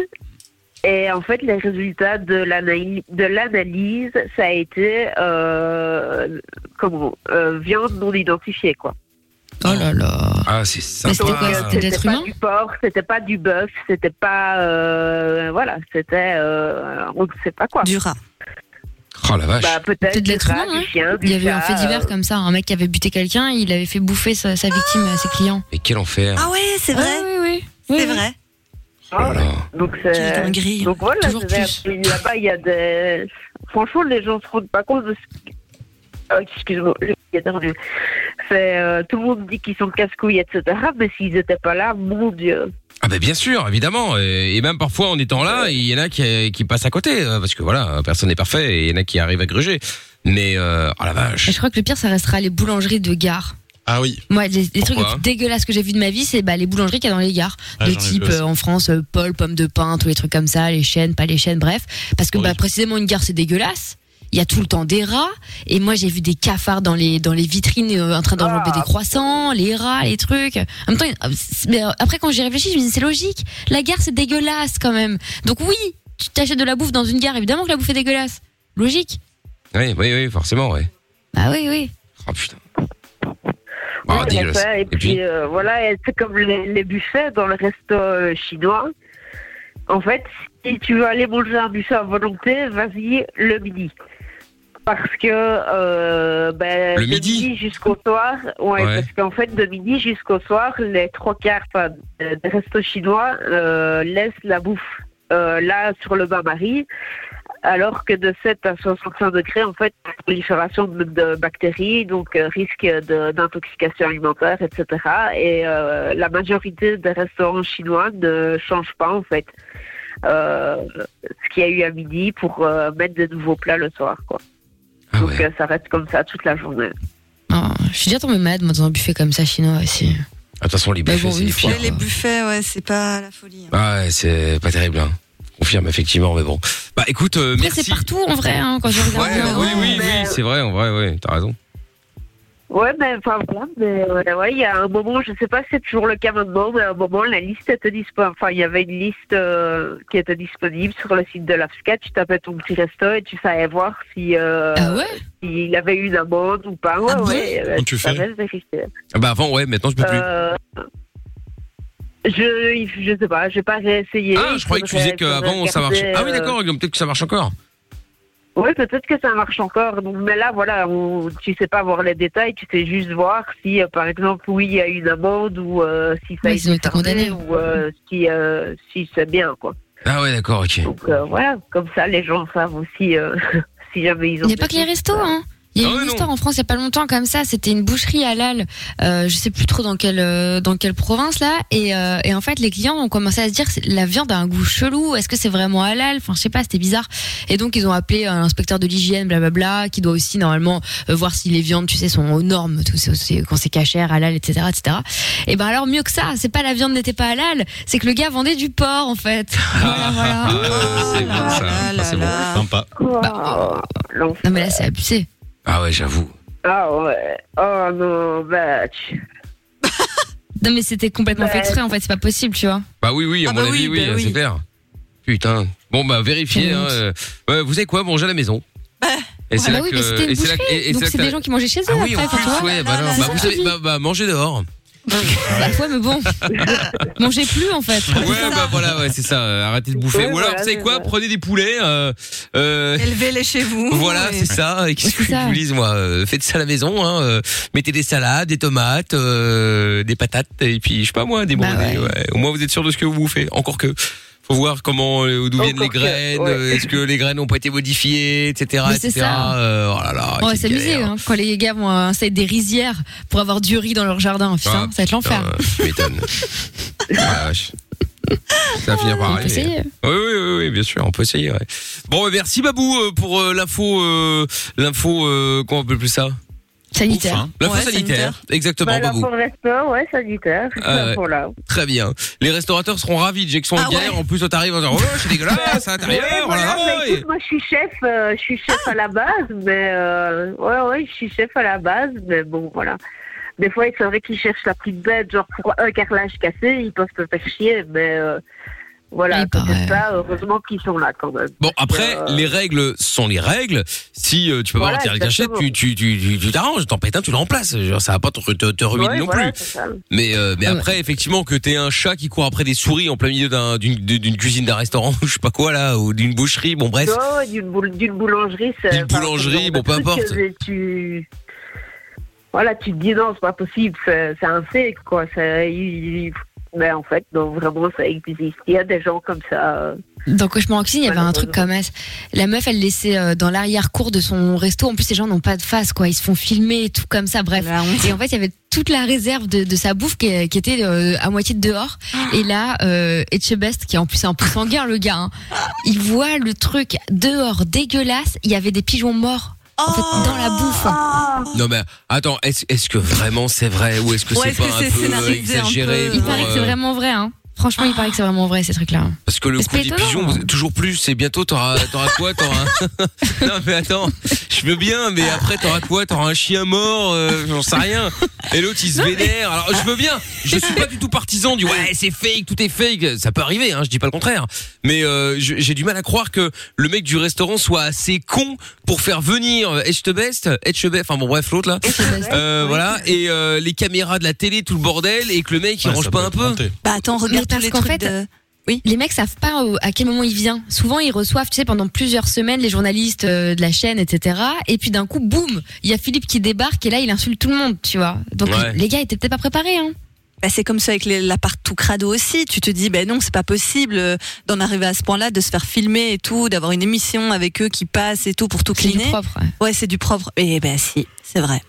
S11: Et en fait, les résultats de l'analy- de l'analyse, ça a été euh, comment, euh, viande non identifiée, quoi.
S5: Oh là là.
S9: Ah, c'est
S11: Donc,
S9: sympa.
S11: euh, C'était pas du porc, c'était pas du bœuf, c'était pas. euh, voilà, c'était. euh, on ne sait pas quoi. Du
S4: rat.
S9: Oh la vache.
S11: Bah, peut-être
S5: de
S11: du
S5: l'être
S11: rat,
S5: humain, hein.
S11: du chien, du
S5: Il y avait
S11: chat,
S5: un fait divers
S11: euh,
S5: comme ça, un mec qui avait buté quelqu'un, il avait fait bouffer sa, sa victime à ses clients.
S9: Mais quel enfer.
S5: Ah
S4: ouais, c'est
S5: vrai. oui, oui.
S4: C'est vrai.
S11: Ah, Donc, c'est- donc voilà, c'est- mais là-bas, il y a des. Franchement, les gens se rendent pas compte de ce. qui- Ah, Excuse-moi, j'ai perdu. C'est, euh, tout le monde dit qu'ils sont casse-couilles, etc. Mais s'ils n'étaient pas là, mon Dieu.
S9: Ah bah bien sûr, évidemment. Et et même parfois en étant là, il y en a qui, qui passent à côté. euh, Parce que voilà, personne n'est parfait et il y en a qui arrivent à gruger. Mais, euh, oh la vache.
S5: Et je crois que le pire, ça restera les boulangeries de gare.
S9: Ah oui.
S5: Moi, les, les trucs les
S9: Pourquoi
S5: plus dégueulasses que j'ai vu de ma vie, c'est bah, les boulangeries qu'il y a dans les gares.
S9: Ah,
S5: de
S9: j'en ai vu
S5: type,
S9: aussi.
S5: euh, en France, euh, Paul, pomme de pin, tous les trucs comme ça, les chaînes, pas les chaînes, bref. Parce que, bah, précisément, une gare, c'est dégueulasse. Il y a tout le temps des rats. Et moi, j'ai vu des cafards dans les, dans les vitrines euh, en train d'enlever des croissants, les rats, les trucs. En même temps, euh, c'est- mais, euh, après, quand j'y réfléchis, je me dis, c'est logique. La gare, c'est dégueulasse quand même. Donc, oui, tu t'achètes de la bouffe dans une gare, évidemment que la bouffe est dégueulasse. Logique.
S9: Oui, oui, oui, forcément, ouais.
S5: Bah oui, oui.
S9: Oh putain. Oh,
S11: Ouais,
S9: dégueulasse.
S11: d'accord. Et
S9: Et puis
S11: puis euh, voilà, et c'est comme les, les buffets dans le resto euh, chinois. En fait, si tu veux aller manger un buffet à volonté, vas-y le midi. Parce que euh, ben,
S9: Le
S11: de
S9: midi
S11: jusqu'au soir, ouais,
S9: Ouais.
S11: parce qu'en fait de midi jusqu'au soir, les trois quarts enfin, euh, des restos chinois euh, laissent la bouffe euh, là sur le bain-marie, alors que de 7 à 65 degrés, en fait, prolifération de, de bactéries, donc euh, risque de- d'intoxication alimentaire, etc. Et euh, la majorité des restaurants chinois ne changent pas en fait euh, ce qu'il y a eu à midi pour euh, mettre de nouveaux plats le soir, quoi.
S9: donc
S11: euh, ça reste comme ça toute la journée.
S5: Ah, je suis déjà tombée malade moi, dans un buffet comme ça chinois aussi.
S9: Ah, de toute façon,
S2: Eh
S5: bah,
S9: les
S2: ben,
S9: buffets, c'est les pires.
S4: Les buffets, ouais, c'est pas la folie.
S9: Ah ouais, c'est pas terrible. Hein. Je Confirme, effectivement, mais bon. Bah écoute, euh,
S5: Après,
S9: merci.
S5: c'est partout en vrai, hein, quand je regarde.
S9: Ouais,
S5: bien.
S9: oui, oui,
S11: Ah
S9: oui, c'est vrai, en vrai, ouais, t'as raison.
S11: Ouais, ben enfin bon, mais euh, ouais, il y a un moment, je sais pas si c'est toujours le cas maintenant, mais à un moment la liste était disponible. Enfin, il y avait une liste euh, qui était disponible sur le site de l'AFSCA. Tu tapais ton petit resto et tu savais voir si euh, s'il avait eu une amende ou pas. Ouais, ouais. euh,
S9: Comment tu fais
S11: savais vérifier.
S9: Ah Bah avant, ouais, maintenant je peux plus.
S11: Euh, je je sais pas, j'ai pas réessayé.
S9: ah, je croyais que tu disais qu'avant ça marchait.
S11: euh,
S9: Ah oui, d'accord, Guillaume, peut-être que ça marche encore.
S11: Oui, peut-être que ça marche encore. Donc, mais là, voilà, on- tu sais pas voir les détails, tu sais juste voir si, euh, par exemple, oui, il y a une amende ou euh, si ça a
S5: Oui, ils ont
S11: été
S5: été
S11: fermé
S5: condamnés.
S11: ou euh, si, euh, si c'est bien, quoi.
S9: Ah ouais, d'accord, ok.
S11: Donc, euh, voilà, comme ça, les gens savent aussi euh, *laughs* si jamais ils ont.
S5: Il n'y a pas que les restos, hein. Il y a eu une histoire en France il n'y a pas longtemps comme ça. C'était une boucherie halal. Euh, je sais plus trop dans quelle euh, dans quelle province là. Et, euh, et en fait, les clients ont commencé à se dire c'est- la viande a un goût chelou. Est-ce que c'est vraiment halal Enfin, je sais pas. C'était bizarre. Et donc ils ont appelé un inspecteur de l'hygiène, blablabla, qui doit aussi normalement euh, voir si les viandes, tu sais, sont aux normes. Tout c'est- c'est- quand c'est cachère, halal, etc., etc. Et ben alors mieux que ça, c'est pas la viande n'était pas halal, c'est que le gars vendait du porc en fait. Voilà, voilà.
S9: c'est bon ça. Ah, c'est bon, sympa.
S4: Bah.
S5: Non mais là c'est abusé.
S9: Ah ouais, j'avoue.
S11: Ah ouais. Oh non, bah. tu-
S5: Non mais c'était complètement fait exprès en fait, c'est pas possible, tu vois.
S9: Bah oui, oui, à
S5: Ah
S9: mon
S5: bah
S9: avis,
S5: oui,
S9: oui,
S5: bah
S9: hein,
S5: oui.
S9: c'est clair. Putain. Bon, bah vérifiez.
S5: Quelle
S9: hein,
S5: honte.
S9: euh, euh, vous savez quoi Manger à la maison. Et
S5: Ah bah oui, mais c'était une
S9: et c'est là que-
S5: boucherie,
S9: et
S5: donc
S9: là
S5: c'est
S9: que-
S5: des gens qui mangeaient chez eux
S9: Ah oui,
S5: après,
S9: en
S5: enfin, tu vois.
S9: plus, ouais, bah
S5: Là, là,
S9: non,
S5: c'est
S9: bah
S5: ça
S9: vous
S5: que
S9: savez,
S5: je dis.
S9: bah, bah, mangez dehors.
S5: Bah ouais,
S9: *laughs*
S5: mais bon. Mangez plus en fait.
S9: Ouais, bah voilà, ouais, c'est ça. euh, Arrêtez de bouffer.
S5: Ouais,
S9: Ou alors,
S5: voilà,
S9: vous savez
S5: c'est
S9: quoi Prenez des poulets. Euh, euh,
S4: Élevez-les chez vous.
S9: Voilà,
S4: et-
S9: c'est ça. Et Qu'est-ce que je vous dise, moi Euh, Faites ça à la maison. Hein. euh, Mettez des salades, des tomates, euh, des patates, et puis je sais pas moi, des
S5: Bah
S9: brodés, ouais. Au moins, vous êtes sûr de ce que vous bouffez. Encore que.
S2: Faut voir comment, euh, d'où viennent les graines, euh, est-ce que les graines n'ont pas été modifiées, etc.
S5: Mais c'est
S2: etc.
S5: ça.
S2: Euh, oh là
S9: Ah,
S2: là.
S5: On va
S2: quelle
S5: s'amuser
S2: galère.
S5: hein, quand les gars vont euh, installer des rizières pour avoir du riz dans leur jardin. Putain,
S2: Ah,
S5: ça va être l'enfer.
S2: putain, euh, Tu m'étonnes. Ah, vache. Ça va finir par
S5: Ah, On peut
S2: arriver. hein.
S5: essayer.
S2: Oui, oui, oui, oui, bien sûr, on peut essayer. ouais. Bon, bah, merci Babou euh, pour euh, l'info, euh, l'info, euh, comment on appelle plus ça
S5: Sanitaire.
S2: L'info
S5: Ouais,
S2: sanitaire.
S5: sanitaire.
S2: Exactement,
S11: hein. Bah, euh, là,
S2: Babou.
S11: pour le resto, ouais, sanitaire.
S2: Ah, ouais.
S11: Voilà.
S2: Très bien. Les restaurateurs seront ravis. J'ai que
S5: Ah
S2: sont en galère. En plus, toi, t'arrives en disant, oh, c'est dégueulasse, à
S11: Ouais,
S2: l'intérieur. oh
S11: voilà,
S2: là là,
S11: bah,
S2: et-
S11: écoute, moi je suis chef, euh, je suis chef à la base, mais euh, ouais, ouais, je suis chef à la base, mais bon, voilà. Des fois, c'est vrai qu'ils cherchent la plus bête, genre pour un carrelage cassé, ils peuvent te faire chier, mais euh, voilà, quand c'est ça, heureusement qu'ils sont là quand même.
S2: Bon, après, les règles sont les règles. Si euh, tu peux pas
S11: Voilà,
S2: avoir tes gâchettes,
S11: exactement.
S2: tu tu tu tu- tu t'arranges, t'en pètes un, tu le remplaces. Genre, ça va pas te, te, te ruiner
S11: Ouais,
S2: non
S11: voilà,
S2: plus.
S11: c'est ça.
S2: Mais euh, mais
S11: Ah ouais.
S2: après, effectivement, que t'es un chat qui court après des souris en plein milieu d'un- d'une d'une d'une cuisine d'un restaurant, *laughs* je sais pas quoi là, ou d'une boucherie. Bon, bref.
S11: Non, Oh, d'une boul- d'une boulangerie, c'est. D'une
S2: boulangerie, bon, peu importe.
S11: Tu... Voilà, tu te dis non, c'est pas possible, c'est c'est un fake, quoi. c'est- il- il- Mais en fait, non, vraiment, ça existe. Il y a des gens comme ça. euh.
S5: Dans Cauchemar en cuisine, il y avait un truc comme ça. La meuf, elle laissait euh, dans l'arrière-cour de son resto. En plus, les gens n'ont pas de face, quoi. Ils se font filmer et tout comme ça, bref. Et en fait, il y avait toute la réserve de, de sa bouffe qui, qui était euh, à moitié de dehors. Et là, euh, Etchebest, qui est en plus un peu sanguin, le gars, hein, il voit le truc dehors dégueulasse. Il y avait des pigeons morts en fait, dans la bouffe.
S2: Non mais attends, est-ce est-ce que vraiment c'est vrai ou est-ce que c'est pas un peu exagéré
S5: Il
S2: pour,
S5: paraît que c'est
S2: euh,
S5: vraiment vrai, hein. Franchement, il paraît que c'est vraiment vrai, ces trucs-là.
S2: Parce que le
S5: C'est
S2: coup des
S5: étonnant.
S2: pigeons, vous- toujours plus, et bientôt t'auras, t'auras quoi, t'auras un... *laughs* Non mais attends, je veux bien, mais après t'auras quoi, t'auras un chien mort, euh, j'en sais rien. Et l'autre il se vénère. Alors je veux bien, je suis pas du tout partisan du ouais c'est fake, tout est fake, ça peut arriver, hein, je dis pas le contraire. Mais euh, je- j'ai du mal à croire que le mec du restaurant soit assez con pour faire venir Etchebest, Etchebest, enfin bon bref l'autre là, Euh, voilà, et euh, les caméras de la télé, tout le bordel, et que le mec il range pas un peu.
S5: Bah attends,
S4: regarde tous les
S5: qu'en
S4: trucs
S5: fait, Oui. Les mecs savent pas au- à quel moment il vient. Souvent, ils reçoivent, tu sais, pendant plusieurs semaines, les journalistes euh, de la chaîne, etc. Et puis d'un coup, boum, il y a Philippe qui débarque et là, il insulte tout le monde, tu vois. Donc
S4: Ouais.
S5: les gars étaient peut-être pas préparés, hein.
S4: Bah, c'est comme ça avec les- l'appart tout crado aussi. Tu te dis, ben non, c'est pas possible euh, d'en arriver à ce point-là, de se faire filmer et tout, d'avoir une émission avec eux qui passe et tout pour tout cleaner. C'est du
S5: propre.
S4: Ouais, c'est du propre. Et ben si, c'est vrai.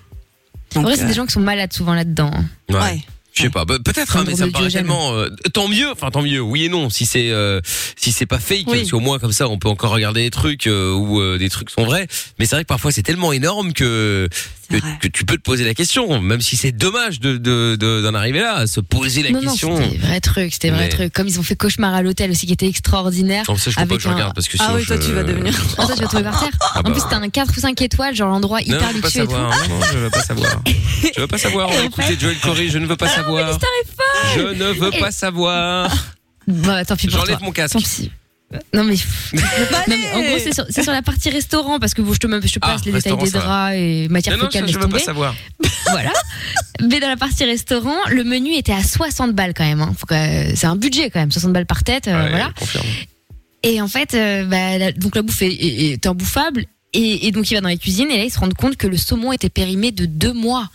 S4: Donc,
S5: en vrai, c'est
S4: euh,
S5: des gens qui sont malades souvent là-dedans. hein.
S2: Ouais. Je sais pas, Bah, peut-être, hein, mais ça me
S5: Syndrome
S2: paraît
S5: de Diogène.
S2: tellement. euh, tant mieux, enfin tant mieux. Oui et non, si c'est euh, si c'est pas fake,
S5: Oui.
S2: parce qu'au moins comme ça, on peut encore regarder des trucs euh, où euh, des trucs sont vrais. Mais c'est vrai que parfois c'est tellement énorme que que, que tu peux te poser la question, même si c'est dommage de de- de- d'en arriver là, à se poser la
S5: non,
S2: question.
S5: non, c'était vrai truc, c'était vrai
S2: Mais-
S5: truc. Comme ils ont fait cauchemar à l'hôtel aussi, qui était extraordinaire.
S2: Non, ça, je peux pas
S5: avec
S2: que je regarde, parce que sinon, je-
S5: *laughs* Ah, toi, tu vas te trouver par terre.
S2: Ah
S5: En plus,
S2: bah.
S5: t'as un 4 ou 5 étoiles, genre l'endroit
S2: non,
S5: hyper
S2: je veux pas
S5: luxueux et tout.
S2: savoir. hein. Non, je veux
S5: *laughs*
S2: pas savoir. Je veux pas savoir. On va écouter Joel Corey. Je ne
S5: Ah
S2: veux pas savoir. Je ne veux
S5: Et-
S2: pas savoir.
S5: Bah, tant pis pour
S2: J'enlève
S5: toi.
S2: mon casque.
S5: Non mais, Non, mais en gros c'est sur, c'est sur la partie restaurant parce que vous- je te, je te passe
S2: Ah,
S5: les détails
S2: restaurant,
S5: des
S2: ça va.
S5: draps et matières
S2: Non, non,
S5: fécales.
S2: je, je
S5: laisse
S2: veux pas
S5: tomber.
S2: savoir.
S5: *laughs* voilà. Mais dans la partie restaurant, le menu était à 60 balles quand même. hein. Faut que- c'est un budget quand même, 60 balles par tête. euh, voilà. Et en fait, euh, bah, la- donc la bouffe est, est- est imbouffable. Et, et donc il va dans les cuisines et là il se rend compte que le saumon était périmé de deux mois.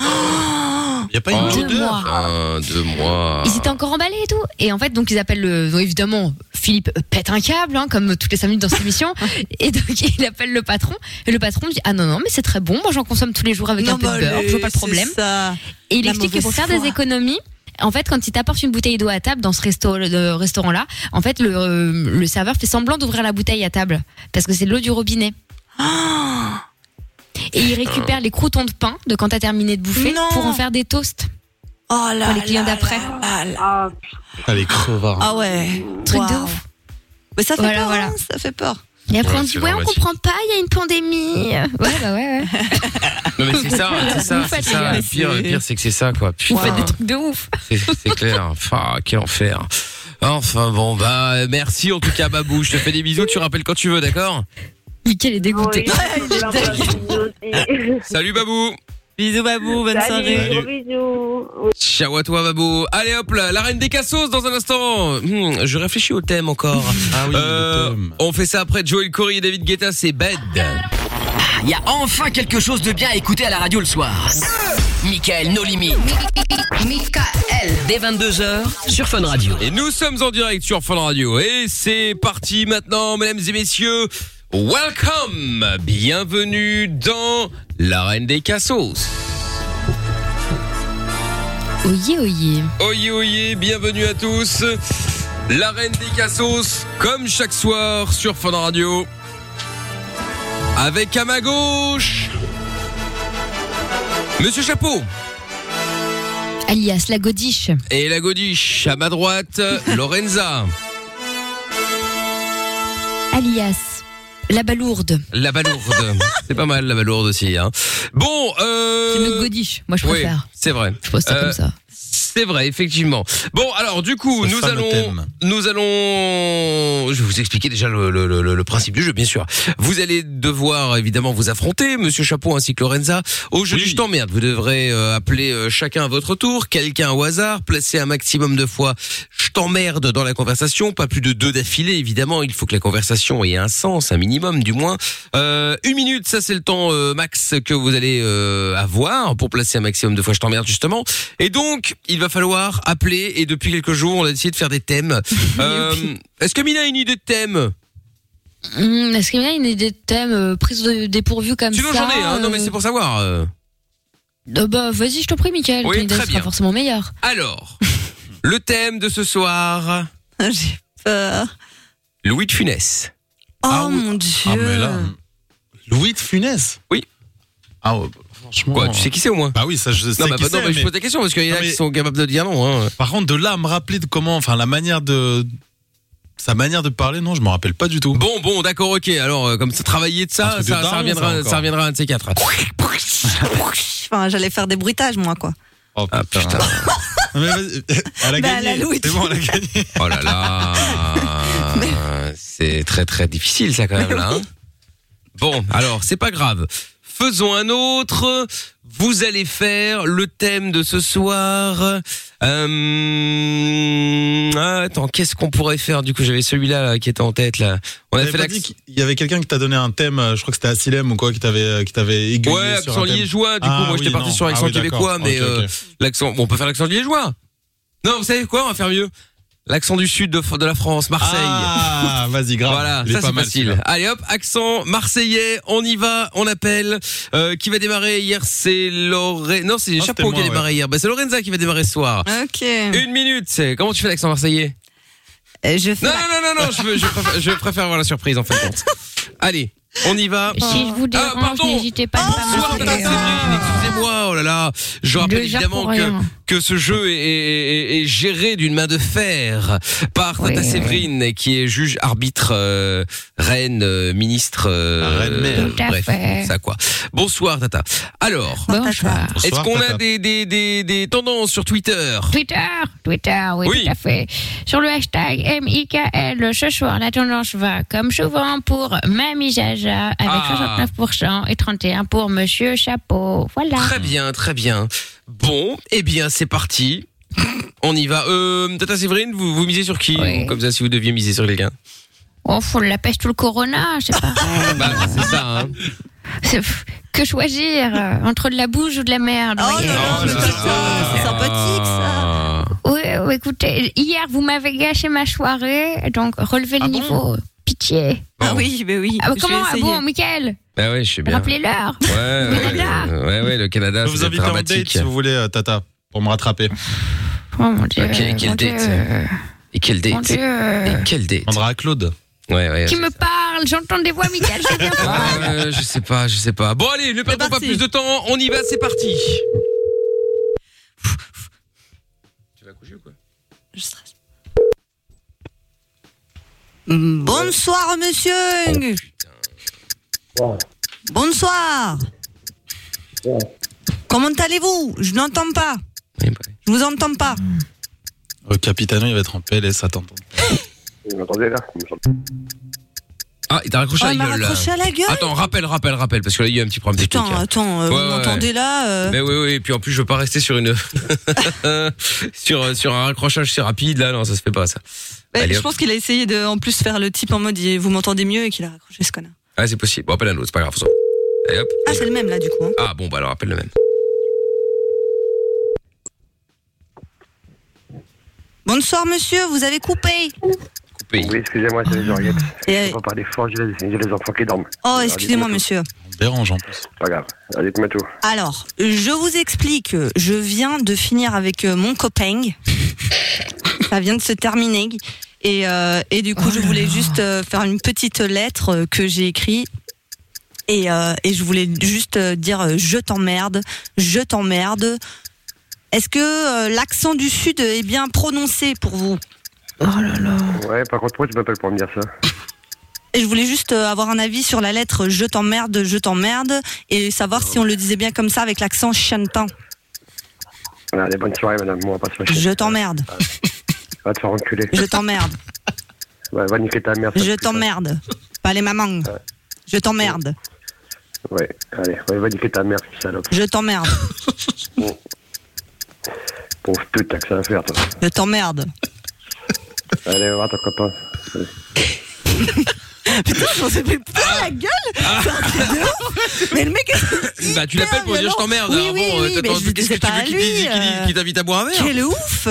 S2: Il y a
S5: pas une Deux odeur mois.
S2: Un, deux mois.
S5: Ils étaient encore emballés et tout. Et en fait, donc ils appellent le. donc, évidemment, Philippe euh, pète un câble, hein, comme toutes les 5 minutes dans cette
S4: *laughs*
S5: émission. Et donc il appelle le patron. Et le patron dit Ah non, non, mais c'est très bon. Moi j'en consomme tous les jours avec
S4: Non,
S5: un peu
S4: bah,
S5: de beurre. Je vois pas
S4: allez,
S5: de problème.
S4: c'est ça.
S5: Et il
S4: La
S5: explique que pour
S4: mauvaise
S5: faire
S4: foi.
S5: des économies. En fait, quand il t'apporte une bouteille d'eau à table dans ce resto, le restaurant-là, en fait, le, euh, le serveur fait semblant d'ouvrir la bouteille à table parce que c'est de l'eau du robinet. Oh Et il récupère les croutons de pain de quand t'as terminé de bouffer
S4: Non.
S5: pour en faire des toasts
S4: Oh là
S5: pour les clients
S4: là
S5: d'après.
S4: Ah,
S6: Allez, crevard.
S4: Ah ouais.
S5: Truc de
S4: Waouh.
S5: ouf.
S4: Mais ça fait
S5: Voilà,
S4: peur,
S5: voilà.
S4: hein, ça fait peur.
S5: Et après,
S2: Ouais,
S5: on
S2: c'est
S5: dit, ouais, on
S2: dramatique.
S5: comprend pas, il y a une
S4: *laughs*
S5: pandémie. Ouais, bah ouais, ouais.
S2: Non mais c'est ça, c'est ça,
S5: Vous
S2: c'est
S5: faites,
S2: ça.
S5: les
S2: Le
S5: gars.
S2: pire, le pire c'est que c'est ça quoi.
S5: Vous
S2: Putain.
S5: faites des trucs de ouf.
S2: C'est c'est clair. Enfin, quel enfer. Enfin bon, bah euh, merci en tout cas Babou. Je te fais des bisous. Tu rappelles quand tu veux, d'accord
S5: Mickaël est dégoûté.
S2: Salut Babou.
S4: Bisous Babou, bonne soirée.
S2: Ciao à toi Babou. Allez hop là, la reine des cassos dans un instant. Hmm, je réfléchis au thème encore. Euh, On fait ça après Joel Corey et David Guetta. C'est bad.
S1: Ah, Il y a enfin quelque chose de bien à écouter à la radio le soir. Michael, nos limites. Michael. Dès 22h sur Fun Radio.
S2: Et nous sommes en direct sur Fun Radio. Et c'est parti maintenant, mesdames et messieurs. Welcome Bienvenue dans l'arène des cassos.
S5: Oyez, oyez.
S2: Oyez, oyez, bienvenue à tous. L'arène des cassos, comme chaque soir sur Fun Radio. Avec à ma gauche, Monsieur Chapeau.
S5: Alias la godiche.
S2: Et la godiche, à ma droite, *laughs* Lorenza.
S5: Alias la balourde.
S2: La balourde. c'est pas mal la balourde aussi. Hein. Bon, euh...
S5: C'est le godiche, moi je
S2: oui,
S5: préfère.
S2: c'est vrai.
S5: Je pose ça
S2: Euh,
S5: comme ça.
S2: C'est vrai, effectivement. Bon, alors du coup,
S9: Ce
S2: nous
S9: fameux
S2: allons,
S9: thème.
S2: nous allons, je vais vous expliquer déjà le, le- le- le- le principe du jeu, bien sûr. Vous allez devoir évidemment vous affronter, Monsieur Chapeau ainsi que Lorenza. Au jeu du je t'emmerde, vous devrez euh, appeler euh, chacun à votre tour, quelqu'un au hasard, placer un maximum de fois je t'emmerde dans la conversation, pas plus de deux d'affilée, évidemment. Il faut que la conversation ait un sens, un minimum du moins. Euh, une minute, ça c'est le temps euh, max que vous allez euh, avoir pour placer un maximum de fois je t'emmerde justement. Et donc, il va falloir appeler et depuis quelques jours, on a décidé de faire
S5: *laughs*
S2: des thèmes. Euh, Est-ce que Mina a une idée de thème
S5: Hum, Est-ce qu'il y a une idée de thème euh, prise de dépourvue comme
S2: Sinon
S5: ça
S2: j'en ai, hein. non mais
S5: euh,
S2: c'est pour savoir. euh.
S5: euh, bah, vas-y, je te prie, Michael.
S2: Oui,
S5: ton idée
S2: très
S5: sera
S2: bien.
S5: forcément meilleure. *laughs*
S2: Alors, le thème de ce soir,
S4: *laughs* J'ai
S5: Euh.
S4: peur.
S2: Louis de Funès.
S4: Oh
S2: Ah
S4: mon dieu.
S6: Ah, Louis de Funès
S2: Oui.
S6: Ah, ouais, franchement.
S2: Quoi, tu sais qui c'est au moins
S6: Bah oui, ça je sais.
S2: Non, bah,
S6: qui
S2: bah, non,
S6: c'est,
S2: mais je pose la question, parce qu'il y en a
S6: Non,
S2: qui
S6: mais-
S2: sont capables de dire non. hein.
S6: Par contre, de là à me rappeler de comment, enfin, la manière de. Sa manière de parler, non, je m'en rappelle pas du tout.
S2: Bon, bon, d'accord, ok. Alors, euh, comme ça, travailler de
S6: Un
S2: ça,
S6: truc de
S2: ça, ça
S6: daron, ça,
S2: reviendra,
S6: encore.
S2: ça reviendra à un de ces quatre.
S4: Enfin, j'allais faire des bruitages, moi, quoi.
S6: Oh
S2: Ah,
S6: putain. Non, mais vas-y, *laughs* elle a
S4: Bah,
S6: gagné.
S4: elle a Louis de
S6: C'est bon, elle a gagné.
S2: Oh là
S4: *laughs*
S2: là. C'est très très difficile ça quand même là. hein. Bon, alors c'est pas grave. Faisons un autre. Vous allez faire le thème de ce soir. Euh, ah, Attends, qu'est-ce qu'on pourrait faire Du coup, j'avais celui-là là, qui était en tête là. *laughs* On a
S6: T'avais
S2: fait
S6: pas
S2: l'accent-
S6: dit qu'il y avait quelqu'un qui t'a donné un thème, euh, je crois que c'était Asilem ou quoi, qui t'avait euh, qui t'avait aiguillé
S2: Ouais,
S6: sur
S2: accent
S6: un thème.
S2: liégeois. Du coup,
S6: Ah
S2: moi, j'étais
S6: oui,
S2: parti
S6: non.
S2: sur
S6: Ah
S2: l'accent
S6: oui, d'accord.
S2: québécois, mais
S6: Ok, ok.
S2: euh, l'accent. Bon, on peut faire l'accent liégeois. Non, vous savez quoi On va faire mieux. L'accent du sud de, de la France, Marseille.
S6: Ah, vas-y, grave.
S2: Voilà,
S6: Il est
S2: ça
S6: pas
S2: c'est
S6: mal,
S2: facile.
S6: celui-là.
S2: Allez hop, accent marseillais, on y va, on appelle. Euh, qui va démarrer hier C'est Lorenza. Non, c'est
S6: Ah, c'était
S2: Chapeau qui
S6: moi,
S2: a démarré
S6: ouais.
S2: hier. Bah, c'est Lorenza qui va démarrer ce soir.
S13: Ah,
S4: Ok.
S2: Une minute. c'est- Comment tu fais l'accent marseillais
S4: je
S2: Non, non, non, non, non, je, veux- je préfère, je préfère avoir la surprise en fin de compte. Allez, on y va.
S5: Si je vous
S2: Ah,
S5: dérange, n'hésitez pas à me hein.
S2: Bonsoir,
S5: parler.
S2: Madame Séverine, excusez-moi, oh là là. Je rappelle
S5: Déjà
S2: évidemment
S5: pour
S2: que,
S5: rien.
S2: que ce jeu est, est- est- est géré d'une main de fer par Tata Séverine, qui est juge, arbitre, euh, reine, euh, ministre. euh,
S6: mère.
S2: euh,
S6: Tout à
S2: bref,
S6: fait.
S2: ça quoi. Bonsoir, Tata. Alors,
S5: Bonsoir.
S2: est-ce
S6: Bonsoir,
S2: qu'on a
S6: Tata.
S2: des, des, des, des tendances sur Twitter
S5: Twitter, Twitter, oui,
S2: Oui.
S5: tout à fait. Sur le hashtag MIKL, ce soir, la tendance va comme souvent pour Mamie Jaja avec
S2: Ah.
S5: 69% et 31% pour Monsieur Chapeau. Voilà.
S2: Très bien, très bien. Bon, eh bien, c'est parti. On y va. Euh, Tata Séverine, vous, vous misez sur qui Comme ça, si vous deviez miser sur quelqu'un.
S5: Oh, faut la pêche tout le corona, je sais
S2: *laughs*
S5: pas.
S6: Ah.
S2: Bah, c'est ça, hein.
S5: C'est- pff, que choisir euh, entre de la bouge ou de la merde
S2: Ah,
S4: Ah,
S15: Oh
S5: voyez
S2: C'est sympathique, ça.
S5: Oui, oui, écoutez, hier vous m'avez gâché ma soirée, donc relevez
S2: Ah
S5: le niveau. Pitié.
S4: Ah oui, mais oui.
S5: Ah, bah,
S4: je
S5: comment
S4: vais
S5: Ah
S4: essayer.
S5: bon, Michael
S2: Ah ouais, je sais bien.
S5: Rappelez-leur.
S2: Ouais, ouais,
S5: Canada.
S2: euh, ouais, ouais, le Canada,
S6: Je vais vous
S2: c'est
S6: inviter en date
S2: dramatique.
S6: si vous voulez, euh, Tata, pour me rattraper.
S5: Oh mon dieu.
S2: Ok, quel
S5: mon
S2: date
S5: Dieu.
S2: Et quel
S5: Mon
S2: date
S5: Dieu.
S2: Et quel date
S6: Prendra à Claude.
S2: Ouais, ouais.
S5: Qui me parle J'entends des voix, Michael. je
S2: *laughs*
S5: viens voir.
S2: Euh, je sais pas, je sais pas. Bon, allez, ne
S4: Eh ben,
S2: perdons pas plus de temps. On y va, c'est parti. Tu vas coucher ou quoi
S4: Je stresse.
S2: Mm,
S4: Bonsoir, monsieur Hung. Bonsoir. Comment allez-vous Je n'entends pas. Je vous entends pas.
S6: Euh, Capitano, il va être en PLS, attends.
S12: Attendez là.
S2: Ah, il t'a raccroché
S4: Oh,
S2: à
S4: il
S2: la
S4: m'a
S2: gueule. là.
S4: raccroché à la gueule
S2: Attends, rappelle, rappelle, rappelle, parce que là, il y a eu un petit problème technique.
S4: Attends,
S2: hein.
S4: attends, euh,
S2: Ouais,
S4: vous
S2: ouais,
S4: m'entendez
S2: ouais. Eh
S4: là euh,
S2: Mais oui, oui, et puis en plus, je veux pas rester sur une. *laughs* sur, sur un raccrochage si rapide, là, non, ça se fait pas, ça.
S4: bah,
S2: Allez,
S4: Je
S2: hop.
S4: pense qu'il a essayé de en plus faire le type en mode il- vous m'entendez mieux et qu'il a raccroché ce connard.
S2: Ah, c'est possible. Bon, appelle un autre, c'est pas grave. on s'en fout. Allez, hop.
S4: Ah, c'est le même là du coup. hein.
S2: Ah, bon, bah alors, appelle le même.
S4: Bonsoir monsieur, vous avez coupé. Oh,
S19: Oui, excusez-moi, c'est les oreillettes.
S4: Et- euh,
S19: Je vais parler fort, je les, je les enfants qui dorment.
S4: Oh,
S19: Alors,
S4: excusez-moi
S19: dites-moi
S4: monsieur.
S19: tout. Dérange en plus. Pas grave. Alors, Dites-moi tout.
S4: Alors, je vous explique, je viens de finir avec euh, mon copain. Ça vient de se terminer. Et, euh, et du coup, je voulais juste euh, faire une petite lettre euh, que j'ai écrite. Et, euh, et je voulais juste euh, dire euh, je t'emmerde, je t'emmerde. Est-ce que euh, l'accent du sud est bien prononcé pour vous
S19: Oh là là. Ouais, par contre, pourquoi tu m'appelles pour me dire ça
S4: Et je voulais juste euh, avoir un avis sur la lettre je t'emmerde, je t'emmerde et savoir si on le disait bien comme ça avec l'accent chantant.
S19: Ah, Allez, bonne soirée, madame. Moi, on va pas se
S4: *laughs*
S19: fâcher.
S4: Je t'emmerde.
S19: Va te faire enculer.
S4: Je t'emmerde.
S19: Ouais, va niquer ta mère. sale
S4: Je
S19: putain.
S4: t'emmerde. Pas les mamans. Je t'emmerde.
S19: Ouais, allez, ouais, va niquer ta mère, salope.
S4: Je t'emmerde.
S19: Pauvre pute, t'as que ça à faire, toi.
S4: Je t'emmerde.
S19: Allez, va voir ton copain. Allez.
S4: Putain, je pensais plus pas la gueule. C'est un truc de ouf. Mais le mec,
S2: Bah, tu l'appelles pour lui dire je t'emmerde.
S4: Oui,
S2: Alors,
S4: oui,
S2: bon,
S4: oui,
S2: euh, t'attends,
S4: mais je
S2: qu'est-ce
S4: disais
S2: que tu
S4: pas
S2: veux
S4: à
S2: qu'il dise,
S4: lui,
S2: qu'il dise,
S4: euh,
S2: qu'il t'invite à boire un verre
S4: quel ouf.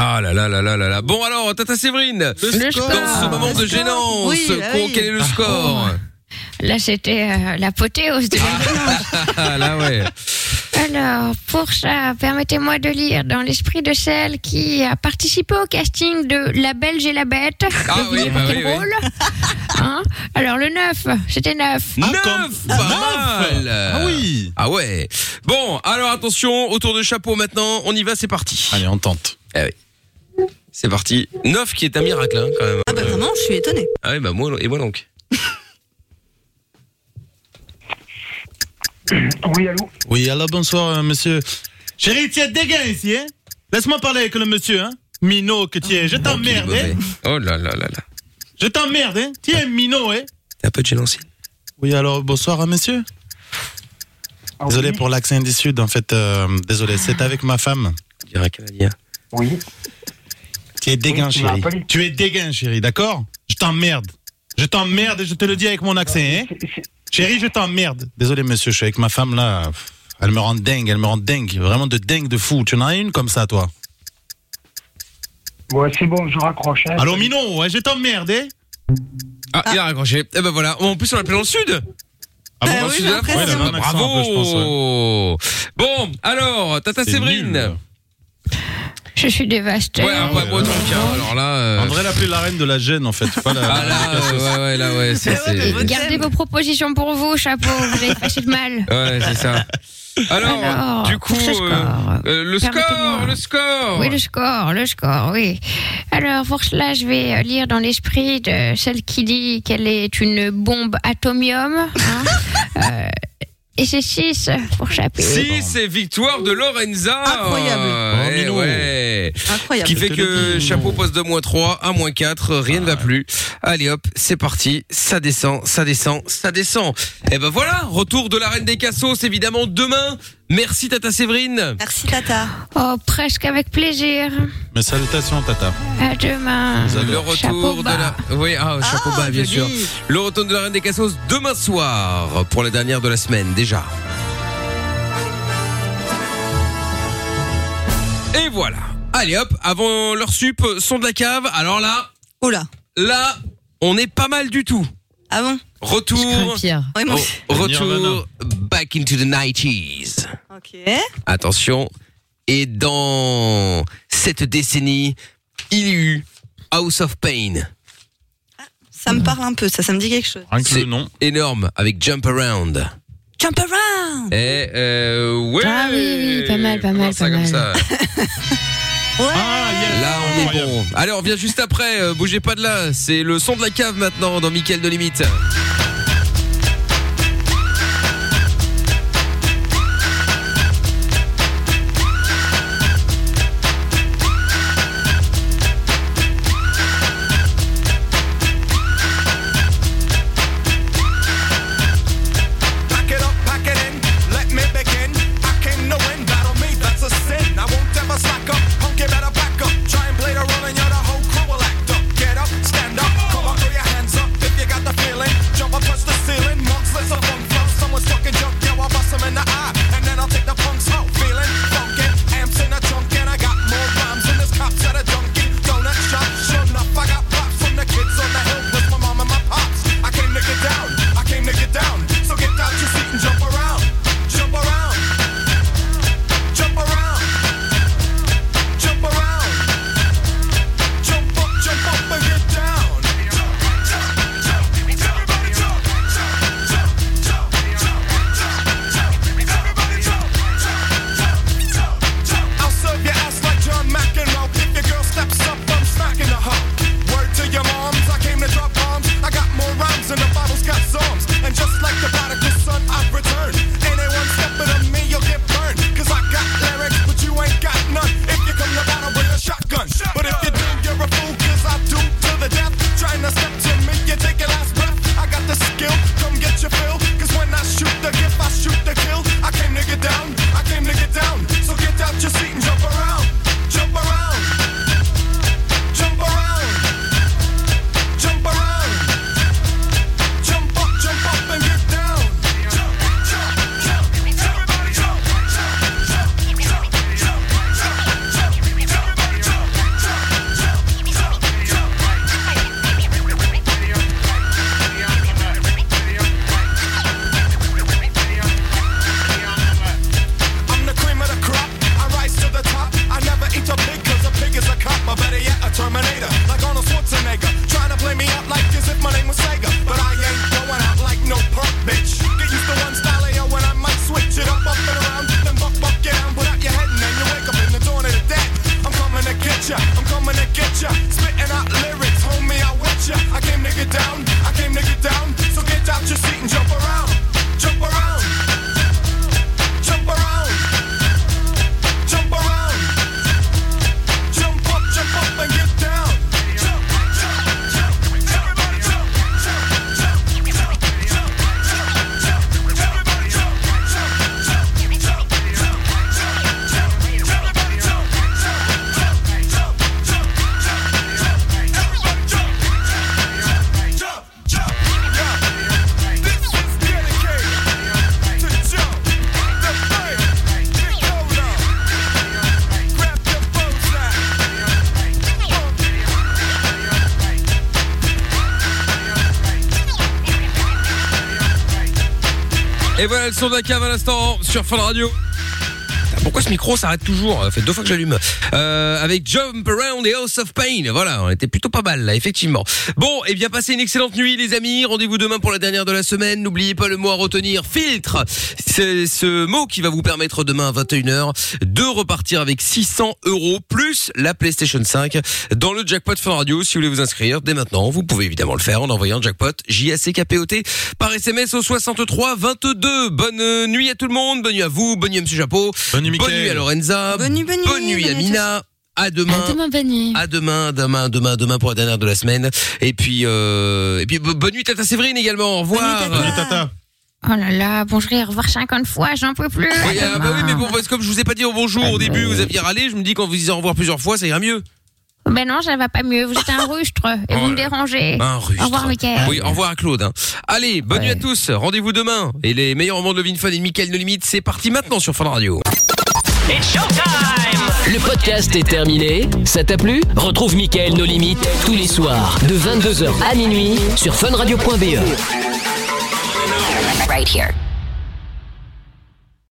S2: Ah là là là là là là. Bon alors, Tata Séverine, dans
S15: score.
S2: ce moment
S15: Le score.
S2: de gênance,
S15: Oui, bah
S2: con-
S15: oui.
S2: quel est le score
S15: Là, c'était euh, l'apothéose de la violence.
S2: Ah là ouais.
S15: Alors, pour ça, permettez-moi de lire dans l'esprit de celle qui a participé au casting de La Belge et la Bête.
S2: Ah
S15: de
S2: oui,
S15: Vivre
S2: bah
S15: quel
S2: oui, oui.
S15: rôle. Hein Alors, le 9, c'était 9.
S2: Neuf pas mal.
S15: Ah oui.
S2: Ah ouais. Bon, alors attention, autour de chapeau maintenant, on y va, c'est parti. Allez, on tente. Ah oui. C'est parti. 9 qui est un miracle, hein, quand même. Ah bah
S4: vraiment, je suis étonné.
S2: Ah oui, bah moi, et moi donc.
S6: Oui, allô Oui, allô, bonsoir, euh, monsieur. Chérie, tu es dégain ici, hein Laisse-moi parler avec le monsieur, hein Minot que tu es. Je t'emmerde, hein
S2: Oh là là là là.
S6: Je t'emmerde, hein Tu es un minot, hein
S2: T'as pas de gélancine
S6: Oui, alors, bonsoir, hein, monsieur.
S2: Ah
S6: Désolé pour l'accent du Sud, en fait. euh, désolé, c'est avec ma femme.
S2: Direct canadien.
S6: Oui. Tu es dégain,
S2: Oui, tu m'as
S6: chérie.
S2: appelé.
S6: Tu es dégain, chérie, d'accord Je t'emmerde. Je t'emmerde et je te le dis avec mon accent, hein Chérie, je t'emmerde. Désolé, monsieur, je suis avec ma femme, là. Elle me rend dingue, elle me rend dingue. Vraiment de dingue, de fou. Tu en as une comme ça, toi
S10: Ouais, c'est bon, je raccroche. hein.
S6: Allô, Minon, ouais, je t'emmerde, hein
S2: Ah, il a raccroché. Eh ben voilà. En plus, on l'appelle dans le sud.
S6: Ah bon,
S2: Dans le
S6: oui,
S2: sud
S6: j'ai
S2: de la France.
S6: l'impression. Ouais,
S2: Ah,
S6: il a un accent
S2: Bravo.
S6: un peu, je pense,
S2: Bon, alors, Tata
S6: C'est
S2: Séverine.
S15: Je suis dévastée.
S2: Ouais, ah, ouais, moi donc, hein, alors là. euh,
S6: On devrait l'appeler la reine de la gêne, en fait. Pas la,
S2: Ah là, ouais, ouais, là, ouais, ça, c'est.
S15: Gardez vos propositions pour vous, chapeau. Vous avez fâché le mal.
S2: *laughs* Ouais, c'est ça. Alors,
S15: Alors,
S2: du coup,
S15: pour ce
S2: euh, euh, le score,
S15: Permettez-moi.
S2: le score.
S15: Oui, le score, le score, oui. Alors, pour cela, je vais euh, lire dans l'esprit de celle qui dit qu'elle est une bombe atomium. hein.
S2: *laughs*
S15: Euh, et c'est 6 pour chapeau.
S2: 6 et victoire de Lorenza. Incroyable.
S15: Incroyable.
S2: Ce qui fait que chapeau passe de moins 3 à moins 4, rien ne va plus. Allez hop, c'est parti, ça descend, ça descend, ça descend. Et ben voilà, retour de la reine des cassos évidemment demain. Merci Tata Séverine.
S4: Merci, Tata.
S15: Oh, presque avec plaisir.
S6: Mais salutations, Tata.
S15: À demain.
S2: Le
S15: Ah, Chapeau
S2: retour de
S15: bas.
S2: la oui ah, chapeau bas bien sûr.
S15: joli.
S2: Le retour de la reine des cassos demain soir pour la dernière de la semaine déjà. Et voilà. Allez hop, avant leur sup, son de la cave. Alors là,
S4: oh là,
S2: là, on est pas mal du tout.
S4: Ah bon
S2: Retour,
S4: Pierre. Ouais, moi
S2: Oh,
S4: aussi.
S2: retour, back into the 90s.
S4: Ok.
S2: Attention. Et dans cette décennie, il y eut House of Pain.
S4: Ça me parle un peu, ça, ça me dit quelque chose.
S2: C'est énorme avec Jump Around.
S4: Jump around.
S2: Et euh, ouais.
S15: Ah oui, oui, pas mal, pas mal, pas
S2: Comme
S15: mal. *laughs*
S2: ça. Là, on est bon. Allez, on revient juste après. euh, bougez pas de là. C'est le son de la cave maintenant dans Mickaël de Limite.
S20: Pack it up, pack it in, let me begin. I came to win, battle me, that's a sin. I won't ever slack up, punk, you better back up. Try and play the role and you're the whole crew will act up. Get up, stand up, come on, throw your hands up if you got the feeling. Jump with Sega, but I ain't going out like no punk bitch. Get used to one style yo, and I might switch it up, up and around, then buck, buck, get down, put out your head, and then you wake up in the dawn of the dead. I'm coming to get ya, I'm coming to get ya, spitting out lyrics, homie, I wet ya. I came to get down, I came to get down, so get out your seat and jump around, jump around, jump around, jump around, jump up, jump up and get down. Jump, jump, jump, everybody jump, jump, jump, jump, jump, jump, jump, everybody jump, jump, jump, jump, jump, jump, jump, everybody jump, jump, jump, jump, jump, jump, everybody jump, jump, jump, jump. This is dedicated to jump, the thing, get low grab your bullseye.
S2: Et voilà le son de la cave à l'instant sur Fun Radio. Putain, Pourquoi ce micro s'arrête toujours Ça fait deux fois que j'allume. Euh, avec Jump Around et House of Pain. Voilà, on était plutôt pas mal là, effectivement. Bon, et bien passez une excellente nuit les amis. Rendez-vous demain pour la dernière de la semaine. N'oubliez pas le mot à retenir, filtre. C'est ce mot qui va vous permettre demain à 21h de repartir avec 600 euros plus la PlayStation 5 dans le jackpot Fun Radio. Si vous voulez vous inscrire dès maintenant, vous pouvez évidemment le faire en envoyant jackpot J-A-C-K-P-O-T par SMS au 63 22. Bonne euh, nuit à tout le monde, bonne nuit à vous, bonne nuit à Monsieur Chapeau, bonne nuit,
S5: Mickaël.
S2: à Lorenza,
S5: Bonne nuit, bonne nuit,
S2: nuit
S5: bonne nuit
S2: à
S5: à
S2: Mina. À demain.
S5: À demain, bonne nuit.
S2: À demain, demain, demain, demain pour la dernière de la semaine. Et puis, euh, et puis bo- bonne nuit Tata Séverine également. Au revoir. Bonne nuit Tata.
S5: Oh là là, bon, je vais y revoir 50 fois, j'en peux plus.
S2: Oui, ah, bah oui, mais bon, parce que comme je vous ai pas dit au bonjour au début, vous aviez râlé. Je me dis qu'en vous disant au revoir plusieurs fois, ça ira mieux.
S5: Ben non, ça va pas mieux, vous
S2: *laughs*
S5: êtes un rustre et
S2: Oh
S5: vous me
S2: là là.
S5: dérangez.
S2: Un rustre.
S5: Au revoir,
S15: Eh
S5: Mickaël.
S2: Oui, au revoir à Claude. hein. Allez, bonne nuit à tous. Rendez-vous demain. Et les meilleurs moments de Levin Fun et de Mickaël No Limite, c'est parti maintenant sur Fun Radio.
S1: Le podcast est terminé. Ça t'a plu Retrouve Mickaël Nos Limites tous les soirs E. de 22h à minuit sur funradio.be.
S21: Right here.